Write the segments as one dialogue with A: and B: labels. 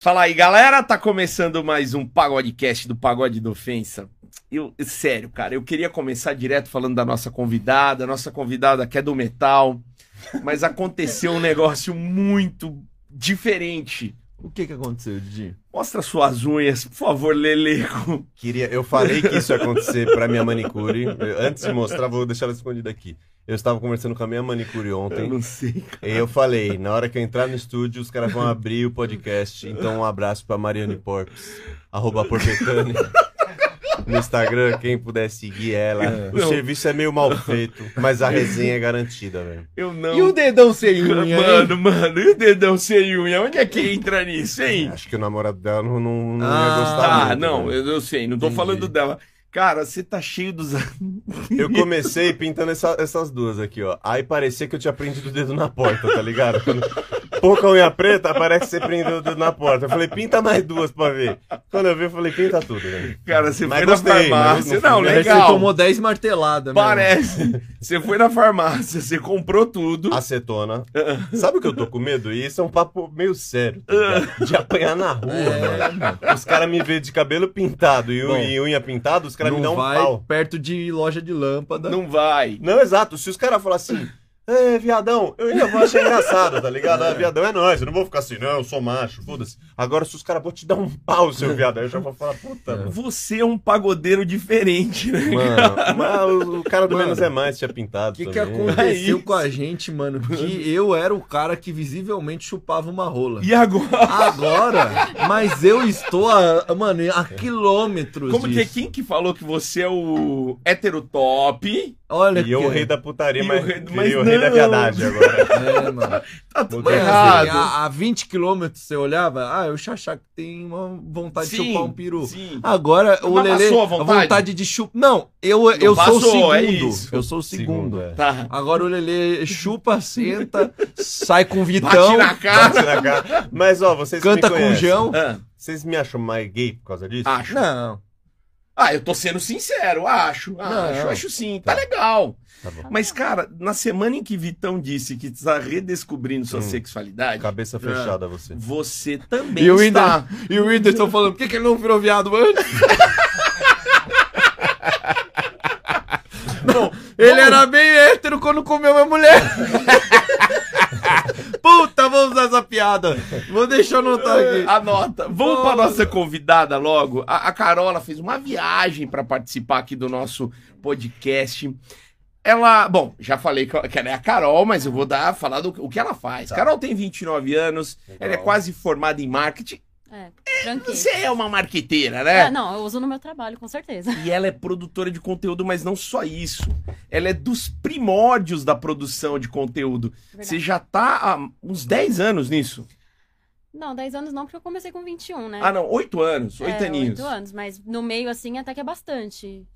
A: Fala aí, galera, tá começando mais um Pagodecast do Pagode da Ofensa. Eu, sério, cara, eu queria começar direto falando da nossa convidada, nossa convidada que é do metal, mas aconteceu um negócio muito diferente.
B: O que que aconteceu, Didi?
A: Mostra suas unhas, por favor, Leleco.
B: Queria, eu falei que isso ia acontecer pra minha manicure. Eu- Antes de mostrar, vou deixar ela escondida aqui. Eu estava conversando com a minha manicure
A: Eu
B: ontem.
A: não sei, cara.
B: E eu falei, na hora que eu entrar no estúdio, os caras vão abrir o podcast. Então, um abraço pra Mariane Porpes, arroba Porpetane. No Instagram, quem puder seguir ela. O
A: Não.
B: serviço é meio mal feito, mas a resenha é garantida, velho.
A: Eu não.
C: E o dedão sem unha, hein?
A: Então, Mano, mano, e o dedão sem unha? Onde é que entra nisso, hein?
B: Acho que o namorado dela não, não, não ia
C: Ah,
B: gostar.
A: Tá,
B: É, muito,
A: não,
B: velho.
A: eu, eu sei, não tô
B: Entendi.
A: falando dela. Cara, você tá cheio dos.
B: Eu comecei pintando essa- essas duas aqui, ó. Aí parecia que eu tinha prendido o dedo na porta, tá ligado? Quando pouca unha preta, parece que você prendeu o dedo na porta. Eu falei, pinta mais duas pra ver. Quando eu vi, eu falei, pinta tudo, né?
A: Cara, você
B: Mas
A: foi na
B: gostei, mas
A: farmácia.
B: não-
A: Não,
B: mas
C: Parece que
A: legal.
C: Você tomou 10 marteladas, né, mesmo.
A: Parece. Você foi na farmácia, você comprou tudo.
B: Acetona. Sabe o que eu tô com medo? E isso é um papo meio sério, tá ligado? De apanhar na rua,
C: É,
B: velho. Os caras me veem de cabelo pintado e, u-
C: Bom,
B: e unha pintada, os caras me dão
C: não
B: um
C: vai
B: pau.
C: perto de loja de lâmpada.
A: Não vai.
B: Não, exato. Se os caras falar assim, é, viadão, eu ainda vou achar engraçado, tá ligado? Ah, viadão é nóis, eu não vou ficar assim, não, eu sou macho, foda-se. Agora, se os caras vão te dar um pau, seu viado, aí eu já vou falar, puta, mano.
A: Você é um pagodeiro diferente, né?
B: Mano, mas o cara do
C: Mano,
B: Menos é Mais tinha pintado
C: O que, que
B: também.
A: É
C: aconteceu
A: isso.
C: com a gente, mano? Que eu era o cara que visivelmente chupava uma rola.
A: E agora?
C: Agora, mas eu estou, a, mano, a quilômetros
A: Como que é
C: disso.
A: quem que falou que você é o hétero top?
C: Olha
B: E eu,
C: que-
B: o rei da putaria,
A: né? E
B: mas,
A: o rei-
B: virei
A: mas
B: o rei da
A: não.
B: viadagem agora.
C: É, mano.
A: Tá tudo
B: Mudou.
C: Mas, assim,
A: errado.
C: a, a 20 quilômetros você olhava, ah, eu chachá que tem uma vontade de chupar um peru.
A: Sim.
C: Agora, o
A: Mas
C: Lele,
A: passou a
C: a
A: vontade?
C: vontade, de chupar. Não, eu, eu sou o
A: passou,
C: segundo.
A: é isso.
C: Eu sou o segundo.
B: é.
A: Tá.
C: Agora o Lele chupa, senta, sai com o
A: Bate
C: Vitão,
A: na cara.
B: Bate na cara. Mas, ó, vocês
C: canta
B: me
C: com o
B: conhecem.
C: Jão.
A: Ah,
B: Vocês me acham mais gay por causa disso?
A: acho.
C: Não.
A: Ah, eu tô sendo sincero. Acho. Ah, Acho,
C: Não.
A: acho sim. Tá legal.
B: Tá bom.
A: Mas, cara, na semana em que Vitão disse que está redescobrindo sua
B: Hum.
A: sexualidade,
B: Cabeça fechada, você.
A: você também
C: E o
A: está.
C: Whindersson, e o Whindersson falando, por que, que ele não virou viado antes? Não, ele era bem hétero quando comeu minha mulher. Puta, vamos usar essa piada. Vou deixar anotar aqui.
A: Anota. Vamos para
C: Vamos.
A: nossa convidada logo. A, a Carola fez uma viagem para participar aqui do nosso podcast. Ela, bom, já falei que que ela é a Carol, mas eu vou dar falar do o que ela faz. Carol tem 29 anos, ela é quase formada em marketing.
D: É, tranquilo.
A: Você é uma marqueteira, né?
D: Ah, não, eu uso no meu trabalho, com certeza.
A: E ela é produtora de conteúdo, mas não só isso. Ela é dos primórdios da produção de conteúdo. Você
D: É Verdade.
A: já tá há uns 10 anos nisso?
D: Não, 10 anos não, porque eu comecei com 21, né?
A: Ah, não, 8 anos, 8
D: É,
A: aninhos.
D: oito anos, mas no meio, assim, até que é bastante.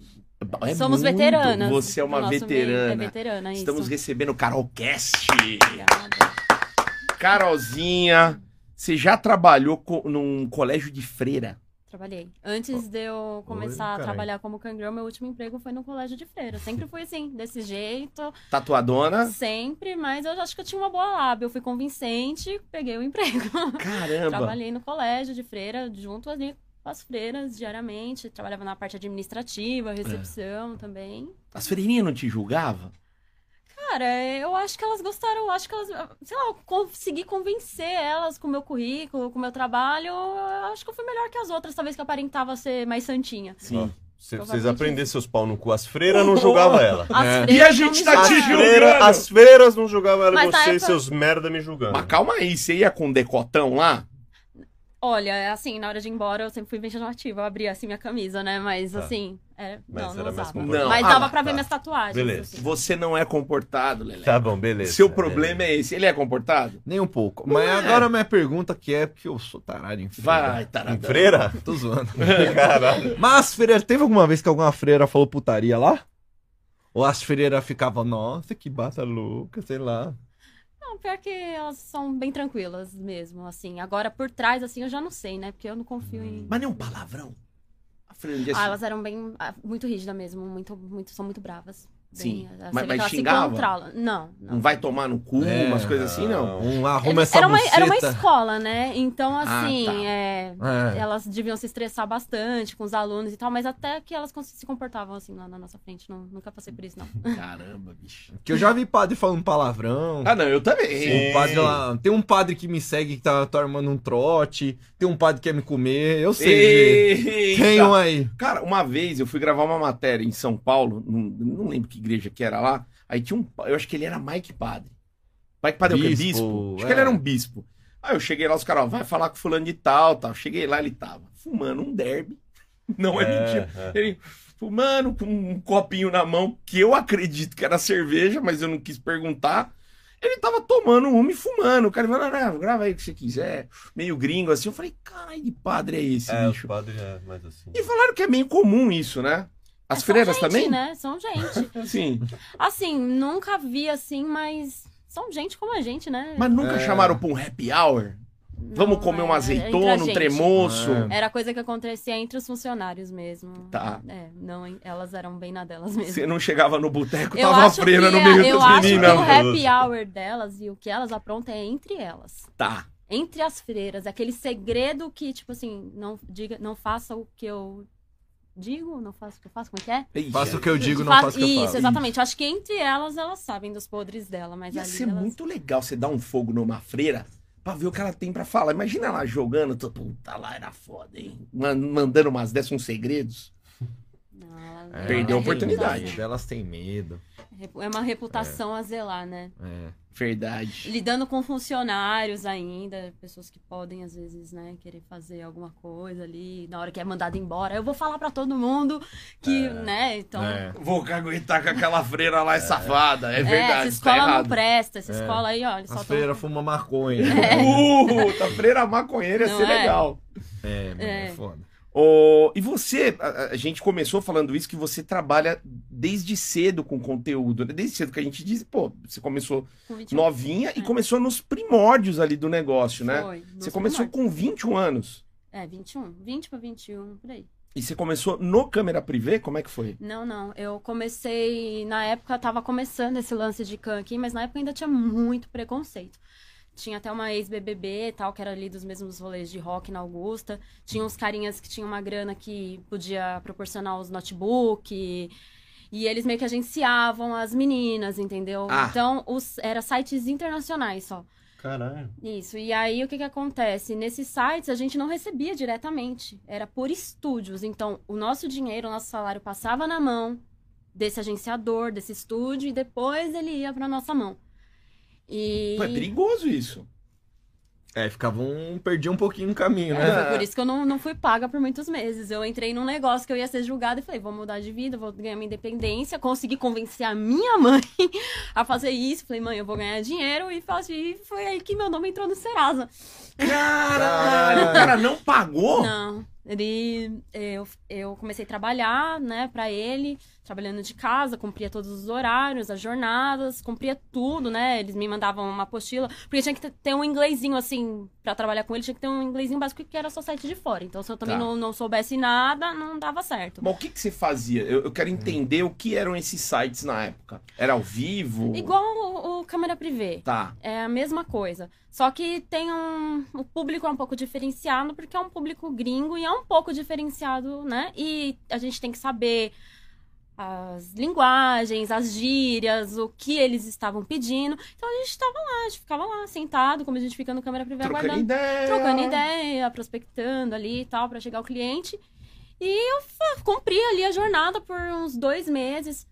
A: É
D: Somos
A: muito.
D: veteranas.
A: Você é
D: do
A: uma
D: nosso meio.
A: veterana.
D: É veterana, isso.
A: Estamos recebendo Carol Cast.
D: Obrigada.
A: Carolzinha, você já trabalhou co- num colégio de freira?
D: Trabalhei. Antes de eu começar
B: caralho.
D: a trabalhar como cangrão, meu último emprego foi no colégio de freira. Sempre fui assim, desse jeito,
A: Tatuadona?
D: sempre, mas eu acho que eu tinha uma boa lábia. Eu fui convincente, peguei o emprego.
A: Caramba.
D: Trabalhei no colégio de freira, junto ali com as freiras, diariamente. Trabalhava na parte administrativa, recepção também.
A: As freirinhas não te julgavam?
D: Cara, eu acho que elas gostaram, eu acho que elas, sei lá, eu consegui convencer elas com o meu currículo, com o meu trabalho. Eu acho que eu fui melhor que as outras, talvez que eu aparentava ser mais santinha.
B: Ó,
A: assim.
B: se vocês
D: Provavelmente.
B: aprenderem seus pau no cu, as freiras não julgavam ela.
D: As
C: É.
D: freiras
A: E a gente tá
D: não me
B: As,
A: te
D: julgaram.
A: julgando.
B: freira, as freiras não julgavam ela,
D: Mas tá, na
B: vocês,
D: época-
B: seus merda me julgando.
A: Mas calma aí, você ia com um decotão lá?
D: Olha, assim, na hora de ir embora eu sempre fui bem chamativa. Eu abria assim minha camisa, né? Mas
B: Tá.
D: assim, é,
B: Mas era
D: não, não
B: mais
D: usava.
B: confortável.
A: Não.
D: Mas
A: Ah,
D: dava pra
B: tá.
D: ver minhas tatuagens.
B: Beleza.
D: assim.
A: Você não é comportado, Lelé.
B: Tá bom, beleza.
A: Seu problema é esse. Ele é comportado?
C: Nem um pouco. Mas agora minha pergunta que é, porque eu sou tarado em freira.
A: é. Vai,
B: Em
A: taradão.
B: freira?
C: Tô zoando.
B: Caralho.
C: Mas, freira, teve alguma vez que alguma freira falou putaria lá? Ou as freiras ficavam, nossa, que bata louca, sei lá.
D: Não, pior que elas são bem tranquilas mesmo, assim. Agora, por trás, assim, eu já não sei, né? Porque eu não confio em.
A: Mas nem um palavrão. A freira não disse-
D: Ah, elas eram bem. ah, muito rígidas mesmo, muito, muito, são muito bravas.
A: Sim. Mas-
D: Bem, você vê
A: mas
D: que ela se
A: xingava?
D: controla. Não, não.
A: Não vai tomar no cu,
E: É,
A: umas coisas assim, não.
E: Um arruma essa
D: era, uma, era uma
E: buceta.
D: escola, né? Então,
A: Ah,
D: assim,
A: tá.
D: é,
E: É.
D: elas deviam se estressar bastante com os alunos e tal, mas até que elas cons- se comportavam assim lá na nossa frente. Não, nunca passei por isso, não.
A: Caramba, bicho.
E: Que eu já vi padre falando palavrão.
A: Ah, não, eu também.
B: Sim.
E: Um padre lá- Tem um padre que me segue que tá, tá armando um trote. Tem um padre que quer me comer. Eu sei. de-
A: Eita.
E: Tem um aí.
A: Cara, uma vez eu fui gravar uma matéria em São Paulo, não, não lembro que igreja que era lá. Aí tinha um. pa- Eu acho que ele era Mike Padre. Mike Padre é o que?
E: Bispo,
A: Bispo? Acho
E: é.
A: que ele era um bispo. Aí eu cheguei lá, os caras, ó, vai falar com fulano de tal, tal. Cheguei lá, ele tava fumando um derby. Não é, mentira. Ele fumando com um copinho na mão, que eu acredito que era cerveja, mas eu não quis perguntar. Ele tava tomando uma e fumando. O cara falou, "Ah, grava aí o que você quiser. Meio gringo assim. Eu falei, caralho, que padre é esse,
B: É,
A: bicho?
B: o padre é mais assim.
A: E falaram que é meio comum isso, né? As
D: É, são
A: freiras
D: gente,
A: também?
D: né? São gente.
A: Sim.
D: Assim, nunca vi assim, mas são gente como a gente, né?
A: Mas nunca
E: É.
A: chamaram pra um happy hour?
D: Não,
A: Vamos comer um
D: é- é entre a
A: azeitona, um
D: gente.
A: tremoço?
E: É.
D: Era coisa que acontecia entre os funcionários mesmo.
A: Tá.
D: É, não, elas eram bem na delas mesmo.
A: Você não chegava no boteco,
D: Eu
A: tava a
D: acho
A: freira
D: que
A: no
D: a-
A: meio
D: eu
A: das
D: acho
A: meninas.
D: que é. o happy hour delas e o que elas aprontam é entre elas.
A: Tá.
D: Entre as freiras. É Aquele segredo que, tipo assim, não, diga, não faça o que eu digo, não faça o que eu faço, como é que é?
A: Ixi,
E: Faço o que eu digo, não
D: Fa-
E: faço o que eu
D: Isso,
E: faço.
D: exatamente. Acho que entre elas, elas sabem dos podres dela, mas
A: Ia
D: ali
A: ser
D: elas...
A: muito legal você dar um fogo numa freira pra ver o que ela tem pra falar. Imagina ela jogando, tô, puta lá, era foda, hein? Man- Mandando umas dessas, uns segredos.
D: Não, elas-
E: É,
A: Perdeu a
D: é
A: oportunidade.
D: reputação.
E: Elas têm medo.
D: É uma reputação a zelar, né?
E: É.
A: Verdade.
D: lidando com funcionários ainda, pessoas que podem, às vezes, né, querer fazer alguma coisa ali, na hora que é mandado embora. Eu vou falar pra todo mundo que, né, então. É.
E: É.
A: Vou caguetar com aquela freira lá, é safada. É verdade,
D: essa
A: isso tá
D: escola não
A: errado.
D: presta, essa
E: É.
D: escola aí, olha, só
E: As
D: tão-
E: freiras fumam maconha.
A: Puta, tá, freira maconheira ia
D: Não
A: ser
D: é?
A: legal.
E: É, mano, é
D: É.
E: foda.
A: Ô, e você, a, a gente começou falando isso, que você trabalha desde cedo com conteúdo, né? Desde cedo que a gente disse, pô, você começou
D: com 21
A: novinha e
D: É.
A: começou nos primórdios ali do negócio, né?
D: Foi,
A: Você
D: nos
A: começou
D: primórdios.
A: com 21 anos.
D: É, 21, 20 pra 21, por aí.
A: E você começou no câmera privê? Como é que foi?
D: Não, não, eu comecei, na época tava começando esse lance de can aqui, mas na época ainda tinha muito preconceito. Tinha até uma ex-BBB e tal, que era ali dos mesmos rolês de rock na Augusta. Tinha uns carinhas que tinham uma grana que podia proporcionar os notebook. E, e eles meio que agenciavam as meninas, entendeu?
A: Ah.
D: Então, os, era sites internacionais só.
B: Caralho.
D: Isso. E aí, o que que acontece? Nesses sites, a gente não recebia diretamente. Era por estúdios. Então, o nosso dinheiro, o nosso salário passava na mão desse agenciador, desse estúdio, e depois ele ia pra nossa mão. E...
A: Pô, é perigoso isso.
E: É, ficava um. Perdi um pouquinho o caminho,
D: É,
E: né?
D: foi por isso que eu não, não fui paga por muitos meses. Eu entrei num negócio que eu ia ser julgada e falei, vou mudar de vida, vou ganhar minha independência. Consegui convencer a minha mãe a fazer isso. Falei, mãe, eu vou ganhar dinheiro e faço. E foi aí que meu nome entrou no Serasa.
A: Caralho, o cara não pagou?
D: Não. Ele, é, eu, eu comecei a trabalhar, né, pra ele, trabalhando de casa, cumpria todos os horários, as jornadas, cumpria tudo, né? Eles me mandavam uma apostila, porque tinha que ter- ter um inglesinho, assim, pra trabalhar com ele, tinha que ter um inglesinho básico que era só site de fora. Então, se eu também
A: Tá.
D: não, não soubesse nada, não dava certo.
A: Mas o que, que você fazia? Eu, eu quero entender o que eram esses sites na época. Era ao vivo?
D: Igual o, o câmera privê.
A: Tá.
D: É a mesma coisa. Só que tem um. O público é um pouco diferenciado, porque é um público gringo e é um pouco diferenciado, né? E a gente tem que saber as linguagens, as gírias, o que eles estavam pedindo. Então a gente estava lá, a gente ficava lá, sentado, como a gente fica no câmera privada,
A: Trocando
D: aguardando,
A: ideia.
D: trocando ideia, prospectando ali e tal, para chegar o cliente. E eu fa- cumpri ali a jornada por uns dois meses.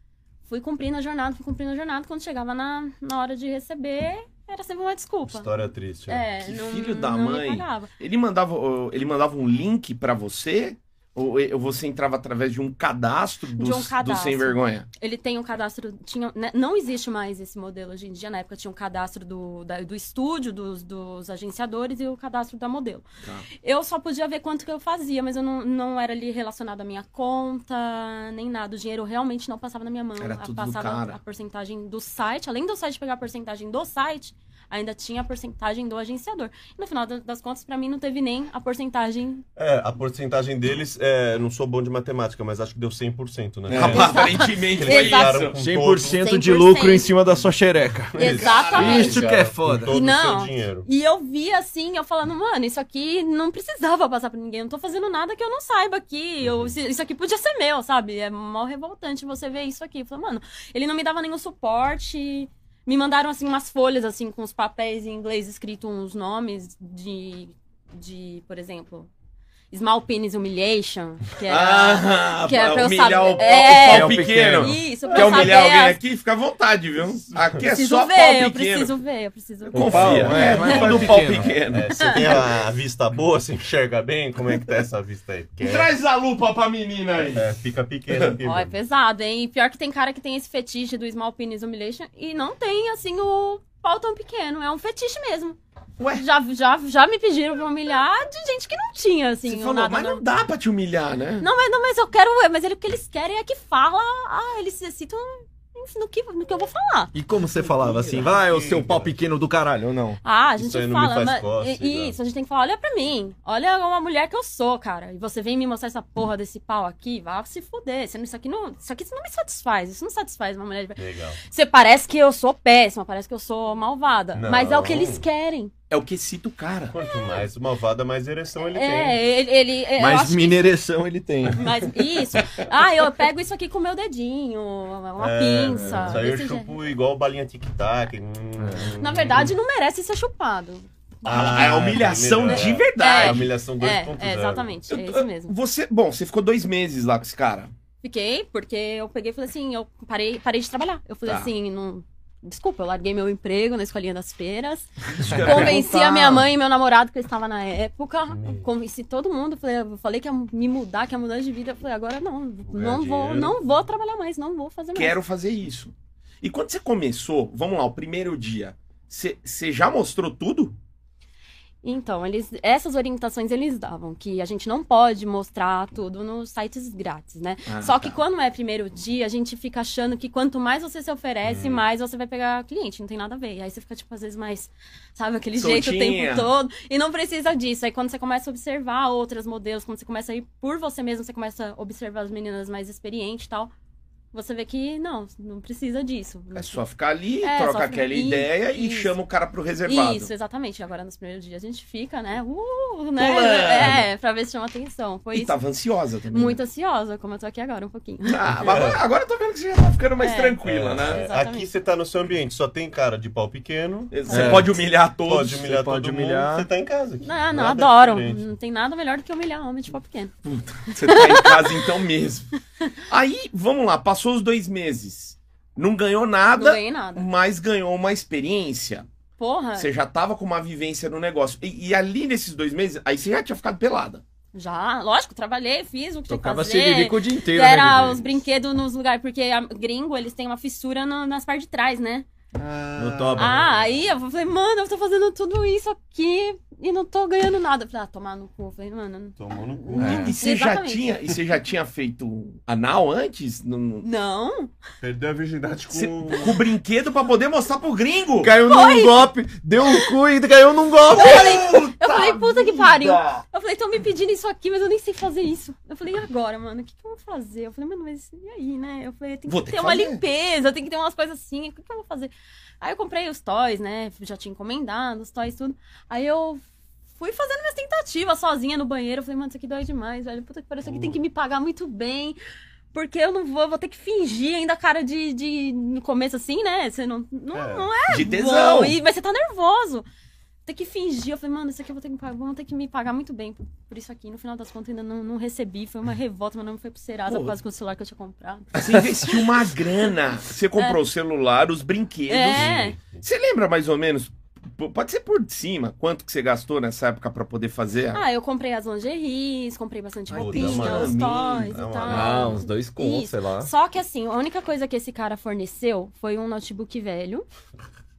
D: Fui cumprindo a jornada, fui cumprindo a jornada. Quando chegava na, na hora de receber, era sempre uma desculpa.
B: História triste. né?
D: É,
A: Que
D: não,
A: filho da
D: não
A: mãe.
D: Me pagava.
A: Ele mandava, ô, ele mandava um link pra você? Ou e- ou você entrava através de um cadastro dos,
D: um cadastro.
A: dos sem vergonha?
D: Ele tem um cadastro. Tinha, né, não existe mais esse modelo hoje em dia. Na época tinha um cadastro do, da- do estúdio, dos, dos agenciadores e o cadastro da modelo.
A: Tá.
D: Eu só podia ver quanto que eu fazia, mas eu não, não era ali relacionado à minha conta, nem nada. O dinheiro realmente não passava na minha mão.
A: Era
D: A-
A: tudo do
D: passava
A: cara.
D: a porcentagem do site. Além do site pegar a porcentagem do site, ainda tinha a porcentagem do agenciador. E no final da- das contas, pra mim, não teve nem a porcentagem.
B: É, a porcentagem deles, é, não sou bom de matemática, mas acho que deu 100%, né?
A: É. Aparentemente foi
D: Exato.
A: isso.
E: 100% de lucro em cima da sua xereca.
D: Exatamente.
E: Isso que é foda.
B: Todo o
D: Não.
B: seu dinheiro.
D: E eu vi assim, eu falando, mano, isso aqui não precisava passar pra ninguém, eu não tô fazendo nada que eu não saiba aqui, eu,
A: Uhum.
D: isso isso aqui podia ser meu, sabe? É mó revoltante você ver isso aqui. Eu falei, mano, ele não me dava nenhum suporte, me mandaram assim umas folhas assim com os papéis em inglês escrito uns nomes de, de por exemplo, Small Penis Humiliation, que era...
A: Ah,
D: Que é pra eu
A: humilhar
D: saber-
A: o, pau-
D: É.
A: o pau pequeno.
D: Isso, pra
A: Quer
D: eu
A: humilhar
D: saber,
A: alguém
D: as-
A: aqui? Fica à vontade, viu? Aqui é
D: preciso
A: só
D: ver,
A: pau
D: eu
A: pequeno.
D: preciso ver, eu preciso ver.
A: Confia,
B: Pau,
E: é, mas
A: é,
E: é
A: tudo
E: pau
A: pau
E: pequeno.
A: pequeno.
B: É, você tem a vista boa, você enxerga bem? Como é que tá essa vista aí? Porque é-
A: Traz a lupa pra menina aí.
B: é, fica pequeno aqui.
D: Ó, é
B: mano.
D: pesado, hein? E Pior que tem cara que tem esse fetiche do Small Penis Humiliation e não tem, assim, o pau tão pequeno. É um fetiche mesmo.
A: Ué?
D: Já, já, já me pediram pra humilhar de gente que não tinha, assim,
A: Você
D: ou
A: falou,
D: nada.
A: mas
D: não.
A: não dá pra te humilhar, né?
D: Não, mas, não, mas eu quero. Mas ele, o que eles querem é que fala. Ah, eles se citam no que, no que eu vou falar.
E: E como você falava assim, vai, o seu pau pequeno do caralho, ou não?
D: Ah, a
B: Isso
D: gente
B: aí não me
D: fala.
B: faz
D: mas-
B: cócega.
D: e- isso, a gente tem que falar, olha pra mim. Olha uma mulher que eu sou, cara. E você vem me mostrar essa porra desse pau aqui, vá se fuder. Você não- Isso aqui não, isso aqui não me satisfaz. Isso não satisfaz uma mulher de
B: Legal.
D: Você parece que eu sou péssima, parece que eu sou malvada.
B: Não.
D: Mas é o que eles querem.
A: É o que cita o cara.
B: Quanto mais malvada, mais ereção ele tem.
D: É, ele. ele é, eu
E: Mas
D: acho
E: minereção ele tem.
D: que- mas isso. Ah, eu pego isso aqui com o meu dedinho, uma pinça.
B: É, Isso aí eu
D: desse jeito.
B: chupo um igual balinha tic-tac. hum.
D: Ah, Na verdade, não merece ser chupado.
B: Ah,
A: é humilhação
B: melhor.
A: de
B: É,
A: verdade.
B: humilhação 2.0.
D: É, é, exatamente. É isso mesmo.
A: Você, bom, você ficou dois meses lá com esse cara.
D: Fiquei, porque eu peguei e falei assim, eu parei, parei de trabalhar. Eu falei
A: Tá.
D: assim, não. Desculpa, eu larguei meu emprego na escolinha das feiras.
A: Isso que eu ia
D: Convenci
A: perguntar.
D: a minha mãe e meu namorado, que eu estava na época.
B: Meu.
D: Convenci todo mundo. Falei, eu falei que ia me mudar, que ia mudar de vida. Eu falei, agora não.
B: ganhar
D: Não vou,
B: dinheiro.
D: não vou trabalhar mais, não vou fazer mais.
A: Quero fazer isso. E quando você começou, vamos lá, o primeiro dia, você você já mostrou tudo?
D: Então, eles, essas orientações eles davam, que a gente não pode mostrar tudo nos sites grátis, né?
A: Ah,
D: Só
A: tá.
D: que quando é primeiro dia, a gente fica achando que quanto mais você se oferece,
A: Hum.
D: mais você vai pegar cliente. Não tem nada a ver. E aí você fica, tipo, às vezes mais, sabe, aquele
A: Soltinha.
D: jeito o tempo todo. E não precisa disso. Aí quando você começa a observar outras modelos, quando você começa a ir por você mesmo, você começa a observar as meninas mais experientes e tal. Você vê que não, não precisa disso.
A: É só ficar ali,
D: É, só
A: troca
D: ficar-
A: aquela
D: Isso,
A: ideia e
D: isso.
A: chama o cara pro reservado.
D: Isso, exatamente. Agora nos primeiros dias a gente fica, né? Uh, né?
A: Pulando.
D: É, pra ver se chama atenção. Foi
A: E tá
D: isso.
A: tava ansiosa também. né?
D: Muito ansiosa, como eu tô aqui agora um pouquinho.
A: Ah, mas agora- agora eu tô vendo que você já tá ficando mais
D: É.
A: tranquila, né?
B: É,
D: Exatamente.
B: Aqui você tá no seu ambiente, só tem cara de pau pequeno.
A: Você
E: É.
A: pode humilhar todos.
B: Pode humilhar
E: pode
B: todo
E: humilhar.
B: mundo. Você tá em casa. aqui.
D: Não, não,
B: Nada
D: adoro.
B: diferente.
D: Não tem nada melhor do que humilhar homem de pau pequeno.
A: Puta, você tá em casa então mesmo. Aí, vamos lá, passou os dois meses. Não ganhou nada, Hum.
D: Não ganhei nada.
A: mas ganhou uma experiência.
D: Porra,
A: Você já tava com uma vivência no negócio. E, e ali nesses dois meses, aí você já tinha ficado pelada.
D: já, lógico, trabalhei, fiz o que
E: Tocava
D: tinha que
E: siririca
D: fazer.
E: o dia inteiro. né,
D: Era
E: bebê?
D: os brinquedos nos lugares, porque a- gringo, eles têm uma fissura no- nas partes de trás, né?
E: No toba.
D: Ah, aí eu falei, mano, eu tô fazendo tudo isso aqui e não tô ganhando nada. Eu falei, ah, tomar no cu. Eu falei, mano,
B: Tomou no cu.
A: E-
E: É.
A: E, você já
D: Exatamente.
A: tinha, e você já tinha feito um anal antes? No- no-
D: não.
B: Perdeu a virgindade com.
A: Cê- com o brinquedo pra poder mostrar pro gringo.
E: Caiu num golpe, deu um cu e caiu num golpe.
D: Eu falei, puta que pariu.
A: vida!
D: Eu falei, estão me pedindo isso aqui, mas eu nem sei fazer isso. Eu falei, e agora, mano? O que, que eu vou fazer? Eu falei, mano, mas e aí, né? Eu falei, tem que
A: Vou ter
D: ter
A: que
D: uma
A: fazer.
D: limpeza, tem que ter umas coisas assim. O que, que eu vou fazer? Aí eu comprei os toys, né? Já tinha encomendado os toys, tudo. Aí eu fui fazendo minhas tentativas sozinha no banheiro. Eu falei, mano, isso aqui dói demais, velho. Puta que pariu, isso aqui
A: Hum.
D: tem que me pagar muito bem. Porque eu não vou, vou ter que fingir ainda a cara de, de- No começo, assim, né? Você não. Não
B: É.
D: é,
A: De
D: bom,
A: tesão.
D: e- mas você tá nervoso. Tem que fingir. Eu falei, mano, isso aqui eu vou ter que, pagar- vão ter que me pagar muito bem por, por isso aqui. No final das contas, ainda não, não recebi. Foi uma revolta, meu nome foi pro Serasa
A: Pô. Ah.
D: por causa do celular que eu tinha comprado.
A: Você investiu uma grana. Você comprou o celular, os brinquedos.
D: É.
A: Você lembra mais ou menos? p- Pode ser por cima, quanto que você gastou nessa época pra poder fazer? a-
D: Ah, eu comprei as lingeries, comprei bastante
A: Ai,
D: roupinha,
B: puta, mano.
D: os toys
B: Não,
D: e
E: Ah,
D: tal.
E: uns dois
D: Isso.
E: contos, sei lá.
D: Só que assim, a única coisa que esse cara forneceu foi um notebook velho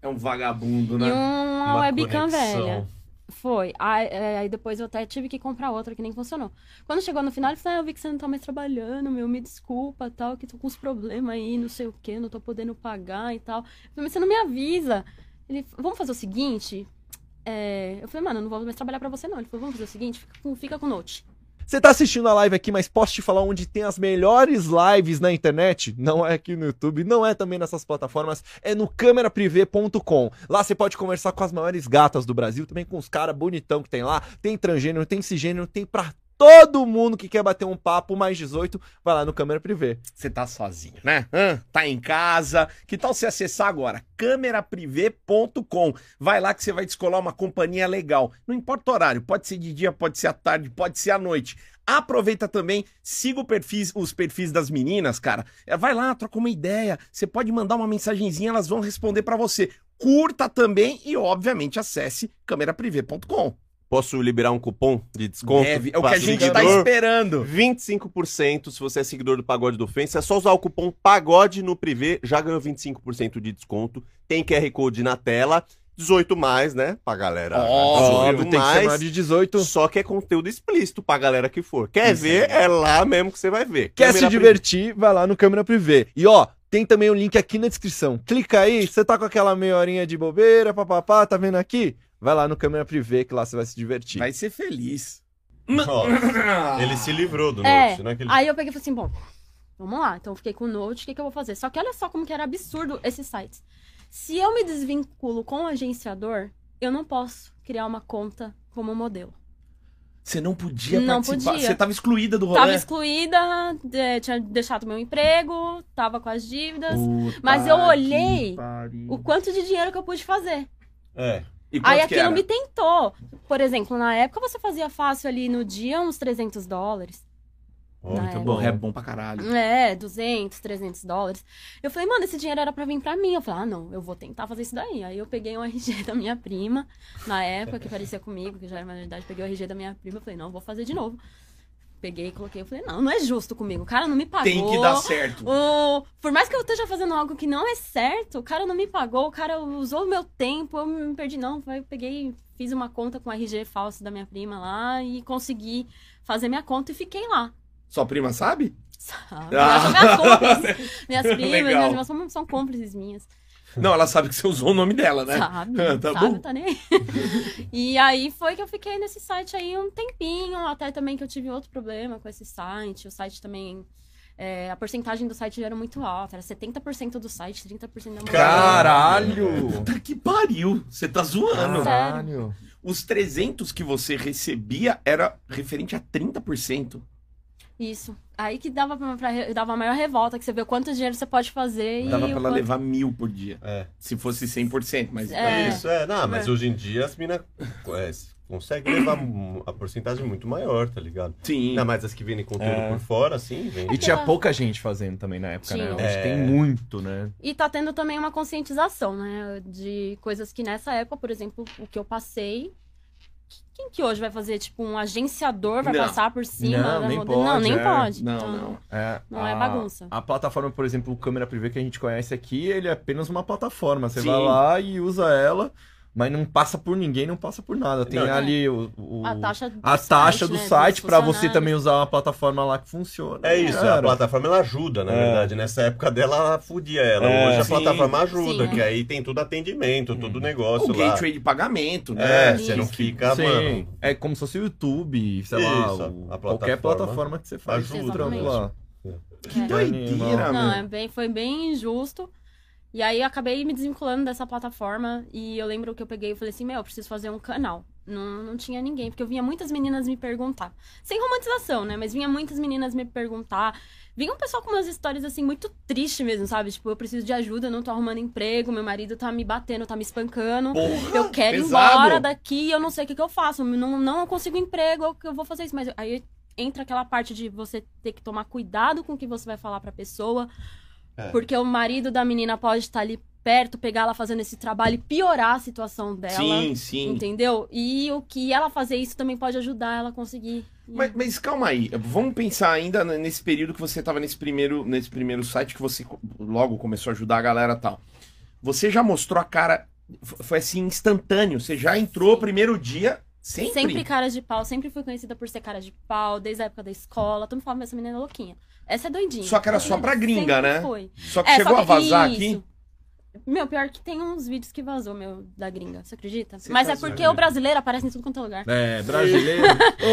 A: É um vagabundo,
D: e
A: né?
D: uma, webcam
B: conexão.
D: velha. Foi. Aí, é, aí depois eu até tive que comprar outra que nem funcionou. Quando chegou no final, ele falou: ah, eu vi que você não tá mais trabalhando, meu, me desculpa, tal, que tô com uns problemas aí, não sei o quê, não tô podendo pagar e tal. Eu falei, mas você não me avisa. Ele, vamos fazer o seguinte. é, Eu falei, mano, eu não vou mais trabalhar pra você, não. Ele falou, vamos fazer o seguinte, fica com, fica com o Note.
C: Você tá assistindo a live aqui, mas posso te falar onde tem as melhores lives na internet? Não é aqui no YouTube, não é também nessas plataformas, é no cameraprivé.com. Lá você pode conversar com as maiores gatas do Brasil, também com os caras bonitão que tem lá. Tem transgênero, tem cisgênero, tem pra todo mundo que quer bater um papo mais 18, vai lá no Câmera Privé.
A: Você tá sozinho, né? Hã? Tá em casa. Que tal você acessar agora? Cameraprivé.com. Vai lá que você vai descolar uma companhia legal. Não importa o horário, pode ser de dia, pode ser à tarde, pode ser à noite. Aproveita também, siga o perfis- os perfis das meninas, cara. É, Vai lá, troca uma ideia. Você pode mandar uma mensagenzinha, elas vão responder pra você. Curta também e, obviamente, acesse cameraprivé.com.
B: Posso liberar um cupom de desconto?
A: Deve- É o que
B: pra
A: a gente tá
B: seguidor?
A: esperando.
B: 25% se você é seguidor do Pagode do Ofensa. É só usar o cupom PAGODE no Privé, já ganhou 25% de desconto. Tem QR Code na tela. 18 mais, né? Pra galera.
A: Óbvio,
B: 18
C: tem que ser
B: mais.
C: maior de 18.
B: Só que é conteúdo explícito pra galera que for. Quer ver? É lá mesmo que você vai ver.
C: Quer
B: Câmera
C: se divertir, vai lá no Câmera Privé. E ó, tem também o link aqui na descrição. Clica aí, você tá com aquela meia horinha de bobeira, papapá, tá vendo aqui? Vai lá no Câmera Privé que lá você vai se divertir.
A: Vai ser feliz.
B: Ó, Ele se livrou do
D: É,
B: Note, né? Que ele-
D: Aí eu peguei e falei assim, bom, vamos lá. Então eu fiquei com o Note, o que, que eu vou fazer? Só que olha só como que era absurdo esses sites. Se eu me desvinculo com o agenciador, eu não posso criar uma conta como modelo.
A: Você não podia
D: Não
A: participar.
D: podia.
A: Você tava excluída do rolê.
D: Tava excluída, eh, tinha deixado meu emprego, tava com as dívidas.
A: Puta
D: Mas eu
A: que
D: olhei
A: pariu.
D: O quanto de dinheiro que eu pude fazer.
B: É.
A: E quanto
D: Aí
A: que
D: aquilo
A: era?
D: me tentou. Por exemplo, na época você fazia fácil ali no dia uns 300 dólares.
B: Ó,
D: Na
B: muito
D: época.
A: Bom,
B: bom.
A: é bom pra caralho.
D: É, 200, 300 dólares. Eu falei, mano, esse dinheiro era pra vir pra mim. Eu falei, ah, não, eu vou tentar fazer isso daí. Aí eu peguei um RG da minha prima, na época que parecia comigo, que já era maioridade, peguei o RG da minha prima. Eu falei, não, vou fazer de novo. Peguei, coloquei. Eu falei, não, não é justo comigo. O cara não me pagou.
A: Tem que dar certo.
D: O- Por mais que eu esteja fazendo algo que não é certo, o cara não me pagou, o cara usou o meu tempo, eu me perdi, não. Aí Eu peguei, fiz uma conta com o RG falso da minha prima lá e consegui fazer minha conta e fiquei lá.
A: Sua prima sabe?
D: Sabe? Minhas cúmplices, minhas primas,
A: Legal.
D: minhas irmãs são, são cúmplices minhas.
A: Não, ela sabe que você usou o nome dela, né?
D: Sabe?
A: Ah, tá
D: sabe?
A: bom.
D: Tá nem aí. E aí foi que eu fiquei nesse site aí um tempinho, até também que eu tive outro problema com esse site. O site também. é, a porcentagem do site era muito alta, era 70% do site, 30% da mulher.
C: Caralho!
A: Puta que pariu. Você tá zoando.
D: Ah.
C: Caralho!
A: Os 300 que você recebia era referente a 30%.
D: Isso. Aí que dava pra, pra- dava a maior revolta, que você vê quanto dinheiro você pode fazer
A: Dava
D: e.
A: pra
D: o
A: ela
D: quanto-
A: levar mil por dia.
B: É.
A: Se fosse 100%, mas...
D: É.
B: Isso, é. Não, mas hoje em dia as minas é, conseguem levar mu- a porcentagem muito maior, tá ligado?
A: Sim.
B: Ainda mais as que vendem conteúdo
C: É.
B: por fora, assim, vem.
C: E tinha pouca gente fazendo também na época, né?
D: Tinha.
C: Hoje
B: É.
C: tem muito, né?
D: E tá tendo também uma conscientização, né? De coisas que nessa época, por exemplo, o que eu passei. Quem que hoje vai fazer? Tipo, um agenciador vai
A: Não.
D: passar por cima
C: Não,
D: da
C: nem
D: moda-
C: pode,
D: Não, nem
C: é.
D: pode.
A: Não,
D: Então,
A: não.
C: É,
D: Não é
C: a-
D: bagunça.
C: A plataforma, por exemplo, o câmera privê que a gente conhece aqui, ele é apenas uma plataforma. Você
A: Sim.
C: vai lá e usa ela, mas não passa por ninguém, não passa por nada. Tem
B: Não,
D: é.
C: ali o, o-
D: A taxa do
C: a
D: site,
C: taxa do
D: né, dos
C: site pra você
D: funcionários.
C: também usar uma plataforma lá que funciona.
B: É isso, a
C: Cara,
B: plataforma ela ajuda, na
C: É.
B: verdade. Nessa época dela, ela fudia ela.
C: É.
B: Hoje a
A: Sim.
B: plataforma ajuda,
D: Sim.
B: que aí tem todo atendimento, todo negócio
A: O
B: lá.
A: gateway de pagamento, né?
B: É, você não fica,
C: Sim,
B: mano.
C: é como se fosse o YouTube, sei lá,
B: Isso,
C: o-
B: a
C: qualquer
B: plataforma
C: plataforma que você faz o
D: ajuda,
C: trampo
D: né?
C: lá.
A: Que
D: É.
A: doideira,
D: Não, é
A: meu.
D: bem, foi bem injusto. E aí eu acabei me desvinculando dessa plataforma. E eu lembro que eu peguei e falei assim, meu, eu preciso fazer um canal. Não, não tinha ninguém, porque eu vinha muitas meninas me perguntar. Sem romantização, né? Mas vinha muitas meninas me perguntar. Vinha um pessoal com umas histórias assim, muito triste mesmo, sabe? Tipo, eu preciso de ajuda, eu não tô arrumando emprego, meu marido tá me batendo, tá me espancando.
A: Porra,
D: Eu quero ir
A: Ah, pesado.
D: embora daqui, eu não sei o que, que eu faço. Não, não consigo emprego, eu, eu vou fazer isso. Mas aí entra aquela parte de você ter que tomar cuidado com o que você vai falar pra pessoa.
B: É.
D: Porque o marido da menina pode estar ali perto, pegar ela fazendo esse trabalho e piorar a situação dela.
A: Sim, sim.
D: Entendeu? E o que ela fazer isso também pode ajudar ela a conseguir.
A: Mas, mas calma aí, vamos pensar ainda n- nesse período que você estava nesse primeiro, nesse primeiro site, que você co- logo começou a ajudar a galera e tal. Você já mostrou a cara, f- foi assim, instantâneo, você já entrou
D: Sim.
A: primeiro dia, sempre?
D: Sempre cara de pau, sempre fui conhecida por ser cara de pau, desde a época da escola. Todo mundo falava, essa menina é louquinha. Essa é doidinha.
A: Só que era só pra gringa,
D: Sempre
A: né?
D: Foi.
A: Só que
D: É,
A: chegou
D: só
A: a vazar
D: Isso.
A: aqui?
D: Meu, pior que tem uns vídeos que vazou, meu, da gringa. Você acredita? Mas é
B: tá
D: porque
B: zoando.
D: o brasileiro aparece em tudo quanto é lugar.
E: É, brasileiro.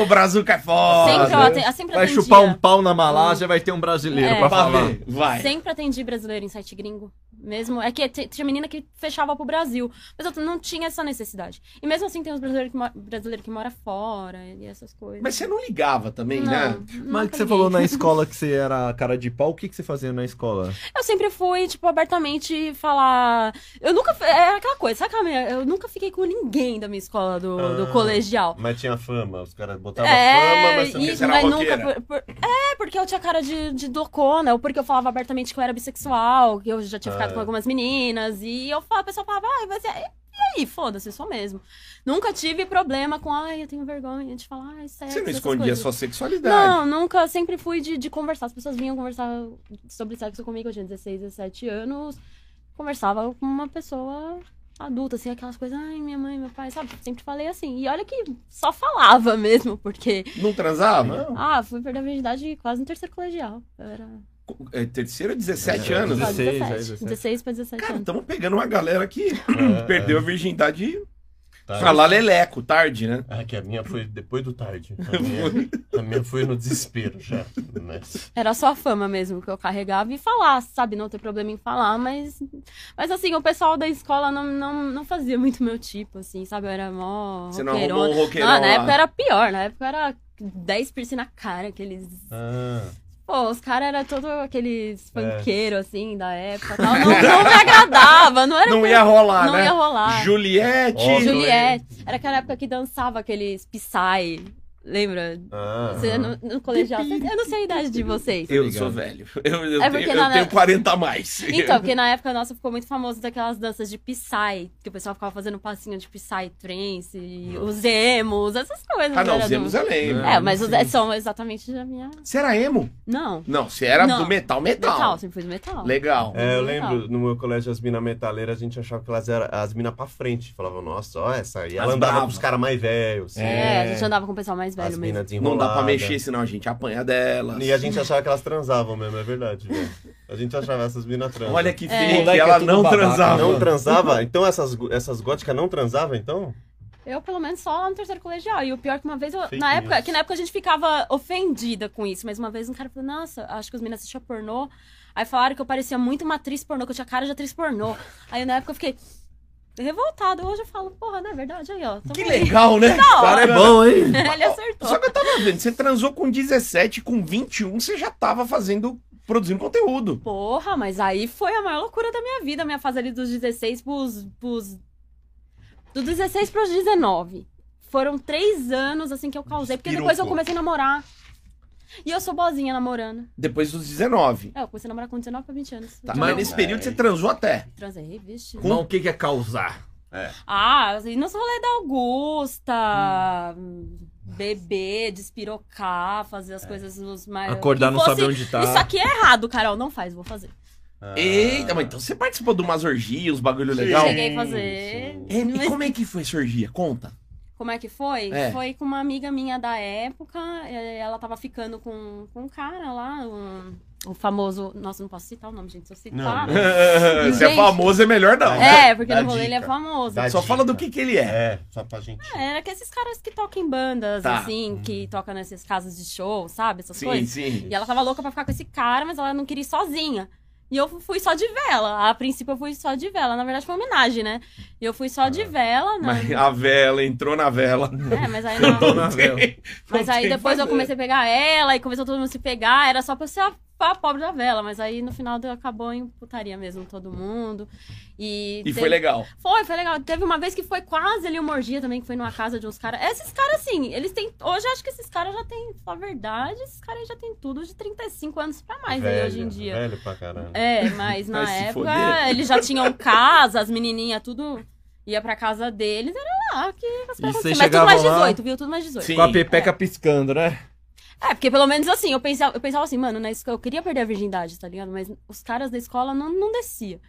A: Ô, Brazuca é
D: sempre,
A: foda.
D: ó, tem- sempre
E: vai
D: atendia.
E: chupar um pau na Malásia, vai ter um brasileiro
D: É.
E: pra
A: Pra
E: falar.
A: ver, vai.
D: Sempre atendi brasileiro em site gringo. Mesmo. É que t- tinha menina que fechava pro Brasil. Mas eu t- não tinha essa necessidade. E mesmo assim tem uns brasileiros que, mo brasileiro que mora fora e essas coisas.
A: Mas você não ligava também,
E: Mas
A: né?
D: nunca
E: que você
D: liguei.
E: falou na escola que você era cara de pau, o que, que você fazia na escola?
D: Eu sempre fui, tipo, abertamente falar. Eu nunca. É aquela coisa, sabe? aquela minha- Eu nunca fiquei com ninguém da minha escola, do, do
B: Ah.
D: colegial.
B: Mas tinha fama, os caras botavam fama,
D: É,
B: mas
A: também
D: e-
A: você era
D: mas
A: roqueira.
D: nunca. por- por- é, porque eu tinha cara de, de docona, ou porque eu falava abertamente que eu era bissexual, que eu já tinha
B: Ah.
D: ficado com algumas meninas, e eu falava, a pessoa falava, ai, mas é. E aí, foda-se, sou mesmo. Nunca tive problema com, ai, eu tenho vergonha de falar, ai, sexo.
A: Você não
D: essas
A: escondia
D: coisas."
A: sua sexualidade.
D: Não, nunca, sempre fui de, de conversar. As pessoas vinham conversar sobre sexo comigo, eu tinha 16, 17 anos. Conversava com uma pessoa adulta, assim, aquelas coisas, ai, minha mãe, meu pai, sabe? Sempre falei assim. E olha que só falava mesmo, porque.
A: Não, transava?
B: Não.
D: Ah, fui perder a virgindade quase no terceiro colegial. Eu era.
A: É, terceiro, 17
B: É,
A: anos.
D: Ah,
B: 16, aí,
D: 17, 16 pra 17
A: Cara,
D: anos.
A: estamos pegando uma galera que
B: É,
A: perdeu
B: é.
A: a virgindade
B: Tá.
A: pra lá leleco, tarde, né?
B: Ah, que a minha foi depois do tarde. A minha, a minha foi no desespero já. né? Mas...
D: Era só a fama mesmo que eu carregava e falar, sabe? Não ter problema em falar, mas. Mas assim, o pessoal da escola não, não, não fazia muito meu tipo, assim, sabe? Eu era mó.
A: Você não
D: roqueirona.
A: arrumou um roqueirão
D: Ah, na
A: lá.
D: época era pior, na época era 10 piercing na cara, aqueles.
B: Ah,
D: Pô, os caras eram todos aqueles
A: É.
D: funkeiros, assim, da época. Tal. Não, não me agradava, não era.
A: Não ia rolar,
D: não
A: né?
D: ia rolar.
A: Juliette.
B: Ó, Ju-
D: Juliette. Era aquela época que dançava aqueles Psy. Lembra?
B: ah.
D: Você, no, no colegial. Cê- Eu não sei a idade de vocês.
A: Eu sou velho. Eu, eu
D: É porque
A: tenho, eu
D: na-
A: tenho 40 a mais.
D: Então, porque na época nossa ficou muito famoso daquelas danças de Psy, que o pessoal ficava fazendo passinho de Psy trance, e os emos, essas coisas.
A: ah, não,
D: era
A: os emos
D: do...
A: eu lembro.
D: É, mas os- são exatamente da minha.
A: Você era emo?
D: Não.
A: Não, você era
D: Não.
A: do metal, metal.
D: Metal, sempre fui do metal.
A: Legal.
B: É, eu
D: Legal.
B: lembro, no meu colégio, as minas metaleiras, a gente achava que elas eram as minas pra frente. Falava, nossa, ó essa. E ela
A: As
B: andava
A: brava.
B: com os caras mais velhos. assim.
D: É, a gente andava com o pessoal mais velho
B: As
D: mesmo.
B: minas
A: Não
B: desenroladas.
A: dá pra mexer, senão a gente apanha delas.
B: E a gente achava que elas transavam mesmo, é verdade. velho. A gente achava essas minas transam.
A: Olha que
D: É.
A: feio, que
E: Moleque é
A: ela
E: tudo
A: não
E: babaca, né?
A: transava.
B: Não transava? Então essas, go- essas góticas não transavam, então?
D: Eu, pelo menos, só lá no terceiro colegial. E o pior é que uma vez, eu,
B: Fake
D: na época,
B: news.
D: que na época a gente ficava ofendida com isso, mas uma vez um cara falou, nossa, acho que os meninos assistiam pornô. Aí falaram que eu parecia muito uma atriz pornô, que eu tinha cara de atriz pornô. Aí na época eu fiquei revoltada. Hoje eu falo, porra, não é verdade? Aí, ó. tamo
A: Que
D: aí."
A: legal, né?
D: Da
E: O
D: hora.
E: cara é bom, hein?
D: Ele acertou.
A: Só que eu tava vendo, você transou com 17, com 21, você já tava fazendo, produzindo conteúdo.
D: Porra, mas aí foi a maior loucura da minha vida, a minha fase ali dos 16 pros. pros... Do 16 pros 19. Foram três anos assim que eu causei, porque depois eu
A: Piroco.
D: comecei a namorar. E eu sou boazinha namorando.
A: Depois dos 19.
D: É, eu comecei a namorar com 19 pra 20 anos.
A: Tá,
D: Eu
A: mas
D: não
A: nesse período você transou até.
D: Transei, vixe.
A: Com-
E: o que, que é causar?
D: Ah, e nos rolê da Augusta. Beber, despirocar, fazer as coisas nos mais.
E: Acordar,
D: que
E: não saber
D: é. fosse-
E: onde tá.
D: Isso aqui é errado, Carol. Não faz, vou fazer.
A: Eita, mas então você participou de umas orgias, uns bagulho legal.
D: Cheguei a fazer.
A: É, e como é que foi essa orgia? Conta.
D: Como é que foi?
A: É.
D: Foi com uma amiga minha da época. eh, Ela tava ficando com, com um cara lá, um- o famoso. Nossa, não posso citar o nome, gente. Se eu citar.
B: Não.
A: Se é
D: Gente.
A: famoso, é melhor não.
D: É, porque
B: Dá
D: no rolê ele é
B: dica.
D: famoso.
B: Dá
A: Só
B: dica.
A: fala do que que ele é.
B: É, só pra gente.
D: Era que esses caras que tocam em bandas,
A: Tá.
D: assim, que tocam nessas casas de show, sabe? Essas
A: Sim,
D: coisas.
A: sim.
D: E ela tava louca pra ficar com esse cara, mas ela não queria ir sozinha. E eu fui só de vela. A princípio eu fui só de vela. Na verdade foi uma homenagem, né? E eu fui só de vela, né?
A: Ah. Mas a vela entrou na vela.
D: É, mas aí na...
E: na vela.
A: Não
D: Mas aí
A: tem
D: depois eu
A: fazer.
D: comecei a pegar ela e começou todo mundo a se pegar. Era só pra eu ser a, a pobre da vela. Mas aí no final deu- acabou em putaria mesmo todo mundo. E,
A: E
D: teve-
A: foi legal.
D: Foi, foi legal. Teve uma vez que foi quase ali uma orgia também, que foi numa casa de uns caras. Esses caras, assim, eles têm. Hoje eu acho que esses caras já têm. Na verdade, esses caras já têm tudo de 35 anos pra mais aí hoje em dia.
B: Velho pra caramba.
D: É, mas na
A: Vai se
D: época
A: foder.
D: eles já tinham casa, as menininhas, tudo ia pra casa deles, era lá que as
E: vocês
D: coisas aconteciam. Mas tudo mais
E: chegavam lá-
D: 18, viu? Tudo mais 18.
A: Sim.
E: Com a pepeca piscando, né?
D: É, porque pelo menos assim, eu pensava, eu pensava assim, mano, na escola, eu queria perder a virgindade, tá ligado? Mas os caras da escola não, não descia.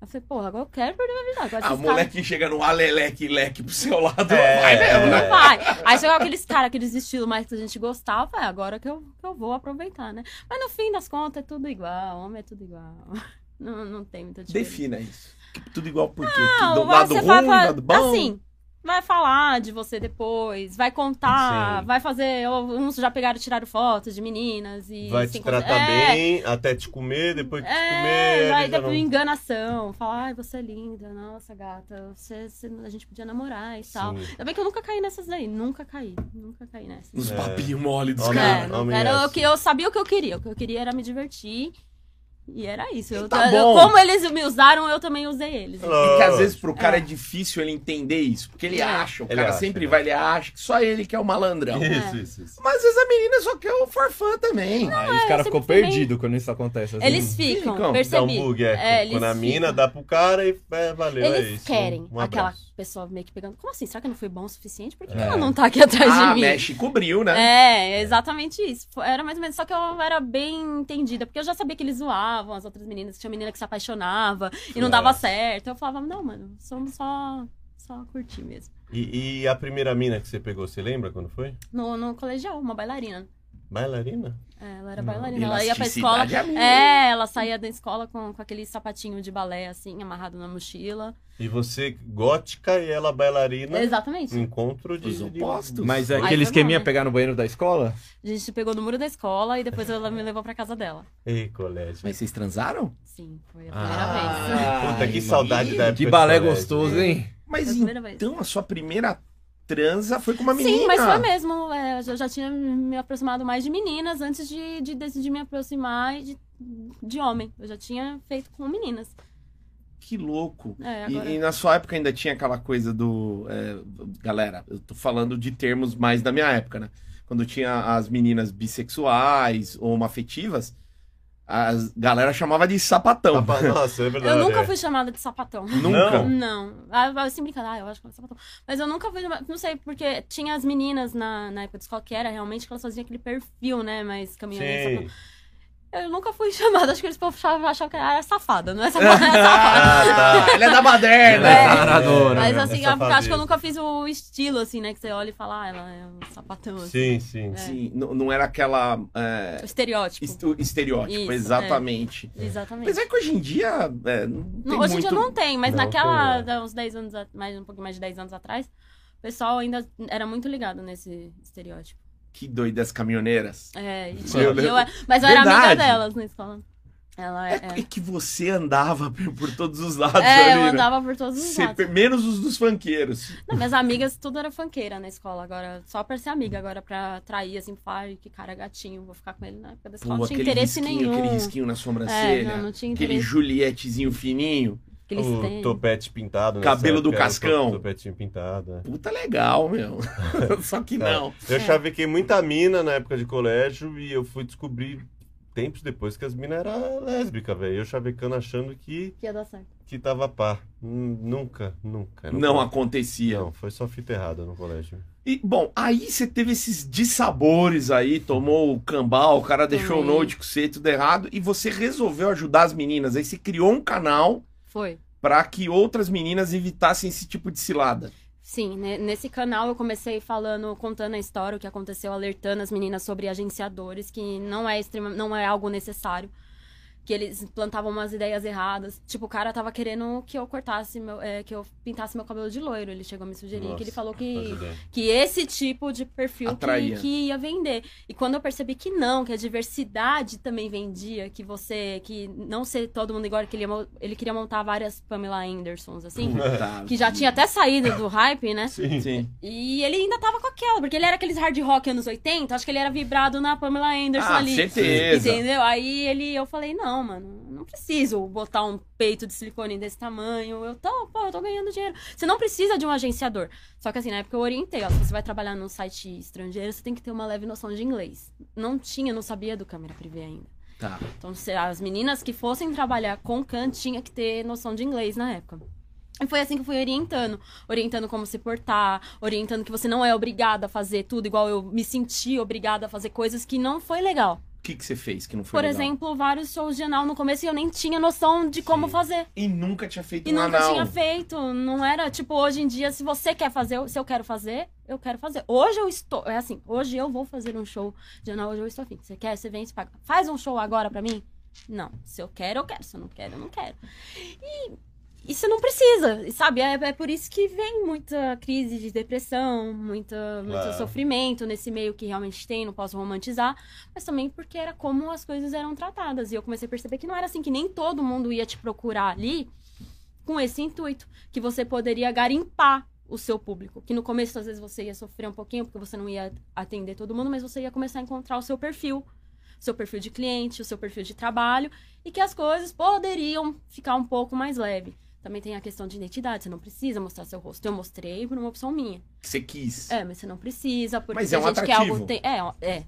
D: Eu falei, porra, agora eu quero perder a virgindade. Agora
A: Ah,
D: esses
A: o
D: caras-
A: moleque chega no aleleque-leque pro seu lado.
B: É.
A: Vai mesmo, né?
D: Não vai. Aí chegava aqueles caras, aqueles estilos mais que a gente gostava, eu falei, agora que eu, que eu vou aproveitar, né? Mas no fim das contas é tudo igual, homem é tudo igual. Não, não tem muita diferença.
A: Defina isso. Tudo igual por quê?
D: Não,
A: do
D: vai-
A: lado
D: você
A: ruim,
D: vai, vai-
A: lado bom.
D: Assim, vai falar de você depois, vai contar,
B: Sim.
D: vai fazer. Uns já pegaram, tiraram fotos de meninas e.
B: Vai
D: se
B: te
D: encontrar-
B: tratar
D: É,
B: bem, até te comer, depois que te comer.
D: É,
B: ele
D: vai
B: já
D: dar
B: não-
D: enganação. Falar, ai, você é linda, nossa gata, você, você- a gente podia namorar e tal.
B: Sim.
D: Ainda bem que eu nunca caí nessas daí, nunca caí, nunca caí nessas.
A: Uns
B: É.
A: papinhos mole dos
B: Olha,
A: caras.
D: É, não
B: homem
D: era
B: é
D: o
B: assim.
D: que eu sabia o que eu queria, o que eu queria era me divertir. E era isso. Eu,
A: tá
D: eu-
A: bom.
D: como eles me usaram, eu também usei
A: E
D: eles.
A: que
B: Lógico.
A: às vezes pro cara é, difícil ele entender isso, porque ele
D: É.
A: acha, o
B: Ah. Ele
A: cara
B: acha,
A: sempre
B: ele
A: vai, ele acha que só ele que é o
D: Então,
A: malandrão.
B: Isso, isso, isso.
A: Mas às vezes a menina só quer o farfã também.
C: Aí
B: é.
C: os caras ficam
D: simplesmente-
C: perdidos quando isso acontece. assim.
D: Eles ficam,
A: Ficam, dá um
B: Dá
D: percebi.
B: um bug, é.
D: É,
B: Quando a
D: eles
B: mina
D: ficam.
B: dá pro cara e é, valeu, é
D: Eles
B: isso.
D: querem
B: Um
D: aquela
B: abraço.
D: pessoa meio que pegando. Como assim? Será que eu não fui bom o suficiente? Por que
C: É.
D: ela não tá aqui atrás
A: Ah,
D: de mim?
A: mexe e cobriu, né?
D: É, exatamente isso. Foi- Era mais ou menos, só que eu era bem entendida, porque eu já sabia que eles zoavam as outras meninas, que tinha menina que se apaixonava e não dava
B: Nossa.
D: certo. Eu falava, não, mano, somos só, só curtir mesmo.
B: E, e a primeira mina que você pegou, você lembra quando foi?
D: No, no colegial, uma bailarina.
B: Bailarina?
D: É, Ela era
B: Hum,
C: Não,
D: bailarina, ela ia pra escola.
A: Elasticidade a mil.
D: É, ela saía da escola com, com aquele sapatinho de balé, assim, amarrado na mochila.
B: E você gótica e ela bailarina.
D: Exatamente.
B: Um encontro de.
A: Os
B: de-
A: opostos.
C: Mas é
D: Aí
C: aquele
D: foi
C: esqueminha
D: bom, né?
C: pegar no banheiro da escola?
D: A gente pegou no muro da escola e depois ela me levou pra casa dela.
B: Ei, colégio.
A: Mas vocês transaram?
D: Sim, foi a primeira vez.
A: Ah,
B: Puta, que
A: Ai,
B: saudade da época.
C: Que
B: de
C: balé
B: colégio.
E: né?
C: gostoso, hein?
A: Mas
D: Foi a primeira vez.
A: então a sua primeira transa foi com uma menina.
D: Sim, mas foi mesmo. é, eu já- já tinha me aproximado mais de meninas antes de, de decidir me aproximar de, de homem. Eu já tinha feito com meninas.
A: Que louco.
D: É,
A: E-
D: agora...
A: E, na sua época ainda tinha aquela coisa do. é, galera, eu tô falando de termos mais da minha época, né? Quando tinha as meninas bissexuais ou homoafetivas, a galera chamava de sapatão.
B: Rapaz, Nossa, é
D: Eu
B: verdade.
D: nunca
B: é.
D: fui chamada de sapatão.
A: Nunca.
B: Não.
D: Não. Ah, eu- assim brincando, ah, eu acho que é sapatão. Mas eu nunca fui chamada. Não sei, porque tinha as meninas na, na época de escola que era realmente que elas faziam aquele perfil, né? Mas caminhoneiro.
B: Sim.
D: Eu nunca fui chamada, acho que eles achavam, achavam que eu era safada, não é safada, é safada.
B: Ah, tá.
A: Ele é da moderna.
D: É.
C: Taradona,
D: Mas
C: né?
D: assim,
B: É
D: eu acho que
B: safadeza.
D: eu nunca fiz o estilo, assim, né? Que você olha e fala, ah, ela é um sapatão, assim.
B: Sim, sim.
A: Sim, não, não era aquela. é,
D: O estereótipo.
A: estu- estereótipo,
D: Isso, é.
A: exatamente.
D: Exatamente.
A: Mas é que hoje em dia. é, não tem
D: Não, hoje em
A: muito...
D: dia não tem, mas
B: Não
D: naquela,
A: é.
B: tem,
D: uns 10 anos, a- mais, um pouquinho mais de 10 anos atrás, o pessoal ainda era muito ligado nesse estereótipo.
A: Que doidas caminhoneiras.
D: É, e
A: Eu
D: tinha-
A: lembro.
D: eu era- mas eu era amiga
A: Verdade.
D: delas na escola. Ela
A: É,
D: é.
A: é que você andava por, por todos os lados ali,
D: É, eu
A: né?
D: andava por todos os
A: Você-
D: lados.
A: menos os dos funkeiros.
D: Não, minhas amigas, tudo era fanqueira na escola agora. Só pra ser amiga, agora pra atrair, assim, pai, que cara gatinho, vou ficar com ele na época da escola.
A: Pô,
D: não tinha
A: aquele
D: interesse
A: risquinho,
D: nenhum.
A: aquele risquinho na
D: é,
A: sobrancelha.
D: não, não tinha
A: Aquele
D: interesse.
A: Julietezinho fininho.
D: Aqueles
B: o
D: tênis.
B: topete pintado. né?
A: Cabelo do
B: Essa época era o
A: Cascão.
B: to- Topetinho pintado. né?
A: Puta legal, meu. Só que não.
D: É.
B: Eu chavequei muita mina na época de colégio e eu fui descobrir tempos depois que as minas eram lésbicas, velho. Eu chavecando achando que,
D: Que ia dar certo.
B: que tava pá. Hum, Nunca, nunca.
A: Não
B: nunca.
A: acontecia.
B: Não, foi só fita errada no colégio.
A: E, bom, aí você teve esses dissabores aí, tomou o cambal, o cara deixou o
D: Tomei.
A: note com você, tudo errado, e você resolveu ajudar as meninas. Aí você criou um canal
D: Foi.
A: pra que outras meninas evitassem esse tipo de cilada.
D: Sim, né, nesse canal eu comecei falando, contando a história, o que aconteceu, alertando as meninas sobre agenciadores, que não é extrema, não é algo necessário. Que eles plantavam umas ideias erradas. Tipo, o cara tava querendo que eu cortasse meu. é, que eu pintasse meu cabelo de loiro. Ele chegou a me sugerir que ele
B: Nossa,
D: falou
B: faz
D: que,
B: ideia.
D: que esse tipo de perfil que,
A: Atraía.
D: que ia vender. E quando eu percebi que não, que a diversidade também vendia, que você. que não ser todo mundo igual, que ele, ia mo- ele queria montar várias Pamela Andersons, assim.
A: Puta
D: Que já tinha até saído do hype, né?
B: Sim.
A: Sim.
D: E ele ainda tava com aquela, porque ele era aqueles hard rock anos 80, acho que ele era vibrado na Pamela Anderson
A: Ah,
D: ali.
A: certeza.
D: Entendeu? Aí ele, eu falei, não, mano, não preciso botar um peito de silicone desse tamanho. Eu tô, pô, eu tô ganhando dinheiro. Você não precisa de um agenciador. Só que assim, na época eu orientei, ó, se você vai trabalhar num site estrangeiro, você tem que ter uma leve noção de inglês. Não tinha, não sabia do câmera privê ainda.
A: Tá.
D: Então, se- as meninas que fossem trabalhar com Khan tinha que ter noção de inglês na época. E foi assim que eu fui orientando. Orientando como se portar, orientando que você não é obrigada a fazer tudo igual eu me senti obrigada a fazer coisas que não foi legal.
A: O que, que você fez que não foi
D: Por
A: legal?
D: exemplo, vários shows de anal no começo e eu nem tinha noção de como
B: Sim.
D: fazer.
A: E nunca tinha feito
D: E
A: um
D: nunca
A: anal.
D: tinha feito. Não era, tipo, hoje em dia, se você quer fazer, se eu quero fazer, eu quero fazer. Hoje eu estou. É assim, hoje eu vou fazer um show de anal, hoje eu estou afim. Você quer, você vem, você paga. Faz um show agora pra mim? Não. Se eu quero, eu quero. Se eu não quero, eu não quero. E, E você não precisa, e sabe? É, é por isso que vem muita crise de depressão, muita,
B: Claro.
D: muito sofrimento nesse meio que realmente tem, não posso romantizar. Mas também porque era como as coisas eram tratadas. E eu comecei a perceber que não era assim, que nem todo mundo ia te procurar ali com esse intuito. Que você poderia garimpar o seu público. Que no começo, às vezes, você ia sofrer um pouquinho, porque você não ia atender todo mundo, mas você ia começar a encontrar o seu perfil. Seu perfil de cliente, o seu perfil de trabalho, e que as coisas poderiam ficar um pouco mais leve. Também tem a questão de identidade, você não precisa mostrar seu rosto. Eu mostrei por uma opção minha.
A: Você quis.
D: É, mas você não precisa, porque
A: Mas é um
D: a gente quer
A: atrativo.
D: algo. Tem... É, ó, é.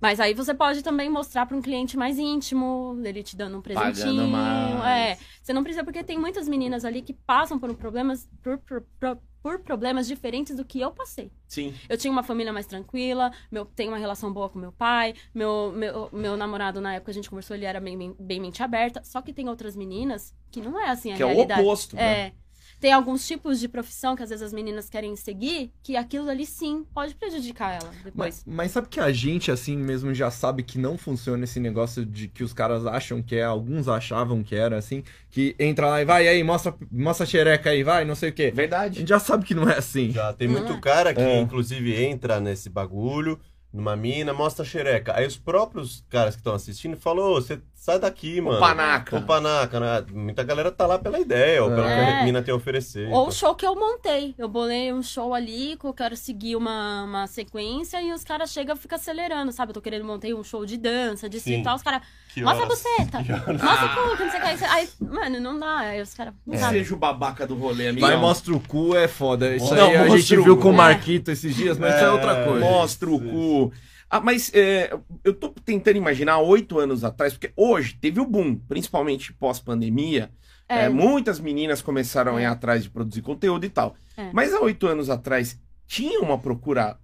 D: Mas aí você pode também mostrar para um cliente mais íntimo, ele te dando um
A: Pagando
D: presentinho.
A: mais.
D: É. Você não precisa, porque tem muitas meninas ali que passam por um problemas. Por, por- por- por problemas diferentes do que eu passei.
A: Sim.
D: Eu tinha uma família mais tranquila, meu, tenho uma relação boa com meu pai, meu, meu, meu namorado, na época a gente conversou, ele era bem, bem, bem mente aberta. Só que tem outras meninas que não é assim a
A: Que é o
D: realidade.
A: oposto. né?
D: É. Tem alguns tipos de profissão que às vezes as meninas querem seguir, que aquilo ali sim pode prejudicar ela
E: Mas,
D: depois.
E: mas sabe que a gente, assim mesmo, já sabe que não funciona esse negócio de que os caras acham que é, alguns achavam que era, assim, que entra lá e vai aí, mostra, mostra a xereca aí, vai, não sei o quê. A
A: É Verdade.
E: gente já sabe que não é assim.
B: Já tem
D: Não
B: muito
D: é?
B: cara que,
E: É.
B: inclusive, entra nesse bagulho, numa mina, mostra a xereca. Aí os próprios caras que estão assistindo falam, ô, você sai daqui, mano.
A: é panaca.
B: Ô, panaca, né? Muita galera tá lá pela ideia, ou pelo que a
D: É.
B: mina tem a oferecer. então.
D: Ou o show que eu montei. Eu bolei um show ali, que eu quero seguir uma, uma sequência, e os caras chegam e ficam acelerando, sabe? Eu tô querendo montar um show de dança, de
B: Sim.
D: circo, e tal, os caras.
B: Que
D: Mostra a
B: horas?
D: buceta!
B: Que horas?
D: Mostra
A: Ah.
D: o cu, que não sei o que. Aí, você- aí, mano, não dá. Aí os caras. Não
A: Não
D: dá.
A: seja o babaca do rolê, amigo.
E: Vai, mostra o cu, é foda. Isso
A: Não,
E: aí a
A: mostra
E: gente
A: o
E: viu
A: cu. É.
E: com o Marquito esses dias, mas isso é outra coisa.
A: Mostra o cu. Ah, mas é, eu tô tentando imaginar oito anos atrás, porque hoje teve o boom, principalmente pós-pandemia. É,
D: É,
A: muitas meninas começaram a ir atrás de produzir conteúdo e tal.
D: É.
A: Mas há oito anos atrás, tinha uma procura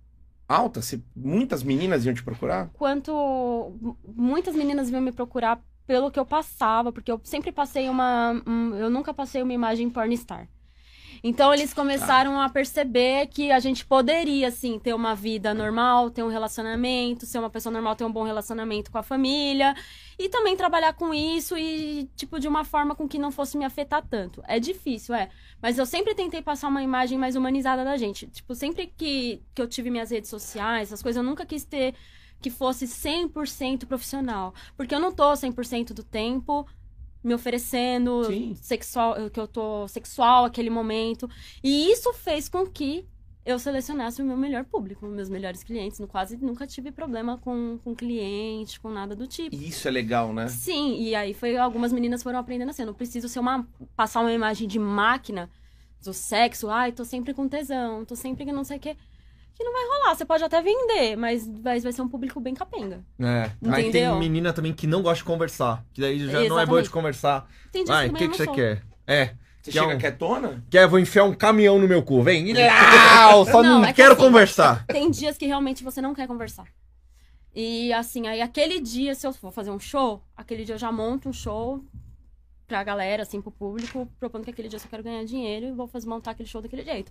A: alta? Se muitas meninas iam te procurar?
D: quanto mu- muitas meninas vinham me procurar pelo que eu passava, porque eu sempre passei uma. um- eu nunca passei uma imagem pornstar. Então eles começaram a perceber que a gente poderia, assim, ter uma vida normal, ter um relacionamento, ser uma pessoa normal, ter um bom relacionamento com a família. E também trabalhar com isso e, tipo, de uma forma com que não fosse me afetar tanto. É difícil, é. Mas eu sempre tentei passar uma imagem mais humanizada da gente. Tipo, sempre que, que eu tive minhas redes sociais, essas coisas, eu nunca quis ter que fosse 100% profissional. Porque eu não tô 100% do tempo me oferecendo
A: Sim.
D: sexual, que eu tô sexual aquele momento. E isso fez com que eu selecionasse o meu melhor público, meus melhores clientes. No quase nunca tive problema com, com cliente, com nada do tipo.
A: E isso é legal, né?
D: Sim, e aí foi algumas meninas foram aprendendo assim, eu não preciso ser uma passar uma imagem de máquina do sexo, ai, tô sempre com tesão, tô sempre que não sei o quê. Que não vai rolar, você pode até vender, mas vai, vai ser um público bem capenga.
E: É. Aí tem
D: Entendeu?
E: menina também que não gosta de conversar. Que daí já não é
D: Exatamente.
E: boa de conversar.
D: Tem dias
E: Vai, o
D: também
E: que,
D: eu
E: que você
D: não sou.
E: quer? É.
A: Você
E: Que é
A: chega
E: um-
A: quietona?
E: Quer, vou enfiar um caminhão no meu cu. Vem. Não, só não,
D: Não, é que
E: quero
D: assim-
E: conversar.
D: Tem dias que realmente você não quer conversar. E assim, aí aquele dia, se eu for fazer um show, aquele dia eu já monto um show pra galera, assim, pro público, propondo que aquele dia eu só quero ganhar dinheiro e vou fazer, montar aquele show daquele jeito.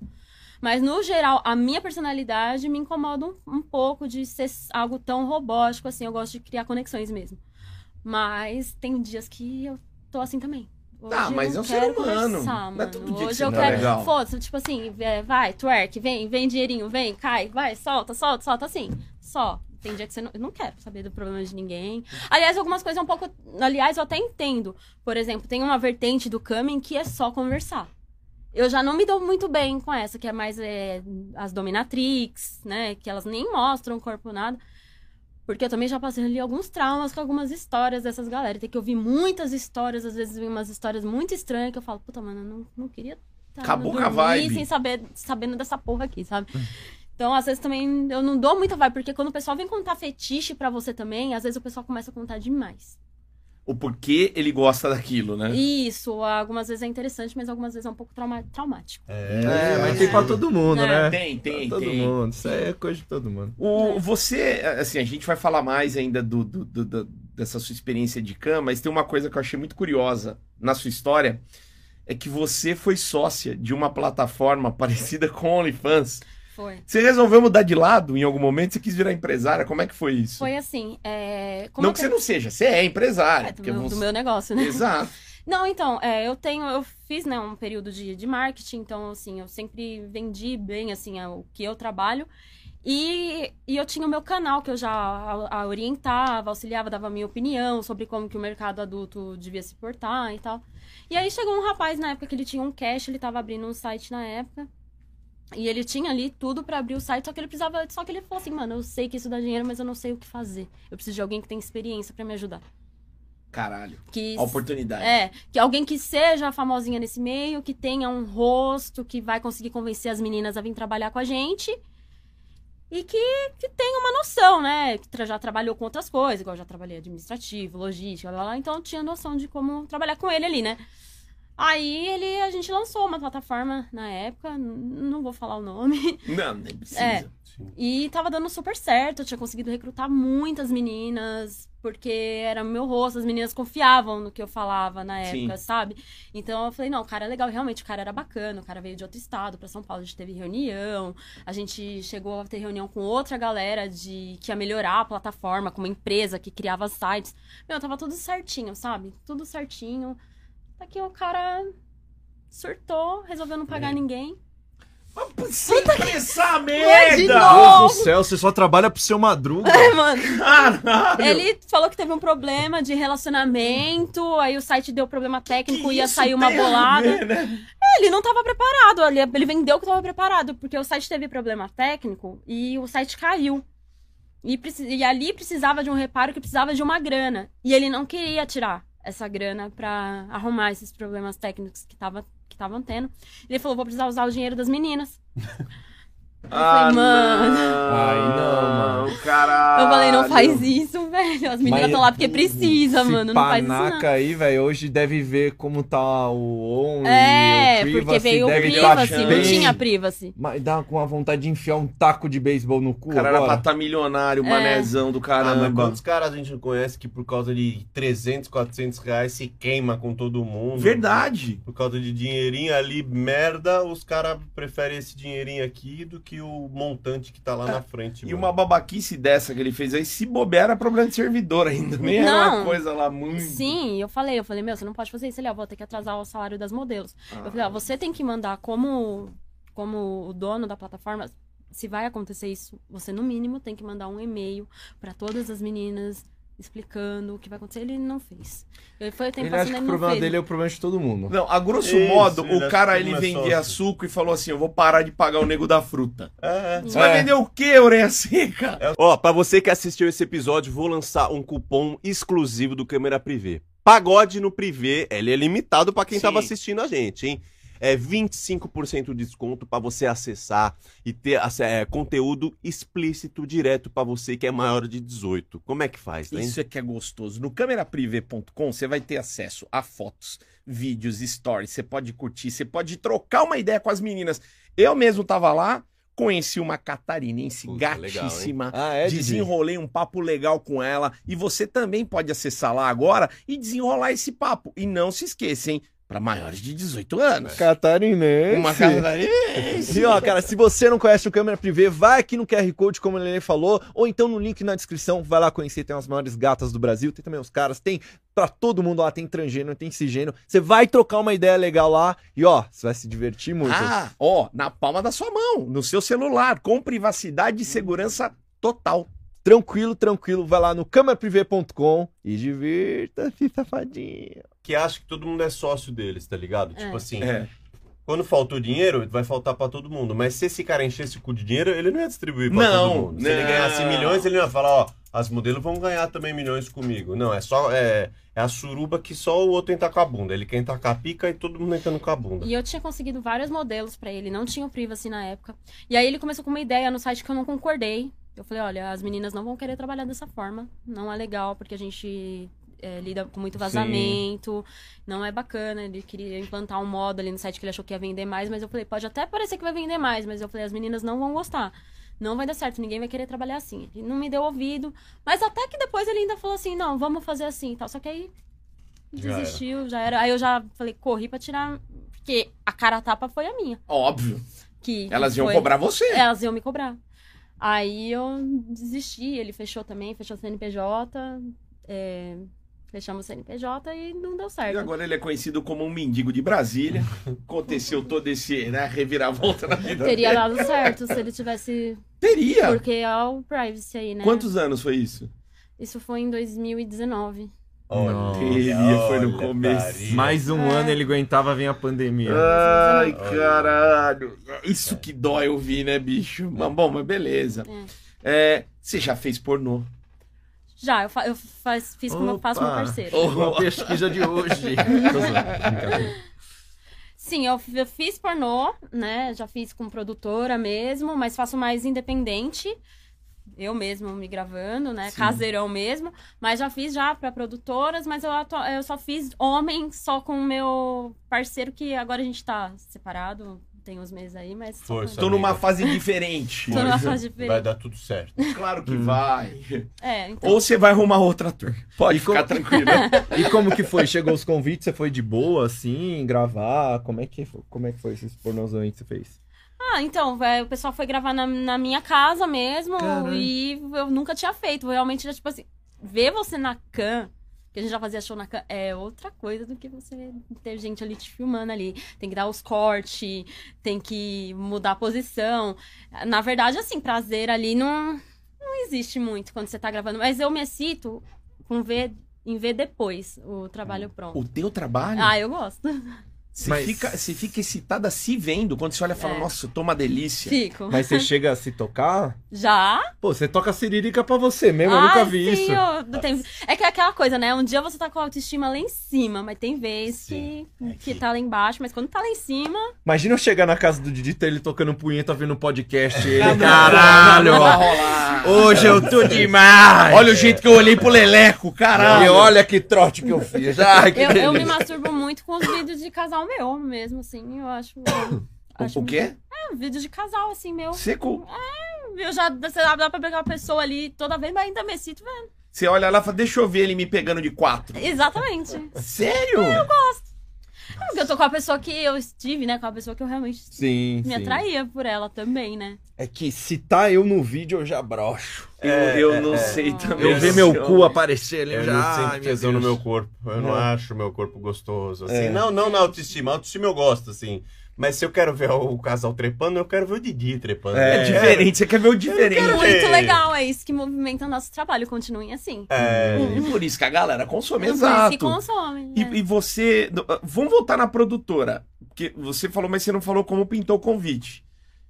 D: Mas, no geral, a minha personalidade me incomoda um, um pouco de ser algo tão robótico, assim, eu gosto de criar conexões mesmo. Mas tem dias que eu tô assim também. Hoje
A: Tá,
D: eu
A: mas
D: não
A: é um ser
D: quero
A: humano.
D: conversar,
A: Não é
D: mano.
A: todo dia que
D: Hoje
A: você
D: eu
A: tá
D: quero
A: legal.
D: Foda-se, tipo assim, é, vai, twerk, vem, vem dinheirinho, vem, cai, vai, solta, solta, solta, assim, só. Tem dia que você não, eu não quero saber do problema de ninguém. Aliás, algumas coisas é um pouco. Aliás, eu até entendo. Por exemplo, tem uma vertente do coming que é só conversar. Eu já não me dou muito bem com essa, que é mais é, as dominatrix, né? Que elas nem mostram o corpo, nada. Porque eu também já passei ali alguns traumas com algumas histórias dessas galera. Tem que ouvir muitas histórias, às vezes vem umas histórias muito estranhas que eu falo, puta, mano, eu não, não queria tá,
A: Acabou
D: não
A: com a
D: dormir
A: vibe. É.
D: sem saber, sabendo dessa porra aqui, sabe? Então, às vezes também eu não dou muita vibe, porque quando o pessoal vem contar fetiche pra você também, às vezes o pessoal começa a contar demais.
A: O porquê ele gosta daquilo, né?
D: Isso, algumas vezes é interessante, mas algumas vezes é um pouco trauma- traumático.
E: É, mas tem pra todo mundo,
D: É.
E: né?
A: Tem, tem,
E: Pra todo
A: tem.
E: mundo. Isso aí é coisa de todo mundo.
A: O, você, assim, a gente vai falar mais ainda do, do- do- do- dessa sua experiência de Cannes, mas tem uma coisa que eu achei muito curiosa na sua história, é que você foi sócia de uma plataforma parecida com OnlyFans.
D: Foi.
A: Você resolveu mudar de lado em algum momento? Você quis virar empresária? Como é que foi isso?
D: Foi assim. é, como
A: não
D: eu
A: que você
D: tenho-
A: não seja, você é empresária.
D: É, do,
A: porque
D: meu,
A: você-
D: do meu negócio, né?
A: Exato.
D: Não, então, é, eu tenho, eu fiz, né, um período de, de marketing, então, assim, eu sempre vendi bem, assim, a- o que eu trabalho. E, e eu tinha o meu canal que eu já a, a orientava, auxiliava, dava a minha opinião sobre como que o mercado adulto devia se portar e tal. E aí chegou um rapaz na época que ele tinha um cash, ele tava abrindo um site na época. E ele tinha ali tudo pra abrir o site, só que ele precisava, só que ele falou assim, mano, eu sei que isso dá dinheiro, mas eu não sei o que fazer. Eu preciso de alguém que tem experiência pra me ajudar.
A: Caralho.
D: Que
A: A oportunidade.
D: é, que alguém que seja famosinha nesse meio, que tenha um rosto, que vai conseguir convencer as meninas a vir trabalhar com a gente. E que, que tenha uma noção, né? Que tra- já trabalhou com outras coisas, igual eu já trabalhei administrativo, logística, lá, lá, lá, então eu tinha noção de como trabalhar com ele ali, né? Aí ele, a gente lançou uma plataforma na época, n- não vou falar o nome,
A: Não, nem precisa.
D: É. e tava dando super certo, eu tinha conseguido recrutar muitas meninas, porque era meu rosto, as meninas confiavam no que eu falava na
A: Sim.
D: época, sabe? Então eu falei, não, o cara é legal, realmente o cara era bacana, o cara veio de outro estado pra São Paulo, a gente teve reunião, a gente chegou a ter reunião com outra galera de que ia melhorar a plataforma, com uma empresa que criava sites. Meu, tava tudo certinho, sabe? Tudo certinho. Daqui o cara surtou, resolveu não pagar ninguém.
A: Mas Sem pensar a
D: Ué, de
A: merda!
D: novo.
E: Deus do céu, você só trabalha pro seu madruga.
D: É, mano.
A: Caralho!
D: Ele falou que teve um problema de relacionamento, aí o site deu problema técnico,
A: Que
D: ia
A: isso
D: sair uma
A: tem a
D: bolada.
A: ver, né?
D: É, Ele não estava preparado, ele, ele vendeu que estava preparado, porque o site teve problema técnico e o site caiu. E, preci- e ali precisava de um reparo que precisava de uma grana. E ele não queria tirar essa grana pra arrumar esses problemas técnicos que estavam que estavam tendo. Ele falou, vou precisar usar o dinheiro das meninas.
A: Ah,
D: mano.
A: não.
C: Ai, não,
A: Caralho.
D: Eu falei, não faz isso, velho. As meninas
C: Mas-
D: estão lá porque precisa,
C: Esse
D: mano. Não faz isso, não.
C: panaca aí, velho, hoje deve ver como tá o Only,
D: É,
C: o Privacy,
D: porque veio o
C: deve tá
A: ter
D: Privacy,
A: baixado.
D: não
C: bem.
D: tinha Privacy.
C: Mas dá com a vontade de enfiar um taco de beisebol no cu
A: O cara era pra
C: agora.
A: estar milionário,
D: É.
A: manézão do
B: Ah, mas
A: caramba.
B: quantos caras a gente não conhece que por causa de 300, 400 reais se queima com todo mundo?
A: Verdade.
B: Por causa de dinheirinho ali, merda, os caras preferem esse dinheirinho aqui do que o montante que tá lá na frente.
A: E
B: mano.
A: uma babaquice dessa que ele fez aí, se bobear, era problema de servidor ainda. Nem era uma
D: Não.
A: coisa lá
C: Hum.
A: muito.
D: Sim, eu falei, eu falei, meu, você não pode fazer isso. Ele, ó, vou ter que atrasar o salário das modelos.
A: Ah,
D: Eu falei, ó, você tem que mandar como, como o dono da plataforma. Se vai acontecer isso, você no mínimo tem que mandar um e-mail pra todas as meninas explicando o que vai acontecer. Ele não fez. Eu foi o tempo
C: Ele
D: passando,
C: acha que
D: ele
C: o
D: não
C: problema
D: fez.
C: dele é o problema de todo mundo.
A: Ah." Não, a grosso
B: Isso,
A: modo,
B: ele
A: o cara
B: acha que
A: ele
B: não é
A: vendia
B: sócio.
A: suco e falou assim: eu vou parar de pagar o nego da fruta.
B: É, é.
A: Você vai vender o quê, orelha seca?
B: É. Ó, pra você que assistiu esse episódio, vou lançar um cupom exclusivo do Câmera Privé. Pagode no Privé, ele é limitado pra quem
A: Sim.
B: tava assistindo a gente, hein? É 25% de desconto pra você acessar e ter ac- é, conteúdo explícito direto pra você que é maior de 18. Como é que faz, hein?
A: Isso é que é gostoso. No cameraprivé.com você vai ter acesso a fotos, vídeos, stories, você pode curtir, você pode trocar uma ideia com as meninas. Eu mesmo tava lá, conheci uma catarinense
B: Puta,
A: gatíssima.
C: Ah, é, Didi?
A: Desenrolei um papo legal com ela e você também pode acessar lá agora e desenrolar esse papo. E não se esqueça, hein? Pra maiores de 18 anos.
C: É. Catarinense.
A: Uma catarinense.
E: E ó, cara, se você não conhece o Câmera Privé, vai aqui no QR Code, como a Lelê falou, ou então no link na descrição, vai lá conhecer, tem as maiores gatas do Brasil, tem também os caras, tem pra todo mundo lá, tem transgênero, tem cisgênero. Você vai trocar uma ideia legal lá e ó, você vai se divertir muito.
A: Ah, ó, na palma da sua mão, no seu celular, com privacidade e segurança total.
E: Tranquilo, tranquilo, vai lá no cameraprivé.com e divirta-se, safadinho.
B: Que acha que todo mundo é sócio deles, tá ligado?
D: É. Tipo
B: assim,
A: É.
B: quando faltou dinheiro, vai faltar pra todo mundo. Mas se esse cara enchesse o cu de dinheiro, ele não ia distribuir pra
A: Não,
B: todo mundo. Se ele
A: não.
B: ganhasse milhões, ele não ia falar, ó, as modelos vão ganhar também milhões comigo. Não, é só. É, é a suruba que só o outro entra com a bunda. Ele quer entrar com a pica e todo mundo entrando com a bunda.
D: E eu tinha conseguido vários modelos pra ele, não tinha o privacy na época. E aí ele começou com uma ideia no site que eu não concordei. Eu falei, olha, as meninas não vão querer trabalhar dessa forma, não é legal, porque a gente é, lida com muito vazamento, não é bacana. Ele queria implantar um modo ali no site que ele achou que ia vender mais, mas eu falei, pode até parecer que vai vender mais, mas eu falei, as meninas não vão gostar. Não vai dar certo, ninguém vai querer trabalhar assim. Ele não me deu ouvido. Mas até que depois ele ainda falou assim, não, vamos fazer assim e tal. Só que aí
B: Já era.
D: desistiu, já era. Aí eu já falei, corri pra tirar. Porque a cara a tapa foi a minha.
A: Óbvio.
D: Que, que
A: Elas iam
D: foi- É,
A: cobrar você.
D: Elas iam me cobrar. Aí eu desisti, ele fechou também, fechou o CNPJ. é, Fechamos o CNPJ e não deu certo.
A: E agora ele é conhecido como um mendigo de Brasília. Aconteceu todo esse, né, reviravolta na vida.
D: Teria dado certo se ele tivesse.
A: Teria!
D: Porque é o privacy aí, né?
A: Quantos anos foi isso?
D: Isso foi em 2019.
C: Nossa,
A: Teria, foi no
B: olha,
A: começo.
B: Daria.
C: Mais um
D: É.
C: ano ele aguentava vir a
E: Ah.
C: pandemia.
A: Ai,
B: Olha.
A: caralho. Isso que dói ouvir, né, bicho? Mas bom, mas beleza. É, você já fez pornô?
D: Já, eu, fa- eu faz- fiz como eu faço com meu
C: Opa. Oh.
D: parceiro.
C: Uma pesquisa de hoje.
D: Sim, eu, f- eu fiz pornô, né? Já fiz com produtora mesmo, mas faço mais independente. Eu mesmo me gravando, né? Caseirão mesmo. Mas já fiz já pra produtoras, mas eu, atu- eu só fiz homem só com o meu parceiro, que agora a gente tá separado, tem uns meses aí, mas. só
B: Força.
D: com-
A: Tô numa
B: amigo.
A: fase diferente.
D: Tô numa fase
B: Vai
D: diferente.
B: dar tudo certo.
A: Claro que vai.
D: É, então.
A: Ou você vai arrumar outra turma. Pode ficar tranquilo. né?
C: E como que foi? Chegou os convites, você foi de boa, assim, gravar? Como é que foi, como é que foi esses pornozão aí que você fez?
D: Ah, então, é, o pessoal foi gravar na, na minha casa mesmo
C: Caralho.
D: e eu nunca tinha feito. Eu Realmente era tipo assim, ver você na can, que a gente já fazia show na can, é outra coisa do que você ter gente ali te filmando ali. Tem que dar os cortes, tem que mudar a posição. Na verdade, assim, prazer ali não, não existe muito quando você tá gravando. Mas eu me excito com ver, em ver depois o trabalho pronto.
A: O teu trabalho?
D: Ah, eu gosto.
A: Você,
C: Mas-
A: fica, você fica excitada se vendo. Quando você olha e fala,
D: É.
A: nossa, eu tô uma delícia.
D: Fico.
C: Mas você chega a se tocar?
D: Já?
C: Pô, você toca siririca pra você mesmo, eu nunca vi
D: Ah, sim,
C: isso.
D: eu- não tem- É que é aquela coisa, né? Um dia você tá com a autoestima lá em cima, mas tem vez
B: Sim,
D: que,
B: é
D: que
B: que-
D: tá lá embaixo, mas quando tá lá em cima.
C: Imagina eu chegar na casa do Didi, ter ele tocando punheta, vendo um podcast, e
A: Ah,
C: ele,
A: não,
C: caralho,
A: não, não vai
C: ó,
A: rolar.
C: hoje eu tô demais.
A: Olha o jeito que eu olhei pro Leleco, caralho.
C: E olha que trote que eu fiz. Ai, que
D: Eu, eu me
C: delícia.
D: masturbo muito com os vídeos de casal meu mesmo, assim. Eu acho. eu acho
A: O, o quê?
D: muito- É, vídeo de casal, assim, meu.
A: Seco.
D: Eu já você dá dá pra pegar a pessoa ali toda vez, mas ainda me sinto.
A: Você olha lá e fala, deixa eu ver ele me pegando de quatro.
D: Exatamente.
A: Sério?
D: Porque eu tô com a pessoa que eu estive, né? Com a pessoa que eu realmente
C: Sim,
D: me
C: sim.
D: atraía por ela também, né?
C: É que se tá eu no vídeo, eu já broxo.
B: É,
A: eu
B: é,
A: não
B: é.
A: sei também.
C: Eu ver meu cu aparecer ali,
B: Eu
C: eu
B: não
C: já...
B: sinto
C: ai, meu
B: tesão no
C: Deus.
B: meu corpo. Eu não,
C: Não.
B: acho meu corpo gostoso. Assim.
C: É.
B: Não, não na autoestima. A autoestima eu gosto, assim. Mas se eu quero ver o casal trepando, eu quero ver o Didi trepando. Né?
C: É.
A: É diferente, você quer ver o diferente.
D: Muito
B: Ei.
D: legal, é isso que movimenta o nosso trabalho. Continuem assim.
B: É,
A: E por isso que a galera consome,
D: Se
A: É, exato.
D: consome.
A: E,
D: né?
A: e você. ah, Vamos voltar na produtora. Porque você falou, mas você não falou como pintou o convite.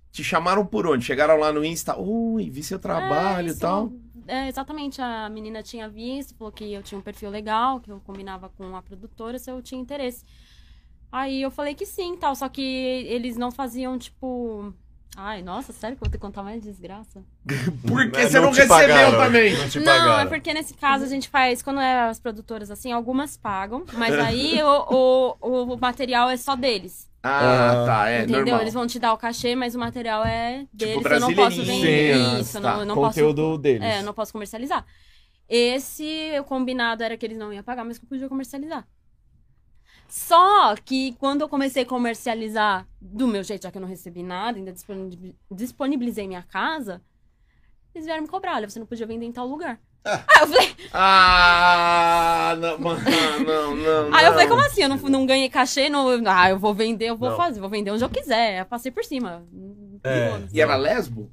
A: Te chamaram por onde? Chegaram lá no Insta, oi, vi seu trabalho e
D: É, isso,
A: tal.
D: é, exatamente, a menina tinha visto, falou que eu tinha um perfil legal, que eu combinava com a produtora se eu tinha interesse. Aí eu falei que sim, tal, só que eles não faziam tipo. Ai, nossa, sério que eu vou ter que contar mais desgraça?
A: Por que
B: É,
A: você não,
B: te
A: recebeu
B: pagaram,
A: também?
B: Não te
D: não, é
B: pagaram.
D: porque nesse caso a gente faz, quando é as produtoras assim, algumas pagam, mas aí o, o, o material é só deles.
A: Ah, tá, é
D: entendeu?
A: normal. Tipo
D: Eles vão te dar o cachê, mas o material é deles. eu não posso
A: brasileirinho,
D: vender
A: sim,
D: isso, eu
A: tá,
D: não, eu não posso
C: Conteúdo deles.
D: É, eu não posso comercializar. Esse o combinado era que eles não iam pagar, mas que eu podia comercializar. Só que quando eu comecei a comercializar do meu jeito, já que eu não recebi nada, ainda disponibi- disponibilizei minha casa, eles vieram me cobrar. Olha, você não podia vender em tal lugar. Aí eu falei,
A: Ah, não, mano, não, não.
D: aí eu
A: não.
D: falei como assim? Eu não, não ganhei cachê, não, ah, eu vou vender, eu vou
B: Não.
D: fazer, vou vender onde eu quiser. Eu passei por cima.
B: É.
D: assim?"
A: E ela é lesbo?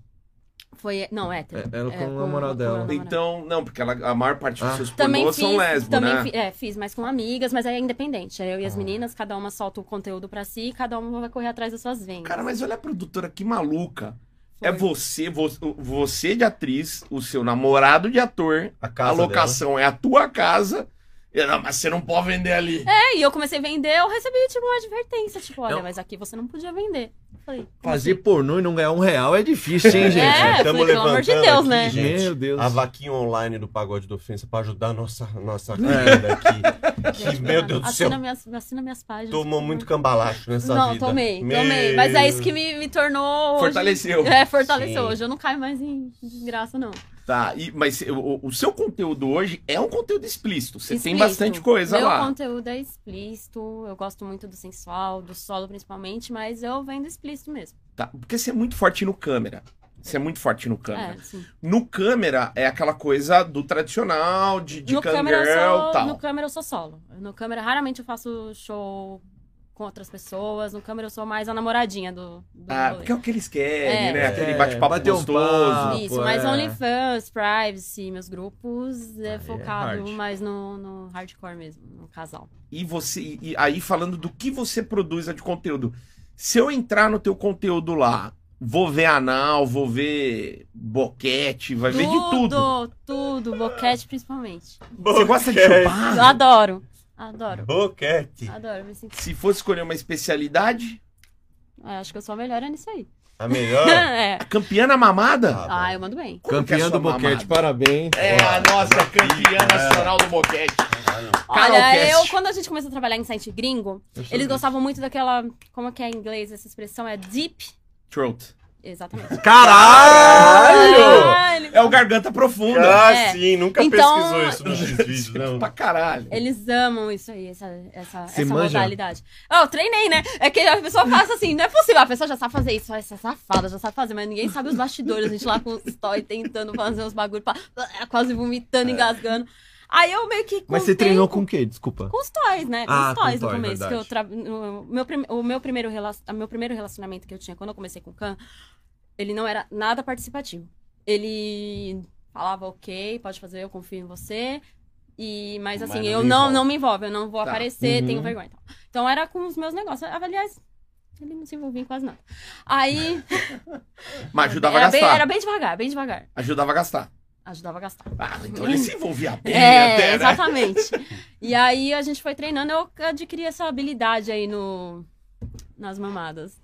D: Foi, não, hétero.
C: É, ela com o
D: com-
C: namorado
D: com o
C: dela.
D: namorado.
A: Então, não, porque ela- a maior parte dos
C: Ah.
A: seus
D: Também
A: pornôs
D: fiz,
A: são lesbo,
D: também
A: né? Ah.
D: fi- é, fiz, mas com amigas, mas é independente. É Eu e as meninas, cada uma solta o conteúdo pra si, cada uma vai correr atrás das suas vendas.
A: Cara, mas olha a produtora, que maluca. É
D: Foi.
A: você, vo- você de atriz, o seu namorado de ator,
B: A
A: a
B: casa
A: locação é a tua casa. Eu, não, mas você não pode vender ali.
D: É, e eu comecei a vender, eu recebi tipo uma advertência, tipo, olha,
C: Não.
D: mas aqui você não podia vender. Eu Falei, como
C: Fazer
D: assim?
C: pornô e não ganhar um real é difícil, hein, gente?
D: É, eu falei, pelo amor de Deus, né?
B: gente,
C: Meu Deus.
B: A vaquinha online do Pagode do Ofensa pra ajudar a nossa, nossa querida aqui. Que,
D: Gente,
B: meu Deus do
D: assina
B: céu,
D: Minhas, assina minhas páginas.
B: tomou
D: por
B: muito
D: favor.
B: cambalacho nessa
D: Não,
B: vida.
D: tomei,
B: Meu
D: tomei. Mas é isso que me, me tornou. hoje-
A: Fortaleceu.
D: É, fortaleceu.
B: Sim.
D: Hoje eu não caio mais em desgraça, não.
A: Tá, e- mas o, o seu conteúdo hoje é um conteúdo explícito. Você tem
D: Explícito.
A: bastante coisa
D: Meu
A: lá.
D: conteúdo é explícito, eu gosto muito do sensual, do solo principalmente, mas eu vendo explícito mesmo.
A: Tá, porque você é muito forte no câmera. Você é muito forte no câmera.
D: É, sim.
A: No câmera é aquela coisa do tradicional, de, de
D: no, câmera eu
A: cangirl
D: sou,
A: e tal.
D: no câmera eu sou solo. No câmera raramente eu faço show com outras pessoas. No câmera eu sou mais a namoradinha do, do
A: Ah,
D: rolê.
A: porque é o que eles querem,
D: É.
A: né? Aquele
C: É,
A: bate-papo
C: bater um
A: gostoso.
C: papo.
D: Isso,
C: pô,
D: mais
C: é.
D: OnlyFans, Privacy, meus grupos é
C: é
D: focado
C: hard.
D: mais no, no hardcore mesmo, no casal.
A: E você. E e aí, falando do que você produz de conteúdo. Se eu entrar no teu conteúdo lá, vou ver anal, vou ver boquete, vai ver de tudo.
D: Tudo, tudo, boquete principalmente.
A: Você gosta de
B: Boquete.
D: Eu
A: chupar?
D: adoro, adoro,
B: Boquete.
D: adoro, me sinto.
A: Se fosse escolher uma especialidade,
D: é, acho que eu sou a melhor é nisso aí.
B: A
A: Ah,
B: melhor.
D: é.
A: a campeã na mamada?
B: Ah,
D: Ah, eu mando bem.
A: Como que é a
C: Campeã
A: sua
C: do boquete,
A: mamada?
C: parabéns.
A: É a nossa campeã nacional do boquete.
D: Olha,
A: Carolcast.
D: eu, quando a gente começou a trabalhar em site gringo, eles gostavam muito daquela. Como é que é em inglês essa expressão? É deep?
A: Throat.
D: Exatamente.
B: Caralho!
D: Caralho!
A: É o garganta profunda.
B: Ah,
D: É.
B: sim, nunca
D: Então-
B: pesquisou isso nos vídeos, né, não.
A: Pra caralho.
D: Eles amam isso aí, essa, essa,
C: Você
D: essa
C: manja?
D: modalidade. Ah, eu treinei, né? É que a pessoa faz assim, não é possível, a pessoa já sabe fazer isso, essa safada já sabe fazer, mas ninguém sabe os bastidores, a gente lá com o story tentando fazer uns bagulho, pra- quase vomitando, engasgando. Aí eu meio que. com
C: É. Mas você
D: o tempo-
C: treinou com o quê? Desculpa.
D: Com os toys, né? Com
C: Ah,
D: os toys
C: com toy,
D: no começo. Que
C: verdade.
D: eu tra... o, meu prim- o meu primeiro rela- o meu primeiro relacionamento que eu tinha quando eu comecei com o Khan, ele não era nada participativo. Ele falava, ok, pode fazer, eu confio em você. E, mas
A: Mas
D: assim,
A: não
D: eu
A: me
D: não,
A: envolve.
D: não me envolvo, eu não vou
A: Tá.
D: aparecer,
C: Uhum.
D: tenho vergonha. e tal. Então era com os meus negócios. Aliás, ele não se envolvia em quase nada. Aí.
A: Mas ajudava a
D: era,
A: gastar.
D: bem, era bem devagar, bem devagar.
A: Ajudava a gastar.
D: Ajudava a gastar.
A: Ah, então ele se envolvia bem
D: É,
A: até, né?
D: exatamente. E aí a gente foi treinando, eu adquiri essa habilidade aí no nas mamadas.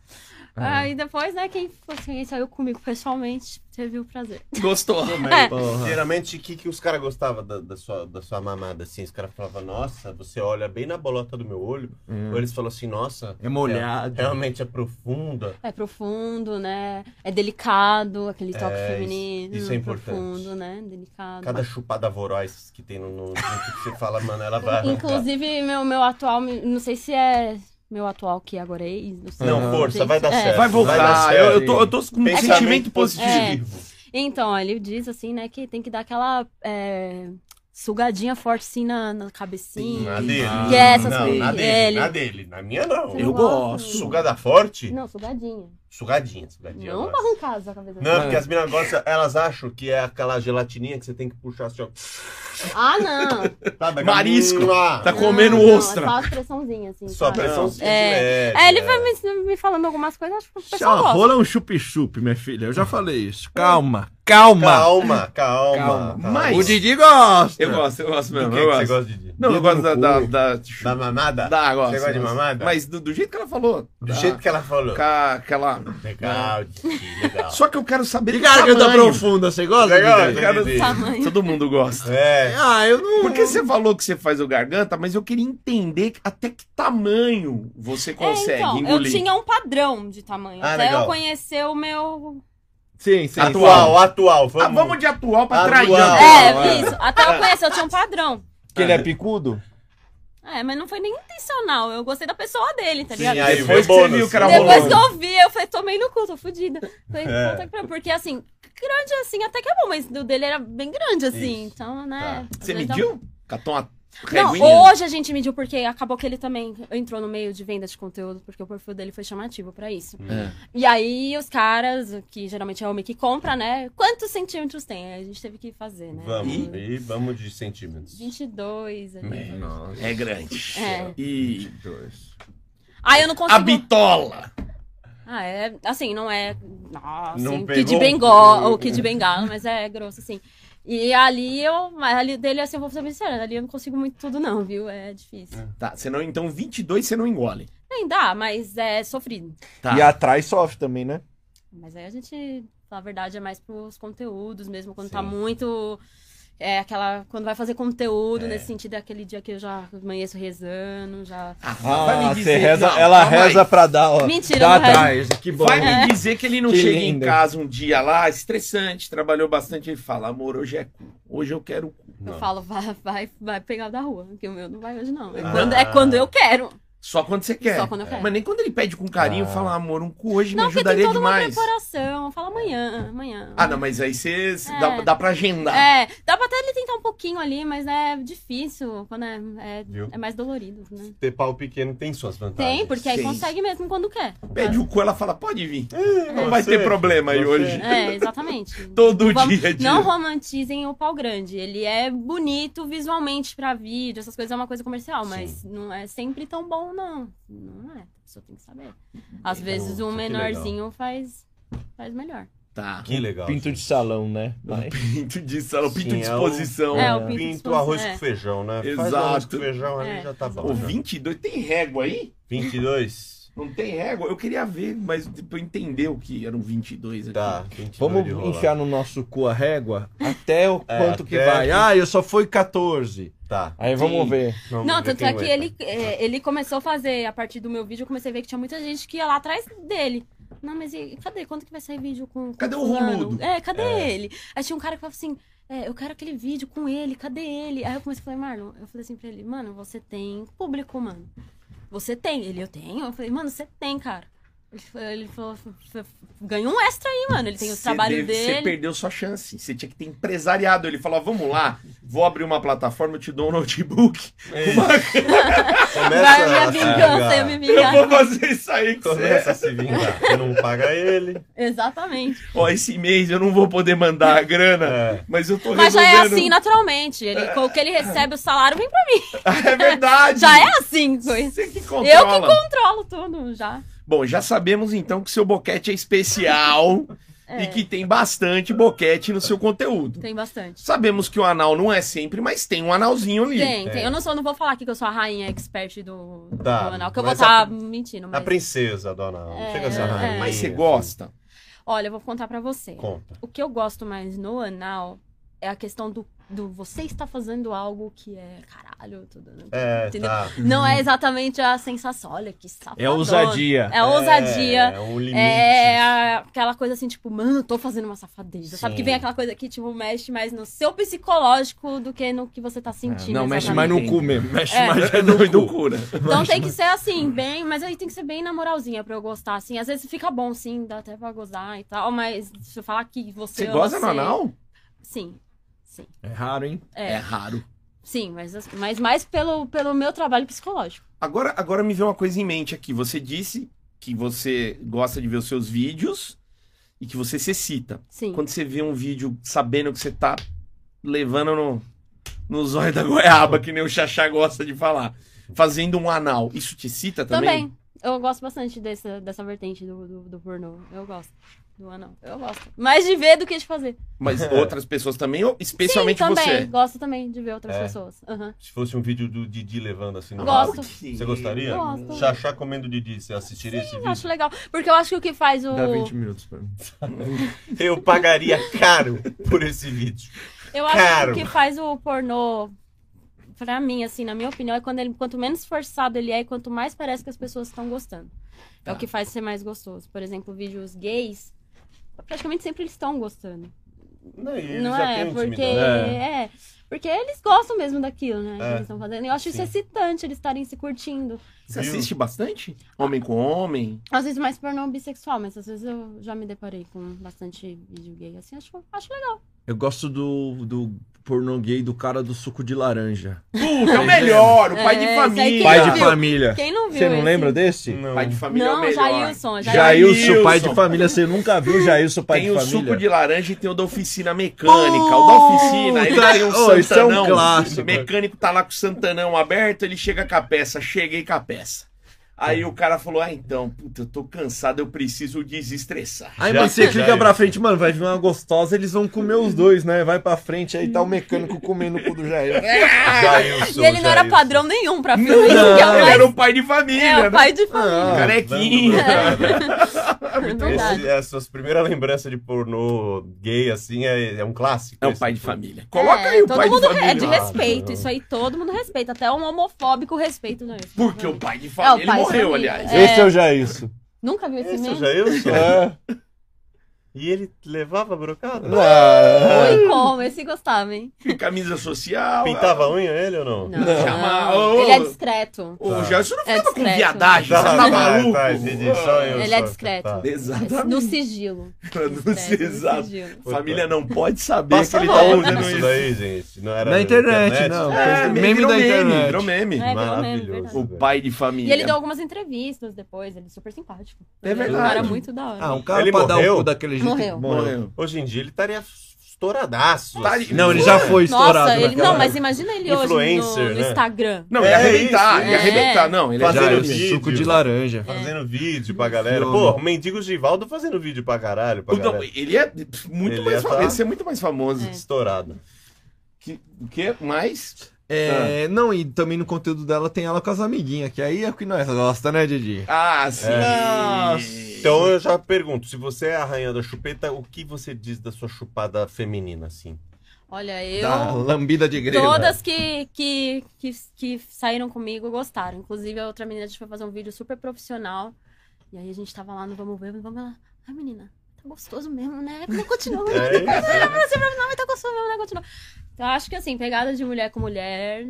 B: Ah.
D: Aí depois, né, quem, quem saiu comigo pessoalmente teve o prazer.
A: Gostou.
C: É. Porra.
B: Geralmente, o que, que os caras gostavam da, da sua, da sua mamada, assim? Os caras falavam, nossa, você olha bem na bolota do meu olho. Ou eles falavam assim, nossa,
C: É molhado.
B: realmente é profunda.
D: É profundo, né? É delicado, aquele toque
B: É,
D: feminino.
B: isso é importante.
D: Profundo, né? Delicado.
B: Cada chupada voraz que tem no, no no que você fala, mano, ela vai arrancar.
D: Inclusive, meu, meu atual, não sei se é meu atual que agora é ex, não sei.
B: Não, força, vai dar
D: É.
B: certo.
A: Vai
B: dar
A: voltar.
B: certo.
A: Eu, eu tô, eu tô com um
B: Pensamento
A: sentimento positivo.
D: Então, ele diz assim, né, que tem que dar aquela é, sugadinha forte assim na, na cabecinha.
B: Na dele.
A: Ah,
D: É, E essas
B: não, na
D: coisas.
B: dele, na dele. Na minha, não.
D: Eu gosto.
B: Sugada forte?
D: Não, sugadinha.
B: Sugadinha, sugadinha.
D: Não
B: agora.
D: barrancadas da cabeça.
B: Não, porque as meninas gostam, elas acham que é aquela gelatininha que você tem que puxar assim, ó.
D: Ah, não.
B: Sabe,
A: Marisco.
B: Hum,
A: Tá
B: ah.
D: Não,
A: comendo
D: não,
A: ostra.
D: É só as pressãozinhas, assim.
B: Só a
D: sabe?
B: pressão
A: Não.
B: se
D: É.
B: tiver,
D: É, ele
B: né?
D: vai me, me falando algumas coisas, acho que o pessoal
C: Ah,
D: gosta.
C: rola é um chup-chup, minha filha. Eu já falei isso. Calma, calma.
B: Calma, calma.
C: Calma.
B: calma.
A: Mas-
C: O Didi gosta.
A: Eu gosto, eu gosto
B: Do
A: mesmo.
B: que,
A: eu
B: que você
A: gosto.
B: gosta de
A: Não, eu
C: Dedo
A: gosto
C: no
A: da.
C: cu.
A: da, da,
B: Da mamada?
A: da, eu gosto,
B: Você gosta de
A: eu gosto.
B: mamada?
A: Mas do, do jeito que ela falou.
B: Do
A: da-
B: jeito que ela falou.
A: com a- aquela.
B: Legal, Didi, legal.
A: Só que eu quero saber.
C: De
A: do
C: garganta
A: tamanho.
C: profunda, você gosta?
B: Legal,
C: Didi?
B: Didi.
D: Tamanho.
A: Todo mundo gosta.
B: É.
C: Ah, eu não.
A: Porque você falou que você faz o garganta, mas eu queria entender até que tamanho você consegue
D: é, então, eu
A: engolir.
D: tinha um padrão de tamanho.
B: Ah,
D: até
B: legal.
D: eu conhecer o meu.
C: Sim, sim.
B: Atual, atual. Vamos.
A: Ah, vamos de atual pra
B: Atual.
A: traião.
B: Ah,
D: é,
B: é.
D: isso. Até eu conhecer, eu tinha um padrão.
C: Que ele é picudo?
D: É, mas não foi nem intencional. Eu gostei da pessoa dele, tá
B: Sim,
D: ligado?
B: aí
A: Depois
B: vem
A: que você
B: bônus.
A: viu que era
D: Depois
A: rolando.
D: que eu vi, eu falei, tomei no cu, tô fodida. Falei,
B: É.
D: puta que pariu. Porque assim, grande assim até que é bom, mas o dele era bem grande assim.
B: Isso.
D: Então, né? às
A: Você
D: vezes dá-
A: mediu? Catou uma
D: Não,
A: reguinha?
D: hoje a gente mediu porque acabou que ele também entrou no meio de venda de conteúdo, porque o perfil dele foi chamativo pra isso.
A: É.
D: E aí os caras, que geralmente é homem que compra, né? Quantos centímetros tem? Aí A gente teve que fazer, né?
B: Vamos. Hum. E vamos de sentimentos.
D: 22 ali.
C: Nossa.
A: É grande.
D: É.
A: E
D: Aí eu não
A: a
D: consigo.
A: bitola.
D: Ah, é. Assim, não é. Nossa,
B: Não
D: o
B: pegou
D: Kid
B: o-
D: Bengala, ou Kid Bengala, mas é grosso, assim. E ali eu. mas Ali dele, assim, eu vou ser bem sincera, ali eu não consigo muito tudo, não, viu? É difícil.
A: Tá, senão então 22 você não engole.
D: Nem dá, mas é sofrido.
A: Tá.
C: E atrás sofre também, né?
D: Mas aí a gente, na verdade, é mais pros conteúdos mesmo, quando tá muito. É aquela. Quando vai fazer conteúdo, nesse sentido, é aquele dia que eu já amanheço rezando, já.
A: Ah, vai
C: Ah,
A: me
C: você
A: dizer-
C: reza,
A: Não,
C: ela
A: calma aí.
C: reza pra dar, ó.
D: Mentira,
C: dá
D: não reza.
C: atrás. né? Que bom.
A: Vai
D: É.
A: me dizer que ele não
C: Que
A: chega
C: lindo.
A: em casa um dia lá, estressante, trabalhou bastante, ele fala, amor, hoje é cu. Hoje eu quero cu.
D: Eu
B: Não.
D: falo, vai, vai, vai pegar o da rua, porque o meu não vai hoje, não. É,
B: Ah.
D: quando, é quando eu quero.
A: Só quando você quer.
D: Só quando eu quero.
A: Mas nem quando ele pede com carinho,
E: Ah.
A: fala, amor, um cu hoje
D: Não,
A: me
D: porque tem
A: ajudaria
D: toda
A: demais.
D: uma preparação. Fala amanhã, amanhã.
A: Ah, não, mas aí você você
D: É.
A: dá, dá pra agendar.
D: É, dá pra até ele tentar um pouquinho ali, mas é difícil quando é, é,
B: Viu?
D: é mais dolorido, né?
B: Ter pau pequeno tem suas vantagens.
D: Tem, porque aí
A: Sim.
D: consegue mesmo quando quer.
A: Pede o cu, ela fala, pode vir. Não
B: Você-
A: vai ter problema aí
B: você-
A: hoje.
D: É, exatamente.
A: Todo
D: Vamos-
A: dia. dia.
D: Não romantizem o pau grande. Ele é bonito visualmente pra vídeo, essas coisas é uma coisa comercial, mas não é sempre tão bom, não. Não é. A pessoa tem que saber. Às
A: Então,
D: vezes
B: Puta,
D: o
B: que
D: menorzinho faz, faz melhor.
A: Tá.
B: é Que legal.
C: Pinto
B: gente.
C: de salão, né? Mas-
A: Pinto de salão, pinto
B: Sim,
A: de
B: é o-
A: exposição.
D: É, o
B: Pinto,
D: pinto disposto,
B: arroz
D: é.
B: com feijão, né? Faz
A: Exato.
B: arroz com feijão ali
D: É,
B: já tá bom.
A: Pô,
B: já.
A: 22, tem régua aí?
B: 22?
A: Não tem régua? Eu queria ver, mas tipo, eu entender o que era um 22 aqui.
B: Tá, 22
C: Vamos
B: de rolar.
C: enfiar no nosso cu a régua até o
B: É,
C: quanto que
B: até
C: vai.
B: que-
C: Ah, eu só fui 14.
B: Tá.
C: Aí vamos
A: Sim.
C: ver.
B: Vamos
D: não,
B: ver
D: tanto
B: quem
D: é que
B: aguenta.
D: ele, é, ele começou a fazer, a partir do meu vídeo, eu comecei a ver que tinha muita gente que ia lá atrás dele. Não, mas e, cadê? Quando que vai sair vídeo com. com
A: Cadê o
D: fulano?
A: roludo?
D: É, cadê ele? Aí tinha um cara que falava assim. É, eu quero aquele vídeo com ele, cadê ele? Aí eu comecei a falar, Marlon, eu falei assim pra ele, mano, você tem público, mano. Você tem. Ele, eu tenho. Eu falei, mano, você tem, cara. Ele falou, ele falou, f- f- ganhou um extra aí, mano. Ele tem os
A: Cê
D: trabalhos
A: deve- Você
D: dele.
A: perdeu sua chance. Você tinha que ter empresariado. Ele falou: vamos lá, vou abrir uma plataforma, eu te dou um notebook.
B: Começa
D: Vai a minha
B: a se
D: vingança,
B: vingar.
D: eu me
A: Eu vou
D: vingar.
A: fazer isso aí com você.
B: Começa a se vingar. Você não paga ele.
D: Exatamente.
A: Ó, esse mês eu não vou poder mandar a grana,
B: É.
A: mas eu tô
D: Mas já é
A: resolvendo.
D: assim naturalmente. Ele, com o que ele recebe o salário vem pra
A: É verdade.
D: mim. Já é assim, coisa.
A: Você que
D: Eu
A: controla.
D: que controlo tudo já.
A: Bom, já sabemos então que seu boquete é especial
D: É,
A: e que tem bastante boquete no seu conteúdo.
D: Tem bastante.
A: Sabemos que o anal não é sempre, mas tem um analzinho ali.
D: Tem,
B: É.
D: tem. Eu não sou, não vou falar aqui que eu sou a rainha expert do,
B: Tá,
D: do anal, que eu vou
B: mas
D: estar
B: a-
D: mentindo.
B: A
D: Mas...
B: princesa, dona. Não
D: É,
B: chega a ser a
D: é.
B: rainha.
A: Mas você gosta?
D: Olha, eu vou contar pra você.
B: Conta.
D: O que eu gosto mais no anal é a questão do, do você está fazendo algo que é caralho, tudo. né?
B: É,
D: Entendeu?
B: tá.
D: Não é exatamente a sensação, olha que safadona.
C: É ousadia.
D: É ousadia.
B: É um limite.
D: É a- aquela coisa assim, tipo, mano, tô fazendo uma safadeza. Sabe
B: Sim.
D: que vem aquela coisa que, tipo, mexe mais no seu psicológico do que no que você tá sentindo.
A: É. não, mexe
D: exatamente.
A: mais no cu
C: mesmo. Mexe
D: É.
C: mais
A: É
C: no
A: doido
C: cu.
A: cura.
D: Então tem que ser assim, bem, mas aí tem que ser bem na moralzinha pra eu gostar, assim. Às vezes fica bom, sim, dá até pra gozar e tal, mas se eu falar que você.
A: Você
D: ama,
A: goza no
D: você-
A: anal?
D: Sim. Sim.
C: É raro, hein?
A: É
D: É.
A: raro.
D: Sim, mas, as- mas mais pelo, pelo meu trabalho psicológico.
A: Agora, agora me veio uma coisa em mente aqui. Você disse que você gosta de ver os seus vídeos e que você se excita.
D: Sim.
A: Quando você vê um vídeo sabendo que você tá levando no, no zóio da goiaba, que nem o Xaxá gosta de falar, fazendo um anal, isso te excita também?
D: Também. Eu gosto bastante dessa, dessa vertente do, do, do pornô. Eu gosto. Do anão. Eu gosto. Mais de ver do que de fazer.
A: Mas outras pessoas também, ou especialmente
D: Sim, também.
A: você?
D: Gosto também de ver outras
B: É.
D: pessoas. Aham.
B: Se fosse um vídeo do Didi levando assim no
D: Gosto.
B: rabo, Você gostaria?
D: Gosto.
B: Xaxá comendo Didi, você assistiria esse
D: Eu acho
B: vídeo?
D: legal. Porque eu acho que o que faz o.
C: Dá 20 minutos pra mim.
B: Eu pagaria caro por esse vídeo.
D: Eu acho
B: Caro.
D: que o que faz o pornô. Pra mim, assim, na minha opinião, é quando ele, quanto menos forçado ele é e quanto mais parece que as pessoas estão gostando. É
A: Tá.
D: o que faz ser mais gostoso. Por exemplo, vídeos gays, praticamente sempre eles estão gostando.
B: Não, e ele
D: Não
B: já
D: é,
B: tem um né?
D: porque.
B: intimidade.
D: É. Porque eles gostam mesmo daquilo, né?
B: É.
D: Que eles estão fazendo. Eu acho isso
B: Sim.
D: excitante, eles estarem se curtindo.
A: Você
B: Viu?
A: assiste bastante? Homem com homem?
D: Às vezes mais pornô bissexual, mas às vezes eu já me deparei com bastante vídeo gay. Assim, acho, acho legal.
C: Eu gosto do, do pornô gay do cara do suco de laranja.
A: Puta, é o melhor, o pai de
D: É, isso aí
A: família.
D: que-
C: Pai de
D: viu?
C: família.
D: Quem não viu?
C: Você não
D: esse?
C: lembra desse?
B: Não.
A: Pai de família é o
D: Não,
A: melhor.
D: Jailson.
C: Jailson, pai de
A: Jailson.
C: família. Você nunca viu Jailson, pai
A: tem
C: de
A: o
C: família?
A: suco de laranja e tem o da oficina mecânica. O da oficina, ele
C: Puta,
A: tem um
C: ô, isso é um
A: santanão.
C: clássico.
A: O mecânico tá lá com o santanão aberto, ele chega com a peça. Cheguei com a peça.
C: Tá.
A: Aí o cara falou, ah, então, puta, eu tô cansado, eu preciso desestressar.
C: Aí
B: Já-
C: mas você
B: já
C: clica
B: é.
C: pra frente, mano, vai vir uma gostosa, eles vão comer os dois, né? Vai pra frente, aí tá o mecânico comendo o cu do Jair.
D: É.
B: Jailson,
D: Ah! E ele não era
B: Jailson.
D: padrão nenhum pra filme. que é o
A: ele
D: mais-
A: era o pai de família, né?
D: É, o pai de
C: Ah,
D: família.
A: Carequinha.
D: é verdade.
B: Esse, essas primeiras lembranças de pornô gay, assim, é, é um clássico.
A: É o
B: esse
A: pai de
B: tipo.
A: família. Coloca
D: É,
A: aí o
D: todo
A: pai de
D: mundo
A: família.
D: É de
B: Ah,
D: respeito,
B: não.
D: isso aí todo mundo respeita. Até um homofóbico respeita, não é?
A: Porque o pai de família,
D: pai
A: ele
D: de
A: morreu,
D: família.
A: aliás.
D: É.
C: Esse é o Jailson.
D: Nunca viu esse
B: Esse é o
D: meme?
B: Jailson?
C: É.
B: E ele levava a brocada?
C: Ah,
D: Oi, como? Esse gostava, hein?
A: Camisa social.
B: Pintava a unha ele ou não?
D: Não.
A: Chama- ô,
D: Ele é
A: ô.
D: discreto.
A: Ô,
C: Tá.
A: Gerson, não
D: É
A: fica com
D: discreto.
A: viadagem, você tá maluco?
B: tá, entendi, só eu,
D: Ele é
B: só.
D: discreto.
B: Tá.
D: No
A: Exatamente.
D: sigilo.
A: Não sei
D: É Discreto, no
A: exato.
D: sigilo.
A: Família não pode saber
B: Passa
A: que ele
B: mal,
A: tá
B: né,
A: fazendo
B: isso
A: isso.
B: daí, gente. Não era
C: Na internet, não.
A: É,
C: Meme
A: meme
C: da
A: da
C: internet.
A: meme, virou meme.
D: É, virou meme,
B: Maravilhoso.
D: verdade.
A: O pai de família.
D: E ele deu um algumas entrevistas depois, ele é super simpático.
A: É
D: Ele
A: verdade.
D: Um cara muito da hora.
C: Ah, um cara
B: Ele
C: pra dar
B: morreu?
C: o cu daquele jeito.
D: Morreu.
A: Morreu.
B: Hoje em dia ele estaria estouradaço.
A: Tá-
B: assim.
C: Não, ele já foi um estourado.
D: Nossa, ele.
C: naquela
D: Não,
C: época.
D: mas imagina ele hoje no,
B: Influencer,
D: no
B: né?
D: Instagram.
A: Não, ia
B: É
A: arrebentar,
B: isso,
A: ia
D: é.
A: arrebentar. Não, ele é
B: Fazer
C: Já,
B: Fazendo
A: gênio.
B: vídeo.
C: suco de laranja.
B: Fazendo vídeo pra galera.
C: Filme.
B: Pô, o mendigo Givaldo fazendo vídeo pra caralho. Pra
A: O- não,
B: galera.
A: ele é muito
B: Ele
A: mais
B: ia
A: famoso.
B: tá-
A: Ele ser muito mais famoso.
D: É.
B: Estourado.
A: Que, o que mais?
C: É, Não, e também no conteúdo dela tem ela com as amiguinhas, que aí é o que nós gosta, né, Didi?
A: Ah, sim.
B: Então eu já pergunto, se você é a rainha da chupeta, o que você diz da sua chupada feminina, assim?
D: Olha, eu.
C: Da lambida de grego.
D: Todas que, que, que, que saíram comigo gostaram. Inclusive, a outra menina, a gente foi fazer um vídeo super profissional. E aí a gente tava lá no Vamos Ver, vamos lá. Ai, menina, tá gostoso mesmo, né? Não continua, né?
B: É isso.
D: Ai, tá gostoso mesmo, né? Continua. Então, eu acho que assim, pegada de mulher com mulher.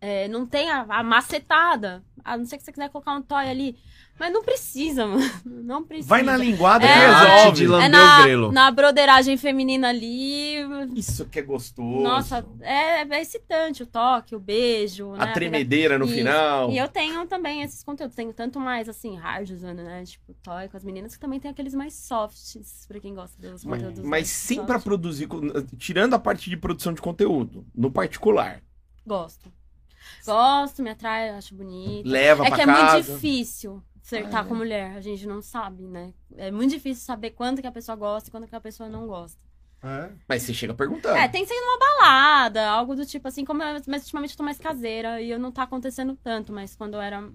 D: é, não tem a, a macetada. A não ser que você quiser colocar um toy ali. Mas não precisa, mano. Não precisa.
A: Vai na linguada
D: É.
A: que
C: A
A: resolve.
C: arte de
D: é
C: lamber o
D: na,
C: grelo.
D: na broderagem feminina ali.
A: Isso que é gostoso.
D: Nossa, é, é excitante o toque, o beijo.
A: A
D: né?
A: tremedeira no
D: Isso.
A: final.
D: E eu tenho também esses conteúdos. Tenho tanto mais, assim, hard usando, né? Tipo, toy com as meninas, que também tem aqueles mais softs, pra quem gosta dos
A: Mas,
D: conteúdos.
A: mas
D: mais
A: sim
D: soft.
A: pra produzir, con- tirando a parte de produção de conteúdo, no particular.
D: Gosto. Gosto, me atrai, acho bonito.
A: Leva
D: é
A: pra
D: que é muito
A: casa.
D: difícil acertar com mulher. A gente não sabe, né? É muito difícil saber quando que a pessoa gosta e quando que a pessoa não gosta.
C: É.
A: Mas você chega perguntando.
D: É, tem que ser numa balada, algo do tipo assim, como eu, mas ultimamente eu tô mais caseira e eu não tá acontecendo tanto, mas quando eu era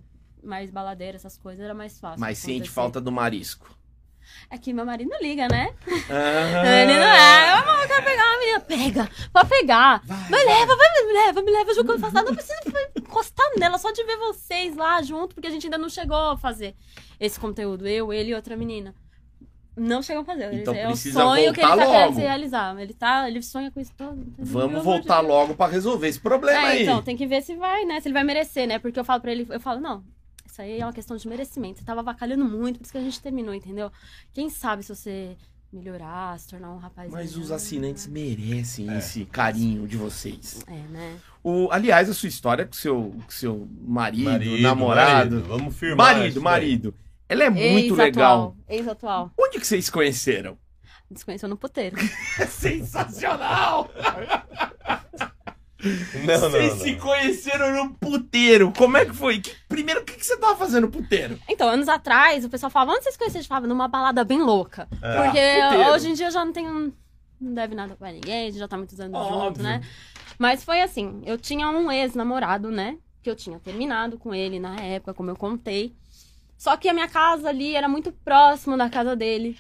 D: mais baladeira, essas coisas, era mais fácil.
A: mas sente
D: acontecer.
A: falta do marisco.
D: É que meu marido não liga, né?
A: Ah.
D: Ele não é. Eu não quero pegar uma menina. Pega, pode pegar. Vai, leva, vai, me leva, me leva. Jogando passar. Não precisa encostar nela, só de ver vocês lá junto, porque a gente ainda não chegou a fazer esse conteúdo. Eu, ele e outra menina. Não chegou a fazer.
A: Então
D: é o
A: precisa
D: sonho que ele tá
A: voltar
D: querendo
A: logo.
D: se realizar. Ele, tá, ele sonha com isso todo.
A: Vamos voltar logo né, pra resolver esse problema
D: É,
A: aí.
D: então, tem que ver se vai, né? Se ele vai merecer, né? Porque eu falo pra ele, eu falo, não, isso aí é uma questão de merecimento. Você tava avacalhando muito, por isso que a gente terminou, entendeu? Quem sabe se você melhorar, se tornar um rapaz.
A: Mas
D: melhor, né?
A: os assinantes merecem esse carinho de vocês.
D: É, né?
A: O, aliás, a sua história com seu, com seu marido,
B: Marido,
A: namorado.
B: marido, Vamos
A: Marido,
B: firmar.
A: marido.
B: isso daí.
A: Ela é muito
D: Ex-atual,
A: legal.
D: Ex-atual.
A: Onde que vocês se conheceram?
D: Desconheceu no puteiro.
A: É sensacional!
B: Não, não,
A: vocês
B: não.
A: se conheceram no puteiro. Como é que foi? Que- primeiro, o que, que você tava fazendo no puteiro?
D: Então, anos atrás, o pessoal falava, onde vocês conheceram? A gente falava, numa balada bem louca. Porque
A: puteiro.
D: hoje em dia eu já não tenho. Não deve nada pra ninguém, a gente já tá muitos anos
A: Óbvio.
D: junto, né? Mas foi assim: eu tinha um ex-namorado, né? Que eu tinha terminado com ele na época, como eu contei. Só que a minha casa ali era muito próximo da casa dele.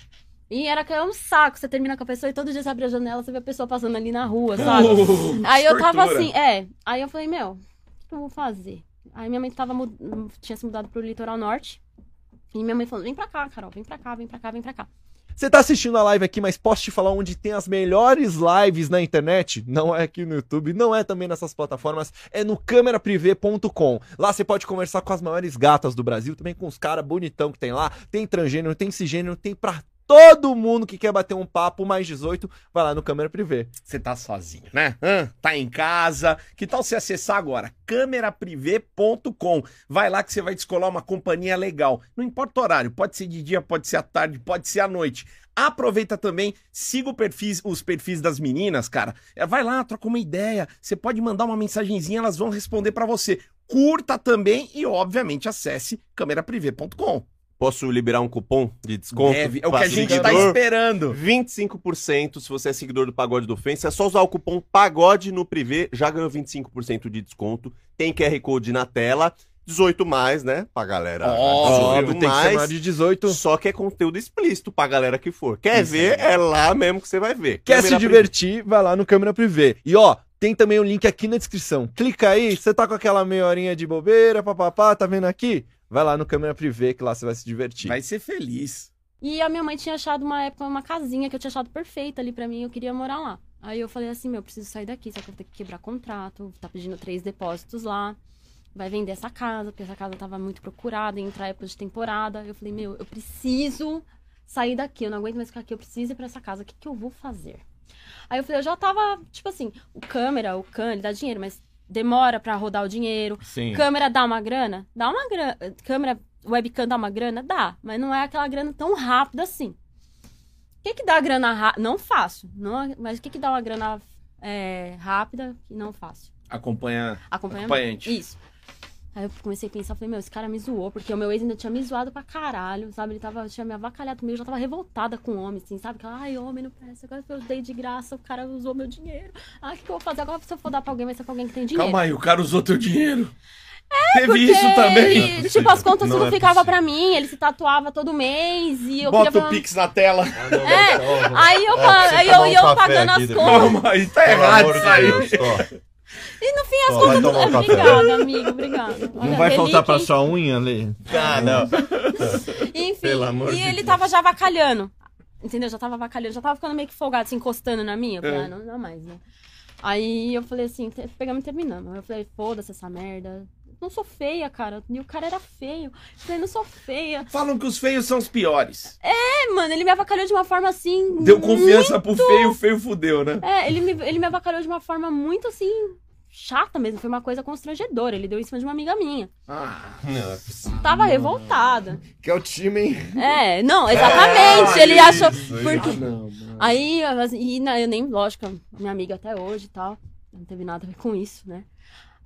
D: E era que era um saco. Você termina com a pessoa e todo dia você abre a janela, você vê a pessoa passando ali na rua, sabe?
A: Uh,
D: Aí eu tava
A: tortura.
D: assim, é. Aí eu falei, meu, o que que eu vou fazer? Aí minha mãe tava, mu- tinha se mudado pro litoral norte. E minha mãe falou, vem pra cá, Carol, vem pra cá, vem pra cá, vem pra cá.
E: Você tá assistindo a live aqui, mas posso te falar onde tem as melhores lives na internet? Não é aqui no YouTube, não é também nessas plataformas, é no cameraprivê.com. Lá você pode conversar com as maiores gatas do Brasil, também com os caras bonitão que tem lá. Tem transgênero, tem cisgênero, tem pra todo mundo que quer bater um papo mais 18, vai lá no Câmera Privê.
A: Você tá sozinho, né? Hã? Tá em casa? Que tal você acessar agora? Cameraprivê.com. Vai lá que você vai descolar uma companhia legal. Não importa o horário, pode ser de dia, pode ser à tarde, pode ser à noite. Aproveita também, siga o perfis- os perfis das meninas, cara. É, Vai lá, troca uma ideia. Você pode mandar uma mensagenzinha, elas vão responder pra você. Curta também e, obviamente, acesse cameraprivê.com.
B: Posso liberar um cupom de desconto?
A: Deve- É o que a gente tá
B: Facilitador?
A: esperando.
B: 25% se você é seguidor do Pagode do Ofensa. É só usar o cupom PAGODE no Privé, já ganhou 25% de desconto. Tem QR Code na tela. 18 mais, né? Pra galera.
A: Óbvio,
B: 18
E: tem que ser maior
B: mais.
E: de 18.
B: Só que é conteúdo explícito pra galera que for. Quer ver? É lá mesmo que você vai ver.
E: Quer
B: Câmera
E: se divertir, vai lá no Câmera Privê. E ó, tem também o link aqui na descrição. Clica aí, você tá com aquela meia horinha de bobeira, papapá, tá vendo aqui? Vai lá no Câmera Privê que lá você vai se divertir.
A: Vai ser feliz.
D: E a minha mãe tinha achado uma época uma casinha que eu tinha achado perfeita ali pra mim, eu queria morar lá. Aí eu falei assim, meu, eu preciso sair daqui, só que eu vou ter que quebrar contrato, tá pedindo três depósitos lá, vai vender essa casa, porque essa casa tava muito procurada, ia entrar época de temporada. Eu falei, meu, eu preciso sair daqui, eu não aguento mais ficar aqui, eu preciso ir pra essa casa, o que, que eu vou fazer? Aí eu falei, eu já tava, tipo assim, o câmera, o can, ele dá dinheiro, mas demora pra rodar o dinheiro.
C: Sim.
D: Câmera dá uma grana? Dá uma grana. Câmera, webcam dá uma grana? Dá. Mas não é aquela grana tão rápida assim. O que que dá grana rápida? Não fácil. Não, mas o que que dá uma grana é, rápida e não fácil?
A: Acompanha.
D: Acompanhamento.
A: Acompanhante.
D: Isso. Aí eu comecei a pensar, falei, meu, esse cara me zoou, porque o meu ex ainda tinha me zoado pra caralho, sabe? Ele tava, tinha me avacalhado comigo, eu já tava revoltada com o homem, assim, sabe? Aquela, ai, homem, não presta, agora eu dei de graça, o cara usou meu dinheiro. Ah, o que, que eu vou fazer? Agora se eu for dar pra alguém, vai ser pra alguém que tem dinheiro.
A: Calma aí, o cara usou teu dinheiro. Teve
D: É, Porque
A: isso também.
D: ele- tipo, as contas
B: Não
D: tudo
B: é
D: ficava
B: possível.
D: pra mim, ele se tatuava todo mês e eu
A: Bota
D: queria
A: o
D: falar-
A: Pix na tela.
C: um
D: É, aí eu,
B: É,
D: fa-
B: você
D: aí
B: tomar
D: eu,
B: um
D: eu
B: café
D: pagando
B: aqui
D: as
B: depois.
D: contas.
A: Calma aí,
E: É
A: tá errado isso aí.
D: E no fim as
B: Ó, vai
D: contas.
B: tomar um café.
D: obrigada, amigo, obrigada.
C: Não vai faltar pra
D: só.
C: sua unha, Lê?
B: Ah, não.
D: Enfim,
B: Pelo amor
D: e
B: de
D: ele
B: Deus.
D: tava já avacalhando. Entendeu? Já tava avacalhando, já tava ficando meio que folgado, se encostando na minha. Eu falei,
A: É.
D: ah, não dá mais, né? Aí eu falei assim, te- pegamos e terminamos. Eu falei, foda-se essa merda. Não sou feia, cara. E o cara era feio. Eu falei, não sou feia.
A: Falam que os feios são os piores.
D: É, mano, ele me avacalhou de uma forma assim.
A: Deu confiança pro feio, o feio fudeu, né?
D: É, ele me, ele me avacalhou de uma forma muito assim. Chata mesmo, foi uma coisa constrangedora. Ele deu em cima de uma amiga minha.
A: Ah,
B: Não, é possível.
D: Tava revoltada.
C: Que é o time, hein? É,
D: É, não, exatamente. ele
B: isso,
D: achou.
B: isso.
D: Porque,
C: Ah,
A: não, mano.
D: Aí, mas- e na- eu nem, lógico, minha amiga até hoje e tal, não teve nada a ver com isso, né?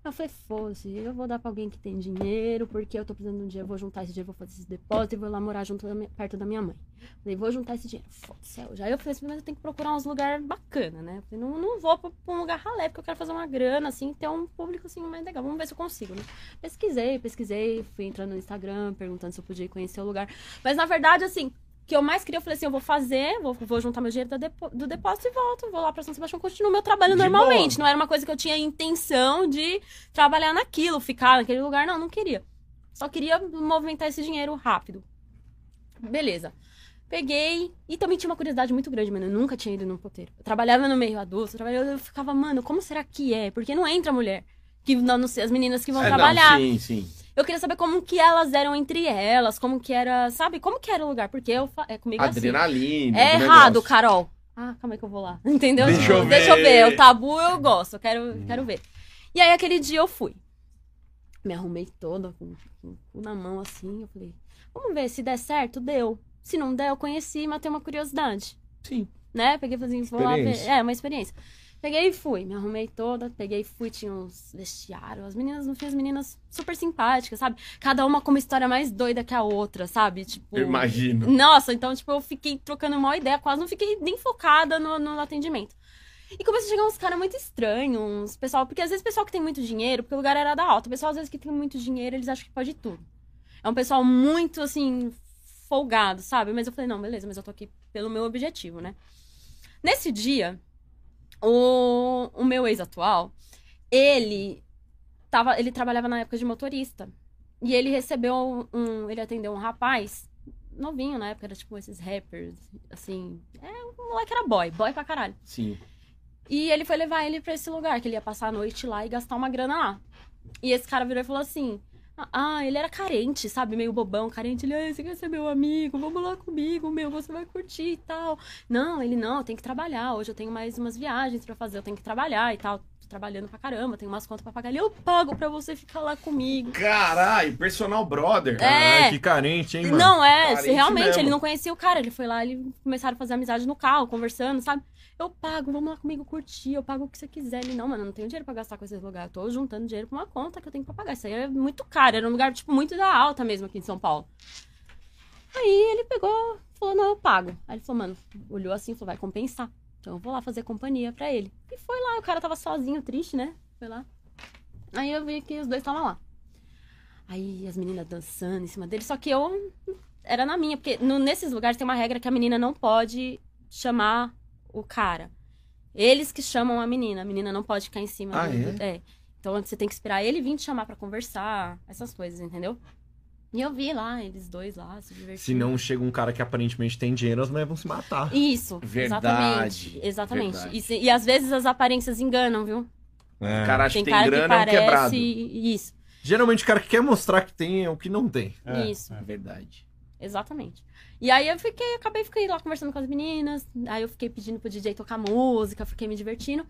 D: Eu falei, foda-se, eu vou dar pra alguém que tem dinheiro, porque eu tô precisando de um dinheiro, vou juntar esse dinheiro, vou fazer esse depósito e vou lá morar junto da minha- perto da minha mãe. Falei, vou juntar esse dinheiro, foda-se. é hoje. Aí eu falei assim, mas eu tenho que procurar uns lugares bacana, né? Eu falei, não, não vou pra, pra um lugar ralé, porque eu quero fazer uma grana, assim, ter um público, assim, mais legal. Vamos ver se eu consigo, né? Pesquisei, pesquisei, fui entrando no Instagram, perguntando se eu podia conhecer o lugar. Mas, na verdade, assim, que eu mais queria, eu falei assim, eu vou fazer, vou, vou juntar meu dinheiro da depo- do depósito e volto, vou lá pra São Sebastião, continuo meu trabalho
A: De
D: normalmente. Não era uma coisa que eu tinha intenção de trabalhar naquilo, ficar naquele lugar, não, não queria. Só queria movimentar esse dinheiro rápido. Beleza. Peguei e também tinha uma curiosidade muito grande, mano. Eu nunca tinha ido num puteiro. Eu trabalhava no meio adulto, eu, trabalhava, eu ficava, mano, como será que é? Porque não entra mulher. Que não, não sei, as meninas que vão
A: É, não,
D: trabalhar.
A: sim, sim.
D: Eu queria saber como que elas eram entre elas, como que era, sabe? Como que era o lugar, porque eu fa- é comigo é assim.
A: Adrenalina.
D: É
A: do
D: errado,
A: negócio.
D: Carol. Ah, calma aí que eu vou lá. Entendeu?
A: Deixa
D: Tipo,
A: eu
D: Deixa eu
A: ver.
D: ver, o tabu eu gosto, eu quero, quero ver. E aí aquele dia eu fui. Me arrumei toda com com o cu na mão assim, eu falei, vamos ver se der certo, deu. Se não der, eu conheci, mas tem uma curiosidade
A: Sim.
D: né? Peguei e falei assim, vou lá ver.
A: Experiência.
D: É, uma experiência. Peguei e fui, me arrumei toda, peguei e fui, tinha uns vestiários. As meninas, no fim, as meninas super simpáticas, sabe? Cada uma com uma história mais doida que a outra, sabe? Tipo.
A: Eu imagino.
D: Nossa, então, tipo, eu fiquei trocando uma ideia, quase não fiquei nem focada no, no atendimento. E começou a chegar uns caras muito estranhos, uns pessoal, porque às vezes pessoal que tem muito dinheiro, porque o lugar era da alta, o pessoal às vezes que tem muito dinheiro, eles acham que pode tudo. É um pessoal muito, assim, folgado, sabe? Mas eu falei, não, beleza, mas eu tô aqui pelo meu objetivo, né? Nesse dia, o, o meu ex-atual, ele tava, ele trabalhava na época de motorista. E ele recebeu um. Ele atendeu um rapaz novinho na época, era tipo esses rappers, assim. É, o moleque era boy, boy pra caralho.
A: Sim.
D: E ele foi levar ele pra esse lugar, que ele ia passar a noite lá e gastar uma grana lá. E esse cara virou e falou assim: Ah, ele era carente, sabe? Meio bobão, carente. Ele, ah, você quer ser meu amigo? Vamos lá comigo, meu, você vai curtir e tal. Não, ele não, tem que trabalhar. Hoje eu tenho mais umas viagens pra fazer, eu tenho que trabalhar e tal. Tô trabalhando pra caramba, tenho umas contas pra pagar. Ele, eu pago pra você ficar lá comigo.
A: Caralho, personal brother.
D: É.
C: Caralho, que carente, hein, mano?
D: Não, é,
A: Carente
D: se realmente,
A: mesmo.
D: ele não conhecia o cara, ele foi lá, ele começaram a fazer amizade no carro, conversando, sabe? Eu pago, vamos lá comigo curtir, eu pago o que você quiser. Ele, não, mano, eu não tenho dinheiro pra gastar com esses lugares, eu tô juntando dinheiro pra uma conta que eu tenho pra pagar. Isso aí é muito caro, era um lugar, tipo, muito da alta mesmo aqui em São Paulo. Aí ele pegou, falou, não, eu pago. Aí ele falou, mano, olhou assim, falou, vai compensar. Então eu vou lá fazer companhia pra ele. E foi lá, o cara tava sozinho, triste, né? Foi lá. Aí eu vi que os dois estavam lá. Aí as meninas dançando em cima dele, só que eu era na minha, porque no- nesses lugares tem uma regra que a menina não pode chamar o cara. Eles que chamam a menina, a menina não pode ficar em cima. é.
A: Ah,
D: do- do- é? Então você tem que esperar ele vir te chamar pra conversar, essas coisas, entendeu? E eu vi lá, eles dois lá, se divertindo.
C: Se não chega um cara que aparentemente tem dinheiro, as mulheres vão se matar.
D: Isso,
A: Verdade,
D: exatamente. Exatamente.
A: verdade.
D: E, se- e às vezes as aparências enganam, viu?
A: O cara acha
D: tem
A: que tem
D: cara
A: grana,
D: que
A: é um
D: parece.
A: quebrado.
D: Isso,
C: Geralmente o cara que quer mostrar que tem é o que não tem.
B: É,
D: isso.
A: É verdade.
D: Exatamente. E aí eu fiquei, acabei ficando lá conversando com as meninas, aí eu fiquei pedindo pro DJ tocar música, fiquei me divertindo.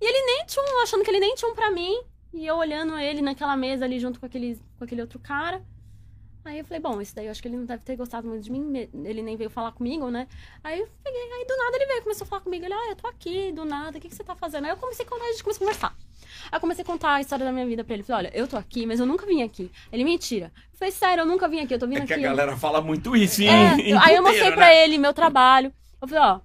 D: E ele nem tinha um, achando que ele nem tinha um pra mim, e eu olhando ele naquela mesa ali junto com aquele, com aquele outro cara. Aí eu falei, bom, isso daí eu acho que ele não deve ter gostado muito de mim, me- ele nem veio falar comigo, né? Aí eu peguei, aí do nada ele veio, começou a falar comigo, ele, ah, eu tô aqui, do nada, o que, que você tá fazendo? Aí eu comecei a contar, a gente começou a conversar. Aí eu comecei a contar a história da minha vida pra ele. Falei, olha, eu tô aqui, mas eu nunca vim aqui. Ele, mentira. Eu falei, sério, eu nunca vim aqui, eu tô vindo
A: É que a
D: aqui.
A: galera fala muito isso, hein?
D: É, eu- aí eu mostrei
A: Inteiro, né?
D: pra ele meu trabalho. Eu falei, ó,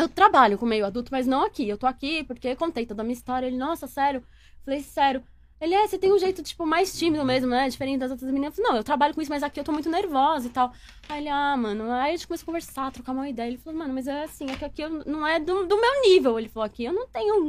D: eu trabalho com meio adulto, mas não aqui. Eu tô aqui porque eu contei toda a minha história. Ele, nossa, sério? Eu falei, sério. Ele, é, você tem um jeito, tipo, mais tímido mesmo, né? Diferente das outras meninas. Eu falei, não, eu trabalho com isso, mas aqui eu tô muito nervosa e tal. Aí ele, ah, mano. Aí a gente começou a conversar, trocar uma ideia. Ele falou, mano, mas é assim, é que aqui eu, não é do, do meu nível. Ele falou, aqui eu não tenho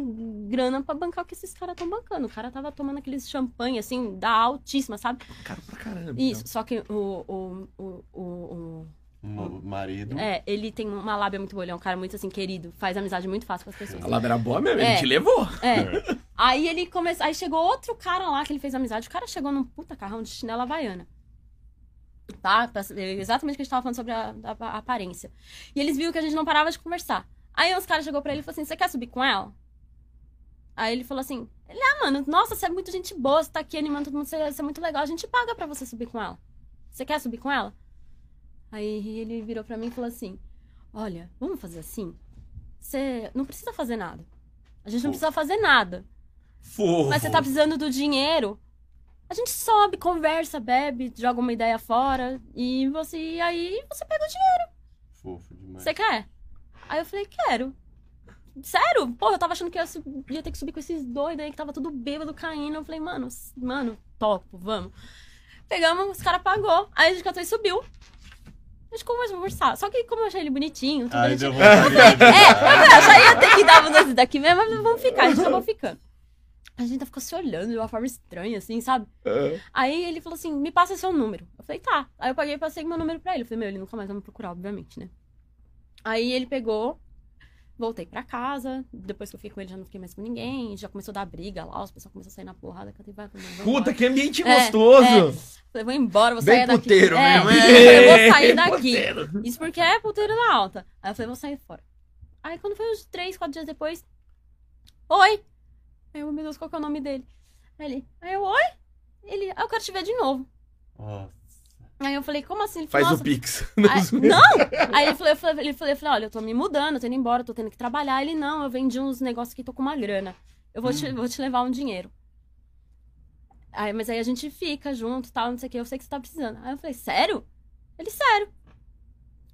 D: grana pra bancar o que esses caras tão bancando. O cara tava tomando aqueles champanhe, assim, da altíssima, sabe?
A: Cara né? pra caramba.
D: Isso, só que o- o- o, o, o
B: o marido.
D: é, ele tem uma lábia muito boa, ele é um cara muito assim, querido, faz amizade muito fácil com as pessoas.
A: então. A labra boa mesmo,
D: É.
A: ele te levou.
D: É. Aí ele começou. Aí chegou outro cara lá que ele fez amizade. O cara chegou num puta carrão de chinela havaiana. Tá? Pra- Exatamente o que a gente tava falando sobre a, a- a aparência. E eles viram que a gente não parava de conversar. Aí os caras chegou pra ele e falou assim: Você quer subir com ela? Aí ele falou assim: ele, Ah, mano, nossa, você é muito gente boa, você tá aqui animando todo mundo, você, você é muito legal, a gente paga pra você subir com ela. Você quer subir com ela? Aí ele virou pra mim e falou assim: Olha, vamos fazer assim? Você não precisa fazer nada. A gente não precisa fazer nada.
A: Fofo.
D: Mas você tá precisando do dinheiro. A gente sobe, conversa, bebe, joga uma ideia fora. E você e aí você pega o dinheiro.
B: Fofo demais.
D: Você quer? Aí eu falei, quero. Sério? Pô, eu tava achando que eu su- ia ter que subir com esses doidos aí que tava tudo bêbado caindo. Eu falei, mano, s- mano, topo, vamos. Pegamos, os caras pagou. Aí a gente catou e subiu. A gente começou a conversar. Só que como eu achei ele bonitinho, tudo a
B: Aí
D: gente
B: deu vontade
D: é, eu já ia ter que dar mudança daqui mesmo, mas vamos ficar, a gente acabou ficando. A gente ainda ficou se olhando de uma forma estranha, assim, sabe?
B: É.
D: Aí ele falou assim: me passa seu número. Eu falei, tá. Aí eu paguei e passei meu número pra ele. Eu falei, meu, ele nunca mais vai me procurar, obviamente, né? Aí ele pegou, voltei pra casa. Depois que eu fiquei com ele, já não fiquei mais com ninguém. Já começou a dar briga lá, os pessoal começou a sair na porrada. Cadê vai? vai, vai,
A: Puta, que ambiente
D: É,
A: gostoso.
D: Falei, É, vou embora, vou
A: Bem
D: sair daqui.
A: puteiro mesmo, é.
D: é. Eu vou sair daqui.
A: Puteiro.
D: Isso porque é puteiro na alta. Aí eu falei, vou sair fora. Aí quando foi uns três, quatro dias depois. Oi! Aí eu, meu Deus, qual que é o nome dele? Aí ele, aí eu, oi? Ele, ah, eu quero te ver de novo.
B: Nossa.
D: Aí eu falei, como assim? Ele falou,
A: Faz
D: Nossa.
A: o pix.
D: Aí- não! Aí ele falou, eu falei, ele falou, eu falei, olha, eu tô me mudando, eu tô indo embora, eu tô tendo que trabalhar. Ele, não, eu vendi uns negócios que tô com uma grana. Eu vou, te, vou te levar um dinheiro. Aí, mas aí a gente fica junto, tal, não sei o que, eu sei que você tá precisando. Aí eu falei, sério? Ele, sério.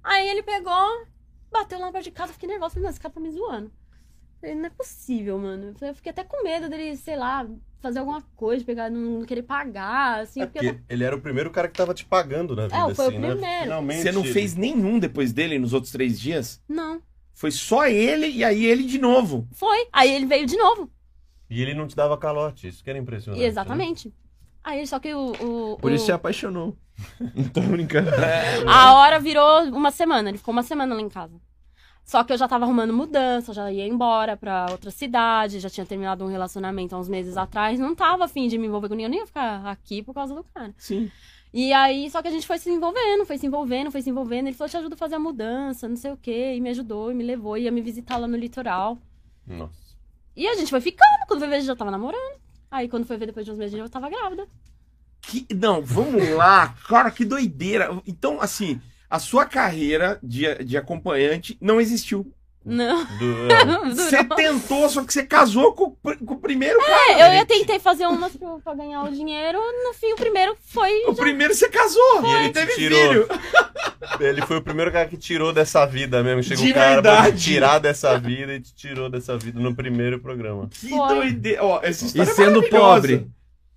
D: Aí ele pegou, bateu lá na porta de casa, eu fiquei nervosa, falei, não, esse cara tá me zoando. Eu Falei, não é possível, mano. Eu falei, Eu fiquei até com medo dele, sei lá, fazer alguma coisa, pegar, não, não querer pagar, assim,
B: É
D: porque eu
B: porque ele era o primeiro cara que tava te pagando na vida,
D: É, foi o
B: assim, né?
D: primeiro.
B: Finalmente.
A: Você não
B: ele-
A: fez nenhum depois dele nos outros três dias?
D: tava- Não.
A: Foi só ele e aí ele de novo.
D: Foi. Aí ele veio de novo.
B: E ele não te dava calote, isso que era impressionante. né?
D: Exatamente. Aí só que o. o-
C: Por isso
A: é-
D: o-
C: se apaixonou. Não tô brincando.
D: a hora virou uma semana, ele ficou uma semana lá em casa. Só que eu já tava arrumando mudança, já ia embora pra outra cidade, já tinha terminado um relacionamento há uns meses atrás, não tava afim de me envolver com ninguém, eu nem ia ficar aqui por causa do cara.
A: Sim.
D: E aí, só que a gente foi se envolvendo, foi se envolvendo, foi se envolvendo. Ele falou: te ajudo a fazer a mudança, não sei o quê, e me ajudou, e me levou, ia me visitar lá no litoral.
B: Nossa.
D: E a gente foi ficando, quando foi ver, a gente já tava namorando. Aí quando foi ver depois de uns meses, eu já tava grávida.
A: Que- não, vamos lá. Cara, que doideira. Então, assim, a sua carreira de, de acompanhante não existiu.
D: Não,
B: Do-
A: Você
D: durou.
A: tentou, só que você casou com, o pr- com o primeiro cara.
D: É, eu ia tentei fazer umas pro- pra ganhar o dinheiro, no fim o primeiro foi.
A: O primeiro você casou.
B: E ele te
A: teve
B: tirou.
A: filho.
B: Ele foi o primeiro cara que tirou dessa vida mesmo. Chegou
A: De
B: o cara pra te
A: verdade.
B: tirar dessa vida e te tirou dessa vida no primeiro programa.
A: Que
D: Foi.
A: doideira. Ó, essa
C: E
A: história é
C: sendo
A: maravilhosa.
C: pobre.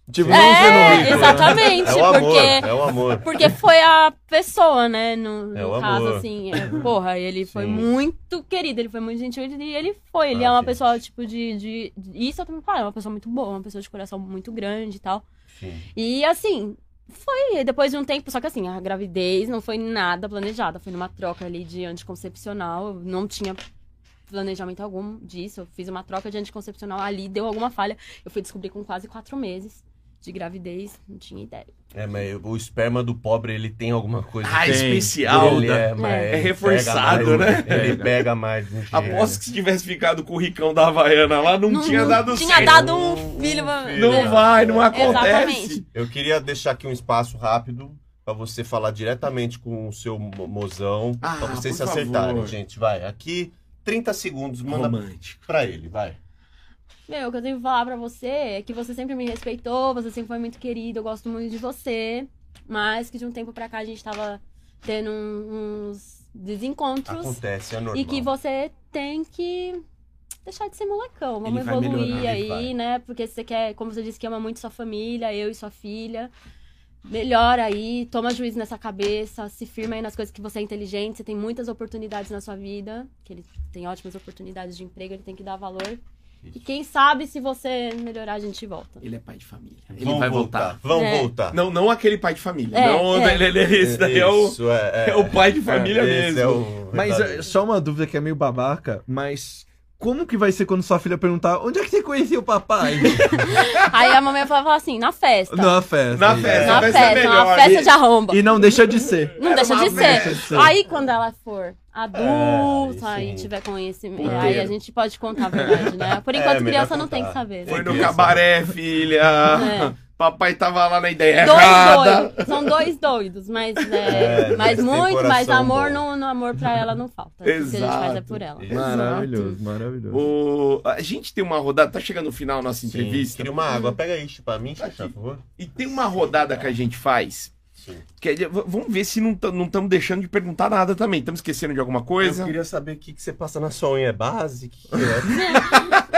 C: Tipo, não sendo
D: É,
C: rico.
D: exatamente,
B: É o amor,
D: porque
B: é o amor.
D: porque foi a pessoa, né, no,
B: É
D: no
B: o
D: caso
B: amor.
D: assim, é, porra, ele foi
B: Sim.
D: muito querido, ele foi muito gentil e ele foi, ele
B: Ah,
D: é uma
B: gente.
D: pessoa tipo de, de, de- isso eu também falo, é uma pessoa muito boa, uma pessoa de coração muito grande e tal.
B: Sim.
D: E assim, Foi depois de um tempo, só que assim, a gravidez não foi nada planejada. Foi numa troca ali de anticoncepcional. Eu não tinha planejamento algum disso. Eu fiz uma troca de anticoncepcional ali, deu alguma falha. Eu fui descobrir com quase quatro meses de gravidez. Não tinha ideia.
B: É, mas o esperma do pobre, ele tem alguma coisa.
A: Ah,
B: Tem.
A: especial,
B: Ele
A: né?
B: é, mas
D: É
B: ele
A: reforçado,
B: pega
A: né?
B: mais, Ele pega mais. não tinha.
A: Aposto que se tivesse ficado com o Ricão da Havaiana lá, não, tinha dado
D: tinha
A: certo.
D: dado um filho.
A: Não
D: né?
A: vai, não acontece.
D: Exatamente.
B: Eu queria deixar aqui um espaço rápido pra você falar diretamente com o seu mo- mozão.
A: Ah,
B: pra vocês se
A: por favor.
B: acertarem, gente. Vai, aqui, 30 segundos, manda
A: Romântico.
B: pra ele, vai.
D: Meu, o que eu tenho que falar pra você é que você sempre me respeitou, você sempre foi muito querido, eu gosto muito de você. Mas que de um tempo pra cá a gente tava tendo um- uns desencontros.
B: Acontece, é normal.
D: E que você tem que deixar de ser molecão. Vamos
A: Ele vai
D: evoluir
A: melhorar,
B: ele
D: aí,
B: vai.
D: né? Porque você quer, como você disse, que ama muito sua família, eu e sua filha. Melhora aí, toma juízo nessa cabeça, se firma aí nas coisas que você é inteligente, você tem muitas oportunidades na sua vida, que ele tem ótimas oportunidades de emprego, ele tem que dar valor. E quem sabe se você melhorar, a gente volta.
A: Ele é pai de família. Ele
B: Vão
A: vai
B: voltar.
A: voltar.
B: Vão
D: É.
B: voltar.
A: Não, não aquele pai de família.
D: É,
A: não,
D: é.
A: Ele, ele- esse daí é o,
B: Isso, é,
A: é o pai de família
B: Esse
A: mesmo.
B: é o
C: Mas
B: verdadeiro.
C: é, só uma dúvida que é meio babaca, mas como que vai ser quando sua filha perguntar onde é que você conhecia o papai?
D: aí a mamãe vai falar assim, na festa.
C: Na festa.
A: Na festa,
D: na
A: vai ser
D: festa,
A: melhor.
D: na festa de arromba.
C: E não deixa de ser.
D: Não deixa
A: uma
D: de
C: merda,
D: ser.
C: isso.
D: Aí quando ela for adulta,
B: É,
D: aí
B: sim.
D: tiver conhecimento,
A: Puteiro.
D: aí a gente pode contar a verdade, né? Por enquanto
B: É, melhor
D: criança não
B: contar.
D: tem que saber.
A: Foi
B: Tem
A: no
B: criança.
A: cabaré, filha.
D: É.
A: Papai tava lá na ideia
D: Dois
A: errada.
D: doidos, são dois doidos, mas,
B: É,
D: é,
B: mas
D: mas
B: tem
D: muito mais
B: coração
D: amor,
B: bom.
D: no, no amor pra ela não falta. Tudo que a gente faz é
A: Exato.
D: por ela.
C: Maravilhoso, maravilhoso.
A: O- a gente tem uma rodada, tá chegando no final a nossa
B: Sim.
A: entrevista.
B: Queria uma
D: Hum.
B: água. Pega aí, pra mim,
A: Tá
B: Xixá, por favor.
A: E tem uma rodada que a gente faz.
B: Sim.
A: Que é de- v- vamos ver se não estamos deixando de perguntar nada também. Estamos esquecendo de alguma
B: Eu
A: coisa?
B: queria saber o que, que você passa na sua unha. É base? O que, que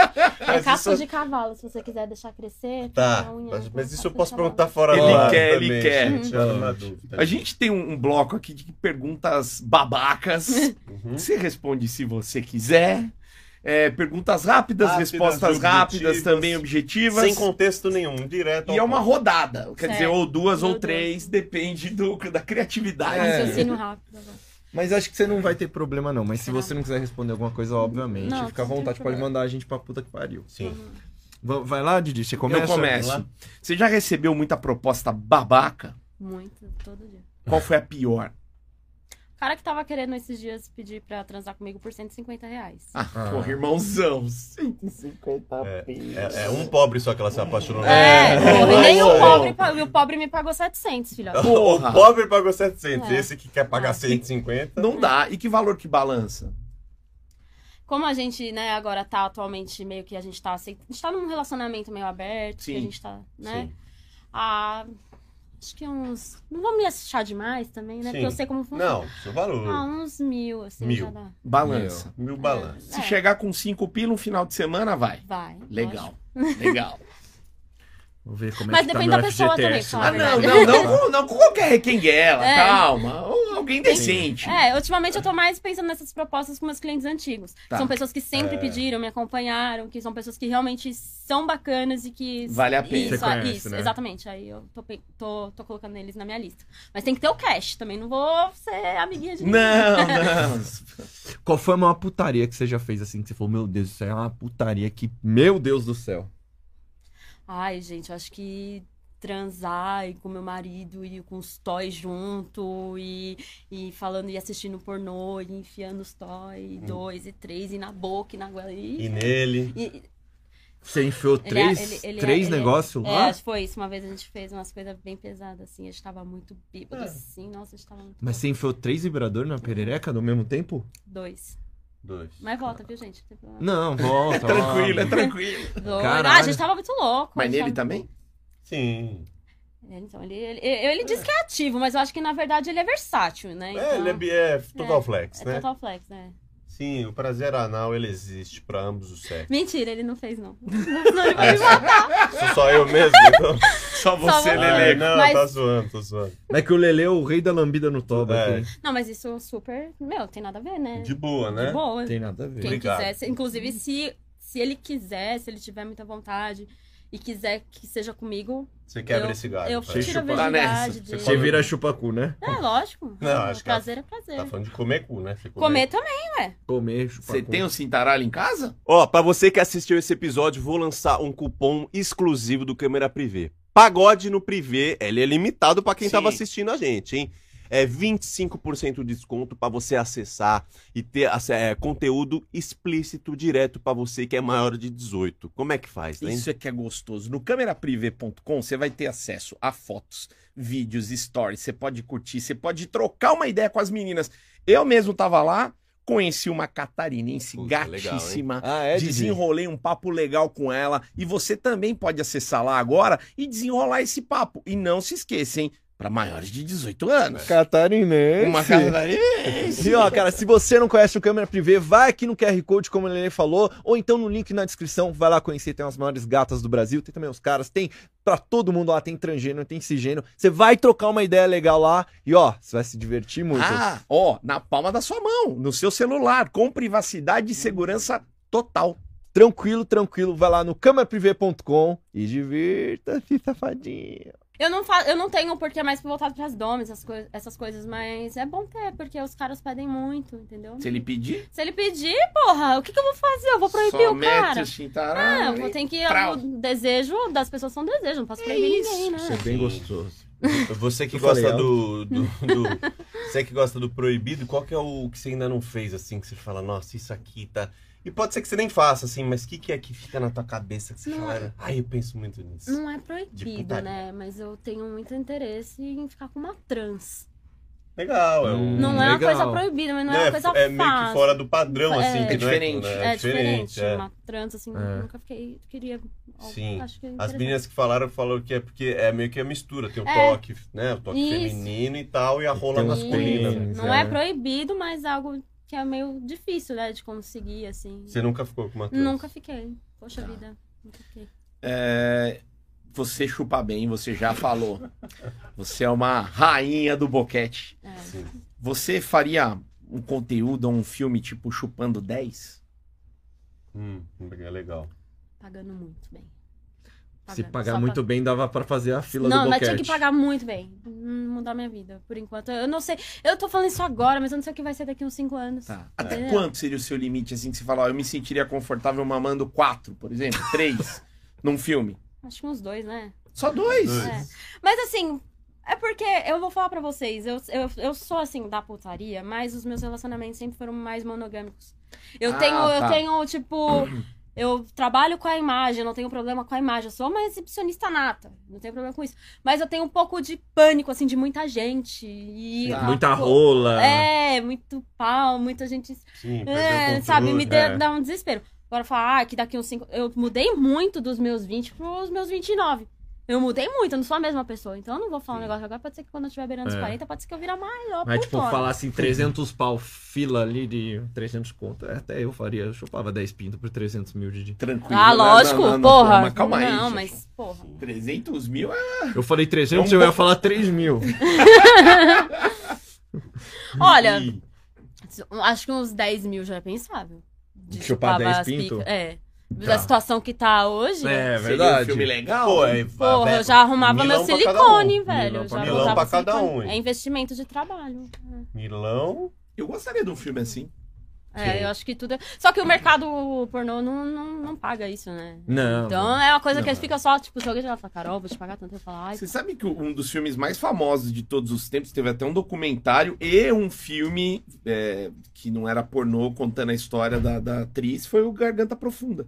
B: é?
D: É
B: Mas
D: casco
B: isso-
D: de cavalo, se você quiser deixar crescer.
B: Tá,
D: a unha,
B: mas,
D: tem
B: mas
D: um
B: isso
D: casco
B: eu
D: de
B: posso
D: cavalo.
B: perguntar fora
A: Ele
B: do ar
A: quer, ele
B: também,
A: quer.
B: gente, eu tô na dúvida.
A: A gente tem um, um bloco aqui de perguntas babacas.
B: Uhum.
A: Você responde se você quiser. É, perguntas rápidas,
B: Rápidas,
A: respostas rápidas,
B: objetivas.
A: também objetivas.
B: Sem contexto nenhum, direto.
A: E é
B: ao
A: uma
B: ponto.
A: rodada. Quer dizer,
D: Certo.
A: ou duas ou
D: Meu Deus.
A: três, depende do, da criatividade.
C: É.
D: Raciocínio rápido. agora.
C: Mas acho que você não vai ter problema, não. Mas se você não quiser responder alguma coisa, obviamente,
D: Não,
C: fica à
D: não tem
C: vontade, pode
D: problema.
C: mandar a gente pra puta que pariu.
B: Sim.
C: Va- Vai lá, Didi, você começa?
A: Eu
B: Vamos
A: começo. Você já recebeu muita proposta babaca?
D: Muito, todo dia.
A: Qual foi a pior?
D: O cara que tava querendo esses dias pedir pra transar comigo por 150 reais.
A: Ah,
C: Ah.
A: porra, irmãozão. 150 pilas.
B: É, é um pobre só que ela se apaixonou.
D: É, porra, e
A: Nossa.
D: nem o pobre, pa- e o pobre me pagou 700, filha.
A: Porra.
B: O pobre pagou 700.
D: É.
B: Esse que quer pagar
D: Ah.
B: 150.
A: Não dá. E que valor que balança?
D: Como a gente, né, agora tá atualmente meio que a gente tá aceitando. A gente tá num relacionamento meio aberto,
A: Sim.
D: que a gente tá, né?
B: Sim.
D: Ah, acho que uns. Não vou me achar demais também, né?
B: Sim.
D: Porque eu sei como funciona.
B: Não, seu valor.
D: Ah, uns mil, assim,
B: Mil.
D: já dá.
A: Balança.
B: Mil balanços.
A: Se
D: É,
A: chegar com 5 pila um final de semana, vai.
D: Vai.
A: Legal. Legal.
C: Vou ver como é
D: Mas
C: que tá
D: depende
C: meu
D: da pessoa
C: FGTS.
D: também, fala
A: Ah,
D: a
A: não, não,
D: verdade.
A: não, com- não com qualquer requenguela,
D: É.
A: calma. Ou alguém decente.
D: É, ultimamente eu tô mais pensando nessas propostas com meus clientes antigos.
A: Tá.
D: São pessoas que sempre
B: É.
D: pediram, me acompanharam, que são pessoas que realmente são bacanas e que.
A: Vale a pena.
D: Isso,
C: Você conhece,
D: isso
C: né?
D: exatamente. Aí eu tô, pe- tô, tô colocando eles na minha lista. Mas tem que ter o cash também, não vou ser amiguinha de ninguém.
A: Não, não.
C: Qual foi a maior putaria que você já fez assim? Que você falou, meu Deus, isso é uma putaria que. Meu Deus do céu.
D: Ai, gente, eu acho que transar e com meu marido e com os toys junto e, e falando e assistindo pornô e enfiando os toys,
A: Hum.
D: dois e três, e na boca e na goela.
B: E
D: E,
B: nele.
D: e- e-
C: Você enfiou
D: Ele é-
C: três,
D: ele- ele é-
C: três
D: ele é-
C: negócios
D: é,
C: lá?
D: acho que foi isso. Uma vez a gente fez umas coisas bem pesadas, assim. A gente tava muito
B: É.
D: bêbado, assim. Nossa, a gente tava muito
C: Mas você enfiou três vibradores na perereca no mesmo tempo?
D: dois.
B: Dois.
D: Mas volta, viu, gente? Não tem problema.
C: Não, volta.
A: É tranquilo, é
C: volta.
A: tranquilo.
D: Dois. Ah, a
C: Caralho.
D: gente tava muito louco. a
A: Mas
D: gente
A: nele
D: tava-
A: também?
B: Sim.
D: É, Então, ele, ele, ele diz que é ativo, mas eu acho que, na verdade, ele é versátil, né?
B: É, ele é, bi- é total flex,
D: É
B: né?
D: total flex, né?
B: Sim, o prazer anal ele existe pra ambos os sexos. Ah,
D: Mentira, ele não fez, não.
B: Sou só eu mesmo, então.
A: Só
D: você,
A: você,
D: Ah,
B: Ah,
A: Lele.
B: não,
D: Mas-
B: tá zoando, tô zoando.
C: É que o Lele é o rei da lambida no toba.
B: É.
C: aqui.
D: Não, mas isso super. Meu, tem nada a ver, né?
B: De boa, né?
D: De boa.
C: Tem nada a ver.
D: Quem
B: Obrigado.
D: quisesse. Inclusive, se, se ele quiser, se ele tiver muita vontade e quiser que seja comigo,
B: Você quebra
D: Eu-
B: esse galho.
D: eu
B: pai.
A: Você
D: tiro a
A: chupa- tá
D: virgindade.
A: nessa.
D: De...
C: Você vira chupacu, né?
D: É, lógico.
B: Não, acho que ela-
D: prazer é prazer.
B: Tá falando de comer cu, né? Você
D: Comer também.
C: Comer, chupacu.
A: Você tem um o cintaralho em casa?
B: Ó, pra você que assistiu esse episódio, vou lançar um cupom exclusivo do Câmera Privé. Pagode no Privé, ele é limitado pra quem
A: Sim.
B: tava assistindo a gente, hein? É 25% de desconto pra você acessar e ter assim, é, conteúdo explícito direto pra você que é maior de 18. Como é que faz, né?
A: Isso é que é gostoso. No cameraprivé.com você vai ter acesso a fotos, vídeos, stories, você pode curtir, você pode trocar uma ideia com as meninas. Eu mesmo tava lá, conheci uma catarinense
B: Puta, legal,
A: gatíssima.
E: Ah, é, Didi?
A: Desenrolei um papo legal com ela e você também pode acessar lá agora e desenrolar esse papo. E não se esqueça, hein? Pra maiores de 18 anos.
E: Catarinense.
A: Uma catarinense.
E: E ó, cara, se você não conhece o Câmera Privé, vai aqui no QR Code, como ele falou, ou então no link na descrição, vai lá conhecer, tem as maiores gatas do Brasil, tem também os caras, tem pra todo mundo lá, tem transgênero, tem cisgênero. Você vai trocar uma ideia legal lá e ó, você vai se divertir muito.
A: Ah, ó, na palma da sua mão, no seu celular, com privacidade e segurança total.
E: Tranquilo, tranquilo, vai lá no cameraprivé.com e divirta-se, safadinho.
D: Eu não, fa... eu não tenho porque é mais voltado pras domes, essas, coi- essas coisas, mas é bom ter, porque os caras pedem muito, entendeu?
A: Se ele pedir,
D: Se ele pedir, porra, o que, que eu vou fazer? Eu vou proibir
A: só
D: o cara.
A: mete o
D: Ah,
A: cintaralho.
D: eu vou ter que.
A: Trau.
D: O desejo das pessoas são desejo, não posso
A: É
D: proibir ninguém,
A: isso.
D: né?
C: Isso é bem gostoso.
B: Você que
C: Eu
B: gosta
C: falei
B: do, do, do- Você que gosta do proibido, qual que é o que você ainda não fez, assim, que você fala, nossa, isso aqui tá. E pode ser que você nem faça, assim, mas o que, que é que fica na tua cabeça que você
D: Não. é.
B: fala? Ai, eu penso muito nisso.
D: Não é
B: De
D: proibido,
B: putaria.
D: né? Mas eu tenho muito interesse em ficar com uma trans.
B: Legal, é um.
C: Hum.
D: Não é uma
C: legal.
D: coisa proibida, mas não é
B: né,
D: uma coisa
B: é
D: fácil.
B: meio que fora do padrão,
D: É.
B: assim.
D: É
B: que não
A: diferente.
B: né,
D: É diferente.
B: é.
D: Uma trans, assim,
C: É.
D: nunca fiquei. Queria.
B: Sim.
D: Acho que é
B: As
D: interessante.
B: meninas que falaram, falaram que é porque é meio que a mistura. Tem o
D: É.
B: toque, né? O toque
D: Isso.
B: feminino e tal, e a rola
C: Tem um os
B: masculina.
C: meninos,
D: Não
C: né?
D: é proibido, mas algo que é meio difícil, né? De conseguir, assim.
B: Você nunca ficou com uma trans?
D: Nunca fiquei. Poxa vida. Nunca fiquei.
A: É, você chupa bem, você já falou. Você é uma rainha do boquete.
D: É.
B: Sim.
A: Você faria um conteúdo ou um filme tipo Chupando 10?
B: Hum, é legal.
D: Pagando muito bem.
C: Se
D: Pagando,
C: pagar
D: Tá só
C: muito bem, dava pra fazer a fila
D: não,
C: do
D: mas
C: boquete.
D: tinha que pagar muito bem. Hum, Mudar minha vida, por enquanto. Eu não sei. Eu tô falando isso agora, mas eu não sei o que vai ser daqui uns 5 anos.
A: Tá. Até
D: É.
A: quanto seria o seu limite, assim, que você fala, ó, eu me sentiria confortável mamando quatro, por exemplo, três, num filme?
D: Acho que uns dois, né?
A: Só dois?
D: É. Mas assim, é porque eu vou falar pra vocês. Eu, eu, eu sou assim da putaria, mas os meus relacionamentos sempre foram mais monogâmicos. Eu
A: Ah,
D: tenho,
A: tá.
D: eu tenho, tipo. Eu trabalho com a imagem, eu não tenho problema com a imagem. Eu sou uma exibicionista nata, não tenho problema com isso. Mas eu tenho um pouco de pânico, assim, de muita gente. E um
A: Tá.
C: Muita rola.
A: né?
D: É, muito pau, muita gente
B: Sim, perdeu
D: É,
B: o
D: sabe, me
B: controle.
D: deu-
C: é.
D: dá um desespero. Agora falar, ah, que daqui uns 5. Eu mudei muito dos meus 20 pros meus 29. Eu mudei muito, eu não sou a mesma pessoa. Então eu não vou falar um negócio agora. Pode ser que quando eu tiver beirando os
C: É.
D: 40, pode ser que eu vira maior
C: Mas, tipo,
D: putona.
C: falar assim, 300 pau, fila ali de 300 conto. é, Até eu faria, eu chupava 10 pinto por 300 mil, Didi.
A: Tranquilo.
D: Ah,
A: né? Não,
D: lógico,
A: não, não,
D: porra.
A: Calma, calma aí.
D: Não,
A: gente.
D: mas, porra.
A: 300 mil é.
C: Eu falei 300,
A: É um
C: eu ia
A: bo-
C: falar 3 mil.
D: Olha,
B: Ih,
D: acho que uns 10 mil já é pensável. De
C: Chupar 10
D: as
C: pinto?
D: picas. É. Da
C: Tá.
D: situação que tá hoje.
C: É,
A: Seria um
C: verdade.
A: filme legal?
B: Pô, é,
D: Porra, eu já arrumava
B: Milão
D: meu
B: pra cada
D: silicone,
B: um.
D: velho.
C: Milão
D: eu
C: pra-
D: já
C: Milão
D: botava
B: pra cada
D: silicone.
B: um, hein?
D: É investimento de trabalho.
B: Milão.
A: Eu gostaria de um filme assim.
D: É,
B: Sim.
D: eu acho que tudo. é- Só que o mercado pornô não, não, não paga isso, né?
C: Não.
D: Então é uma coisa que fica só, tipo, se alguém já fala, Carol, vou te pagar tanto, eu falo, ai,
A: Você sabe que um dos filmes mais famosos de todos os tempos teve até um documentário e um filme é, que não era pornô contando a história da, da atriz foi o Garganta Profunda.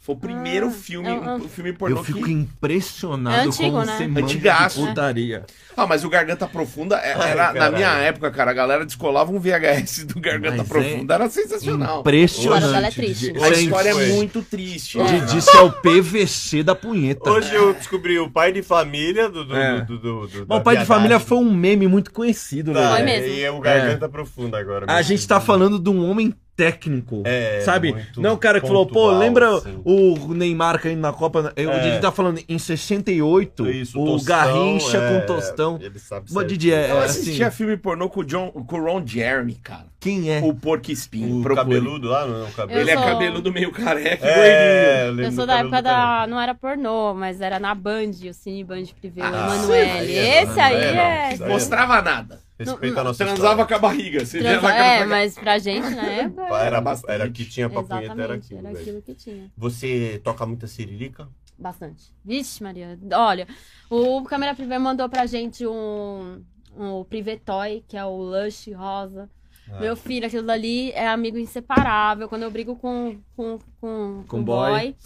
A: Foi o primeiro
D: Ah,
A: filme,
D: é um-
A: um filme
C: Eu
A: pornô
C: fico
A: que...
C: impressionado
D: É antigo,
C: como
D: né?
C: você manja
A: Antigaço.
C: de putaria.
A: Ah, mas o Garganta Profunda é-
B: Ai,
A: era na
B: caralho.
A: minha época, cara, a galera descolava um VHS do Garganta
C: Mas é
A: Profunda, era sensacional.
D: Agora ela é
C: Impressionante.
D: triste.
A: A
C: Gente,
A: história
B: foi.
A: é muito triste.
C: Didi, isso é o PVC da punheta.
B: Hoje eu descobri o pai de família do. do,
C: É.
B: do, do- do-
C: Bom,
B: da
C: o pai de
B: viadagem.
C: família foi um É. meme muito conhecido, né?
B: Tá,
D: Foi
C: velho?
D: mesmo.
B: E é o garganta profunda agora.
C: A gente tá falando de um homem técnico.
B: É,
C: sabe?
B: muito
C: Não o cara que falou, pô,
B: pontual,
C: lembra
B: assim.
C: o Neymar caindo na Copa? Eu,
B: É.
C: O Didi tá falando em 68,
B: Isso,
C: o
B: Tostão,
C: Garrincha
B: é,
C: com Tostão.
B: Ele sabe
C: Mas
B: certo.
C: Didi, é,
A: Eu
C: é, assim,
A: assistia filme pornô com o, John, com o Ron Jeremy, cara.
C: quem é?
A: O Porco Espinho.
B: O
A: procure.
B: cabeludo lá, não é o cabelo.
A: Ele é
D: sou-
A: cabeludo meio careca e
B: É,
A: gordinho.
B: lembro
D: Eu
B: do
D: sou da
B: cabelo
D: época
B: do cara.
D: da. Não era pornô, mas era na Band, o Cine Band Privé, o
B: Ah,
D: Emanuele.
B: sim.
D: Esse aí
B: É, não,
D: é.
B: isso aí
A: Mostrava nada.
B: Respeita a nossa
A: Transava
B: história.
A: com a barriga. Você
D: Transa-
A: via na cara
D: É,
A: da-
D: mas pra gente na época.
B: Era,
A: Bastante.
B: era que tinha pra punheta, era
D: Exatamente,
B: aquilo.
D: era
B: velho.
D: aquilo que tinha.
B: Você toca muita siririca?
D: Bastante. Vixe, Maria. Olha, o Câmera Privé mandou pra gente um, um Privé Toy, que é o Lush Rosa.
B: Ah.
D: Meu filho, aquilo dali é amigo inseparável. Quando eu brigo com com, com, com o
C: boy.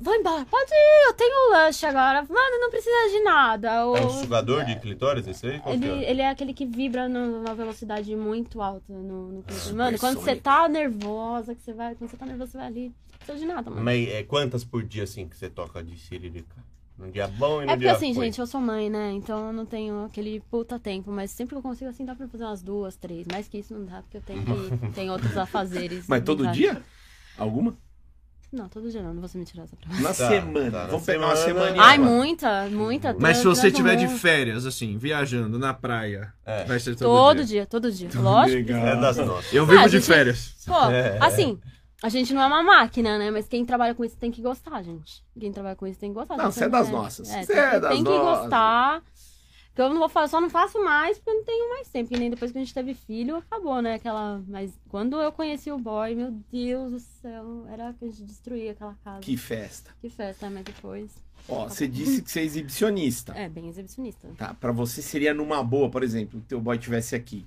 D: Vou embora, pode ir, eu tenho o Lush agora. Mano, não precisa de nada. O-
B: É um sugador de clitóris, esse aí? Qual que
D: ele,
B: é?
D: ele é aquele que vibra no- numa velocidade muito alta no, no clipe. Mano, quando você
A: Supersônico.
D: tá nervosa, que você vai. Quando você tá nervosa, você vai ali. Não precisa de nada, mano.
B: Mas é, quantas por dia, assim, que você toca de siririca? Num dia bom e no
D: É porque
B: dia
D: assim,
B: ruim?
D: gente, eu sou mãe, né? Então eu não tenho aquele puta tempo. Mas sempre que eu consigo, assim, dá pra fazer umas duas, três. Mais que isso não dá, porque eu tenho que. tem outros afazeres.
A: Mas todo
D: Não dá.
A: dia? Alguma?
D: Não, todo dia não. Não vou ser mentirosa pra
A: Na
B: Tá,
A: semana.
B: tá, na
A: Vamos pegar uma
B: semana.
A: semana.
D: Ai, muita, muita.
C: Mas
D: trans-
C: se você
D: trans
C: tiver de
D: hormônio.
C: férias, assim, viajando na praia,
B: É.
C: vai ser todo,
D: Todo
C: dia.
D: dia, todo dia. Lógico.
A: Legal.
B: É das nossas.
C: Eu vivo
D: Ah,
C: de
D: gente-
C: férias.
D: Pô, assim, a gente não é uma máquina, né? Mas quem trabalha com isso tem que gostar, gente. Quem trabalha com isso tem que gostar.
A: Não,
D: gente.
A: você é das nossas.
D: É,
A: Você
D: tem,
A: é
D: que-
A: das
D: tem que
A: nossas.
D: gostar. Porque eu não vou falar, só não faço mais porque eu não tenho mais tempo. E nem depois que a gente teve filho, acabou, né? Aquela. Mas quando eu conheci o boy, meu Deus do céu, era que a gente destruía aquela casa. Que,
A: Que festa.
D: festa, mas depois.
A: Ó, você disse que você é exibicionista.
D: É, bem exibicionista.
A: Tá, pra você seria numa boa, por exemplo, que teu boy tivesse aqui.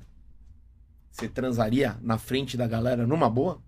A: Você transaria na frente da galera numa boa?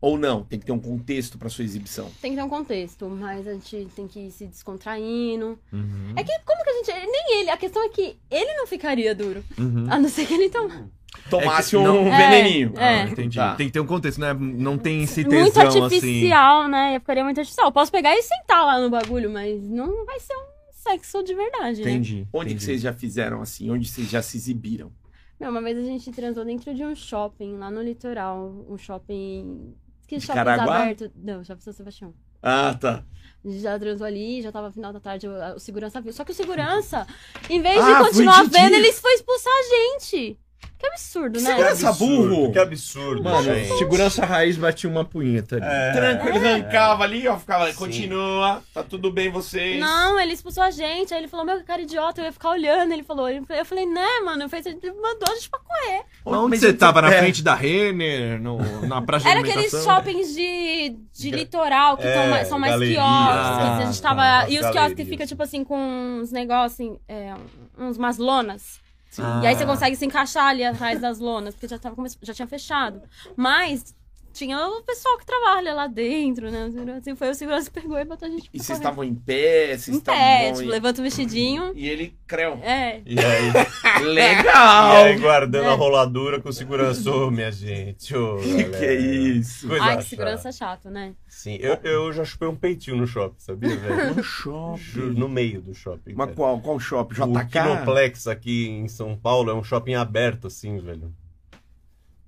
A: Ou não? Tem que ter um contexto pra sua exibição.
D: Tem que ter um contexto, mas a gente tem que ir se descontraindo.
C: Uhum.
D: É que como que a gente. Nem ele, a questão é que ele não ficaria duro.
C: Uhum.
D: A não ser que Ah, ele tomasse.
A: Tomasse
C: É que
A: um
C: não-
D: É,
A: veneninho.
D: é.
C: Ah, entendi.
A: Tá.
C: Tem que ter um contexto, né? Não tem esse tesão,
D: muito
C: assim.
D: artificial, né? Eu ficaria muito artificial. Eu posso pegar e sentar lá no bagulho, mas não vai ser um sexo de verdade, né?
C: Entendi.
A: Onde que
C: entendi.
A: vocês já fizeram assim? Onde vocês já se exibiram?
D: Meu, uma vez a gente transou dentro de um shopping lá no litoral. Um shopping. Que
A: De
D: shopping
A: Caraguá?
D: aberto? Não, shopping São Sebastião.
A: Ah, tá.
D: A gente já transou ali, já tava no final da tarde, o, o segurança viu. Só que o segurança, em vez
A: Ah,
D: de
A: foi
D: continuar
A: de
D: vendo,
A: dia.
D: ele foi expulsar a gente. Que absurdo, né?
A: Segurança
B: Absurdo,
A: burro!
B: Que absurdo,
C: Mano, tipo-
B: gente.
C: segurança raiz batia uma punheta ali.
A: Tranquilo, arrancava ali, ó, ficava,
B: Sim.
A: continua, tá tudo bem vocês.
D: Não, ele expulsou a gente. Aí ele falou, meu, que cara idiota, eu ia ficar olhando. Ele falou, ele- eu falei, né, mano, fez- ele mandou a gente pra correr.
C: Mas onde você tava?
A: É.
C: Na frente da Renner? no- na praia de
D: Era aqueles
C: alimentação?
D: shoppings de, de litoral, que
B: É,
D: são mais, são mais
B: galerias,
D: quiosques. A
C: ah,
D: gente tava.
B: tá, as
D: e os quiosques que
B: galerias.
D: fica, tipo assim, com uns negócios, assim, é, uns umas lonas.
C: Ah.
D: E aí você consegue se encaixar ali atrás das lonas, porque já, tava, come- já tinha fechado. Mas tinha o pessoal que trabalha lá dentro, né? Assim, foi o segurança que pegou e botou a gente pra
A: E vocês
D: correr.
A: estavam em pé, vocês
D: em
A: estavam.
D: pé,
A: em-
D: tipo, levanta o vestidinho.
A: E ele creu.
D: É,
B: E aí, e
A: Legal!
B: aí guardando a
D: É.
B: roladura com o segurança, ô, minha gente. ô, galera.
A: que é isso?
B: Coisa
D: Ai, que
B: chata.
D: segurança chato, né?
B: Sim, eu, eu já chupei um peitinho no shopping, sabia, velho?
A: No
B: Juro,
A: shopping.
B: no meio do shopping.
A: Mas
B: cara.
A: qual? Qual shopping? JK?
B: O Kinoplex aqui em São Paulo é um shopping aberto, assim, velho.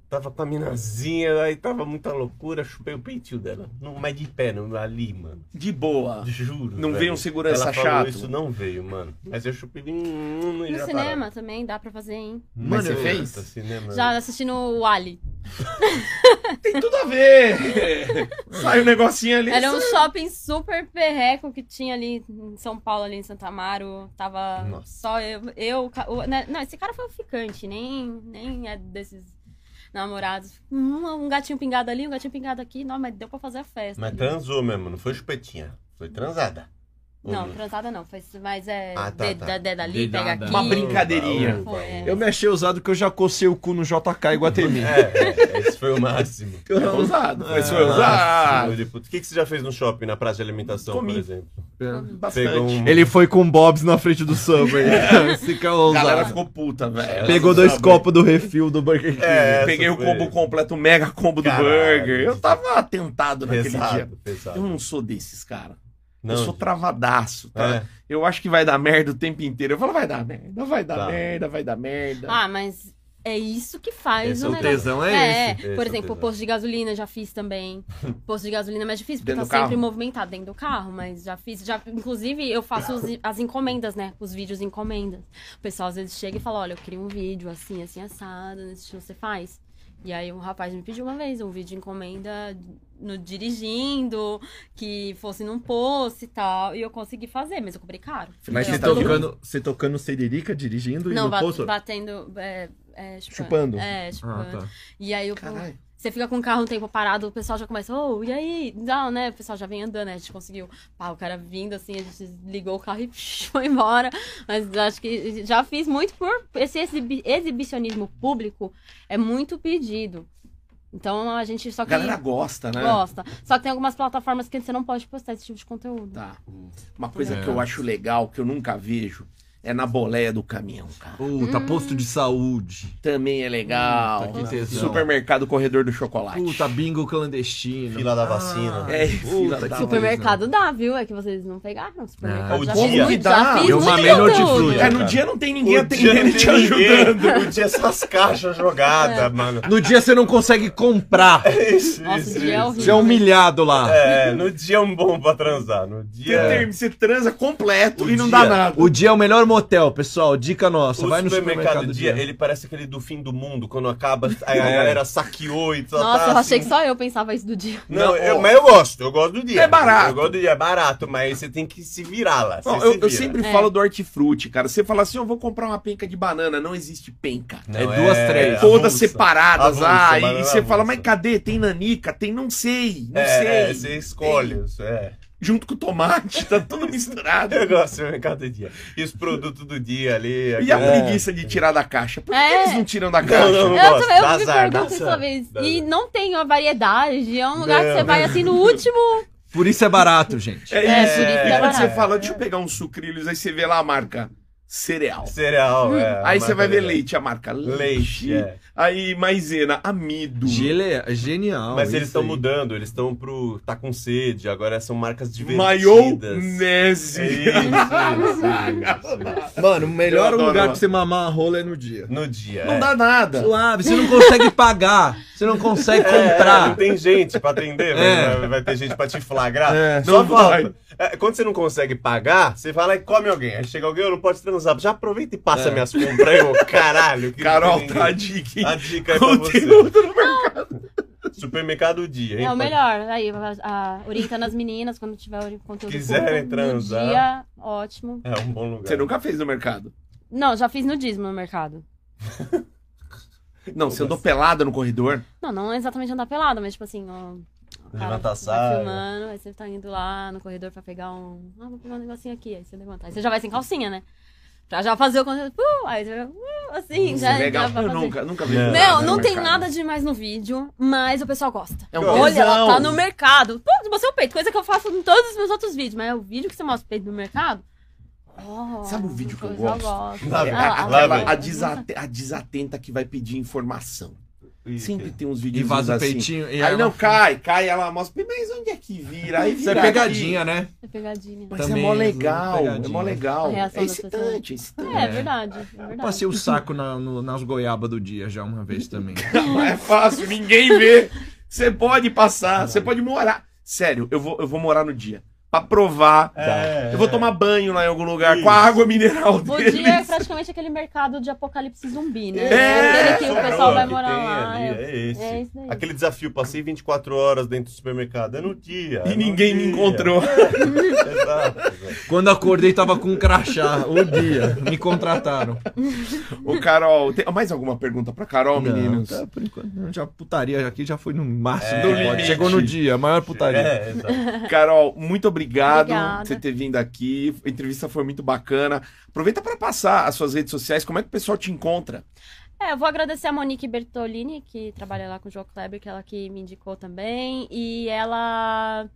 B: Tava com a minazinha, aí tava muita loucura, chupei o peitinho dela. Não, mas de pé, não, ali, mano.
A: De boa.
B: Juro.
A: Não
B: velho.
A: veio um segurança
B: Ela falou
A: chato?
B: Isso não veio, mano. Mas eu chupei. Hum, hum, e
D: No
B: já
D: cinema
B: parava.
D: também dá pra fazer, hein?
A: Mas você
B: eu-
A: fez?
B: Cinema, né?
D: Já assistindo o Ali.
A: Tem tudo a ver. Sai um negocinho ali.
D: Era um shopping super perreco que tinha ali em São Paulo, ali em Santa Amaro. Tava
B: Nossa.
D: só eu. eu o ca- o- né, não, esse cara foi um ficante, nem, nem é desses namorados. Um, um gatinho pingado ali, um gatinho pingado aqui. Não, mas deu pra fazer a festa.
B: Mas tá
D: ali.
B: transou mesmo, não foi chupetinha. Foi transada.
D: Não,
B: Hum.
D: transada não. Foi, mas é.
B: Ah, tá,
D: dedo
B: tá.
D: da- dedo ali, pega
C: Dedada.
D: aqui.
A: Uma brincadeirinha.
B: Oba, oba,
D: Foi, é.
C: Eu me achei usado que eu já cocei o cu no JK Iguatemi.
B: É, é, esse foi o máximo.
A: Foi ousado. Mas foi
B: Ah,
A: ousado.
B: filho de puta. O que, que você já fez no shopping, na praça de alimentação,
A: Comi.
B: por exemplo?
A: Bastante.
B: Pegou um-
C: Ele foi com Bob's na frente do Subway. Esse cara é
A: A galera
C: ousado.
A: ficou puta, velho.
C: Pegou dois copos do refil do Burger King.
B: É,
A: Peguei
B: essa
A: o
B: foi-
A: combo completo, o mega combo do
B: Caralho.
A: burger. Eu tava atentado naquele dia.
B: Pesado, pesado.
A: Eu não sou desses, cara.
B: Não,
A: eu sou
B: gente.
A: travadaço, tá?
B: É.
A: Eu acho que vai dar merda o tempo inteiro. Eu falo, vai dar merda, vai dar
B: Tá.
A: merda, vai dar merda.
D: Ah, mas é isso que faz
B: Esse
D: o
B: é o
D: negócio.
C: tesão é,
D: É,
C: esse.
B: esse é o
D: por exemplo,
B: tesão.
D: posto de gasolina já fiz também. Posto de gasolina é mais difícil, porque
A: Dentro do
D: tá
A: carro?
D: sempre movimentado dentro do carro, mas já fiz. Já, inclusive, eu faço os- as encomendas, né? Os vídeos encomendas. O pessoal às vezes chega e fala: olha, eu queria um vídeo assim, assim, assado, nesse estilo você faz. E aí um rapaz me pediu uma vez um vídeo de encomenda no dirigindo, que fosse num posto e tal. E eu consegui fazer, mas eu comprei caro.
C: Mas
D: Então,
C: você
A: Todo
C: tocando, você tocando seririca, dirigindo e
D: Não,
C: no
D: ba-
C: posto?
D: batendo. É, é,
C: Chupando.
D: É,
C: Ah,
D: chupando.
C: tá.
D: E aí eu.
A: Caralho.
D: Você fica com o carro um tempo parado, o pessoal já começa, oh, e aí? Não, né? O pessoal já vem andando, né? A gente conseguiu. Pá, o cara vindo assim, a gente ligou o carro e foi embora. Mas acho que já fiz muito por. Esse exibi- exibicionismo público é muito pedido. Então a gente só
A: A
D: que
A: galera gosta, né?
D: gosta. Só que tem algumas plataformas que você não pode postar esse tipo de conteúdo.
A: Tá. Uma coisa
C: É.
A: que eu acho legal, que eu nunca vejo, é na boleia do caminhão, cara.
C: Puta,
D: Hum.
C: posto de saúde.
A: Também é legal.
C: Puta, que tesão.
A: Supermercado Corredor do Chocolate.
C: Puta, bingo clandestino. Ah,
B: Fila da vacina.
A: É, fila
C: que
A: da
D: Supermercado dá, viu? É que vocês não pegaram. Supermercado
B: Ah, o
D: já fiz
B: dia.
D: muito,
A: Dá.
D: já fiz
C: Eu
D: muito
C: mamei no
D: conteúdo.
C: Hortifruti.
A: É, no
B: cara.
A: dia não tem ninguém
B: O dia
A: atendendo e
B: não
A: te
B: tem ninguém,
A: ajudando.
B: O dia essas caixas jogadas, mano.
C: No dia você não consegue comprar.
B: Isso,
D: É. Nossa,
B: isso,
D: o dia é
B: isso.
D: horrível.
C: Você é humilhado lá.
B: É, no dia é um bom pra transar. No
A: Você,
B: dia. é.
A: termina- você transa completo
B: O
A: e não
B: dia-
A: dá nada.
C: O dia é o melhor motel, pessoal. Dica nossa.
B: o
C: vai no
B: supermercado
C: supermercado
B: dia, ele parece aquele do fim do mundo, quando acaba, aí
A: É.
B: a galera saqueou e só
D: Nossa,
B: tá
D: eu achei que
B: assim.
D: só eu pensava isso do dia.
B: Não,
A: Não,
B: eu-
A: ó.
B: mas eu gosto, eu gosto do dia.
A: É barato.
B: Eu gosto do dia, é barato, mas você tem que se virar lá. você
A: Não,
B: se
A: eu, eu
B: vira.
A: sempre
D: É.
A: falo do hortifruti, cara. Você fala assim, eu vou comprar uma penca de banana. Não existe penca.
B: Não,
C: é duas, três.
A: Todas
B: avulsa.
A: separadas
B: Avulsa,
A: lá.
B: banana
A: E você fala,
B: avulsa.
A: mas cadê? Tem nanica? Tem não sei, não
B: É, é,
A: sei.
B: você escolhe. Isso, é.
A: Junto com o tomate, tá tudo misturado.
B: Eu gosto do supermercado do dia. E os produtos do dia ali.
A: E a
B: aquela-
A: preguiça de tirar da caixa? Por que
D: É.
A: eles não tiram da caixa?
B: É. não, não.
D: Eu
B: gosto.
D: também, eu
B: Dá
D: me
B: azar,
D: pergunto
B: dá
D: isso
B: azar.
D: uma vez.
B: Dá
D: E
B: azar.
D: não tem uma variedade. É um lugar que
B: Não,
D: você vai assim no último.
C: Por isso é barato, gente.
A: É,
D: É,
A: isso.
D: por isso que
A: E
D: é
A: quando você
D: barato.
A: fala, deixa eu pegar uns sucrilhos, aí você vê lá a marca cereal.
B: Cereal, é. a
A: Hum, Aí você
B: marca
A: vai ver
B: dele.
A: leite, a marca leite.
B: Leite, é.
A: Aí maisena, amido.
C: Gele é genial.
B: Mas
C: isso
B: eles estão
C: aí.
B: mudando, eles estão pro. tá com sede, agora são marcas divertidas. É
A: Maionese.
B: isso, isso, isso, isso.
C: Mano, o melhor
A: Eu adoro
C: lugar
A: lá.
C: pra você mamar a rola é no dia.
B: No dia.
A: Não
B: é.
A: dá nada.
C: Suave, você não consegue pagar. Você não consegue
B: É, não
C: comprar.
B: tem gente pra atender,
C: É.
B: vai, vai ter gente pra te flagrar.
C: É.
B: Só
A: Não vai.
B: falta. É, quando você não consegue pagar, você vai lá e come alguém. Aí chega alguém, eu não posso transar. Já aproveita e passa
C: É.
B: minhas compras aí, ô caralho. que
A: Carol,
B: É. Ah, não tem
A: tá a
B: ninguém.
A: dica.
B: A dica aí pra você.
A: Conteúdo no mercado.
B: Supermercado dia, hein?
D: É o
B: pai?
D: melhor. Aí, a, a, orientando as meninas quando tiver ori- conteúdo.
B: Quiserem
D: curto,
B: transar.
D: No dia, ótimo.
B: É um bom lugar.
A: Você nunca fez no mercado?
D: Não, já fiz nudismo no mercado.
A: Não, você andou pelada no corredor?
D: Não, não é exatamente andar pelado, mas tipo assim, ó. o cara
B: Levanta a
D: vai
B: saia.
D: filmando, aí você tá indo lá no corredor pra pegar um. Ah, vou pegar um negocinho aqui. Aí você levanta. Aí você já vai sem calcinha, né? Pra já fazer o conteúdo. Uh, aí você. Uh,
B: Hum,
D: assim, já.
A: é legal.
B: um
D: já pra
A: Eu
D: fazer.
A: nunca, nunca vi.
B: Não.
A: pelada
D: Não,
A: no
C: é um
D: não tem
A: mercado.
D: nada demais no vídeo, mas o pessoal gosta.
A: É um
B: Olha,
D: Olha,
A: tesão.
D: ela tá no mercado. Pô, você é o peito, coisa que eu faço em todos os meus outros vídeos, mas é o vídeo que você mostra o peito no mercado. Oh,
A: Sabe o vídeo que eu
D: coisa
A: gosto?
B: Lá
A: É,
B: vem,
D: Ah,
A: a-
D: ah,
B: lá
A: aquela-
B: vem.
A: a, desate- a desatenta que vai pedir informação.
B: Isso.
A: Sempre tem uns
C: E
A: vídeos
C: vaza o
A: assim.
C: peitinho. E
A: Aí
C: ela-
A: não cai, cai, ela mostra. Mas onde é que vira? Aí
C: Isso
A: vira
C: é pegadinha, né?
D: É pegadinha.
A: Aqui. Mas
C: Também
A: é mó
C: é
A: legal, é
C: pegadinha.
A: mó legal.
D: A reação
A: É
D: das pessoas.
A: excitante, é excitante.
D: É, é verdade. É verdade.
C: Passei o saco na- no- nas goiabas do dia já uma vez também.
A: É fácil, ninguém vê. Você pode passar, você pode morar. Sério, eu vou, eu vou morar no dia. Pra provar.
B: É,
A: eu vou
B: é.
A: tomar banho lá em algum lugar
B: Isso.
A: com a água mineral
D: O
A: dele.
D: dia é praticamente aquele mercado de apocalipse zumbi, né?
A: É,
D: aquele que o
B: sobrou,
D: pessoal vai
B: que
D: morar
B: tem
D: lá.
B: ali,
D: é-
B: é esse.
D: É isso daí.
B: Aquele desafio, passei 24 horas dentro do supermercado, é no dia. é
A: E
B: no
A: ninguém me
B: dia.
A: encontrou.
B: Exato, exato.
C: Quando acordei, tava com um crachá. O dia. Me contrataram.
A: Ô, Carol, tem mais alguma pergunta pra Carol, meninos?
C: Não, tá, por enquanto, não, já putaria aqui já foi no máximo.
B: É,
C: do
B: no
C: pode.
A: limite.
C: Chegou no dia, a maior putaria.
B: É, exato.
A: Carol, muito obrigado
D: Obrigada.
A: por você ter vindo aqui. A entrevista foi muito bacana. Aproveita pra passar as suas redes sociais. Como é que o pessoal te encontra?
D: É, eu vou agradecer a Monique Bertolini, que trabalha lá com o João Kleber, que é ela que me indicou também. E ela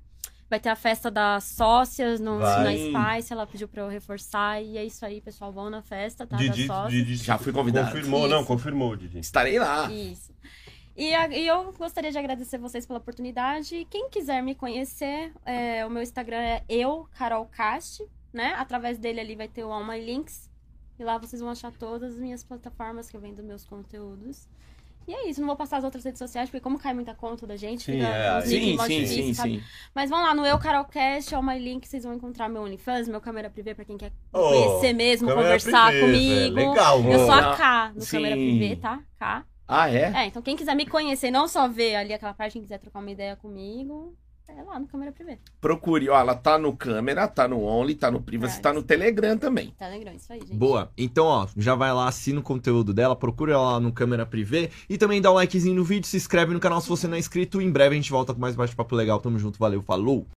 D: vai ter a festa das sócias no, na
B: Vai.
D: Spice, ela pediu pra eu reforçar. E é isso aí, pessoal, vão na festa, tá?
B: Didi,
D: das sócias.
B: Didi,
A: Já fui convidado.
B: Confirmou, não, confirmou, Didi.
A: Estarei lá.
D: Isso. E, a- e eu gostaria de agradecer vocês pela oportunidade. Quem quiser me conhecer, é, o meu Instagram é eu, Carol Cast, né? Através dele ali vai ter o All My Links. E lá vocês vão achar todas as minhas plataformas que eu vendo meus conteúdos. E é isso, não vou passar as outras redes sociais, porque como cai muita conta da gente,
B: Sim,
D: fica
B: é,
D: uns
B: sim,
D: links
A: Sim,
D: mó
A: sim,
D: difícil,
A: sim,
D: sabe?
A: sim.
D: Mas vão lá no Eu Carolcast, é o My Link, vocês vão encontrar meu OnlyFans, meu câmera privê, pra quem quer
B: Ô,
D: conhecer mesmo,
B: câmera
D: conversar
B: privê, velho.
D: comigo.
B: é Legal,
D: Eu sou
A: Boa.
D: a K no
A: Sim.
D: câmera privê, tá? K.
A: Ah, é?
D: É, então quem quiser me conhecer, não só ver ali aquela parte, quem quiser trocar uma ideia comigo, é lá no câmera privê.
A: Procure. Ó, ela tá no câmera, tá no Only, tá no Privacy,
D: É.
A: tá no Telegram também.
D: Telegram, isso aí, gente.
C: Boa. Então, ó, já vai lá, assina o conteúdo dela, procura ela lá no câmera privê e também dá um likezinho no vídeo, se inscreve no canal se você não é inscrito. Em breve a gente volta com mais bate-papo legal. Tamo junto, valeu, falou!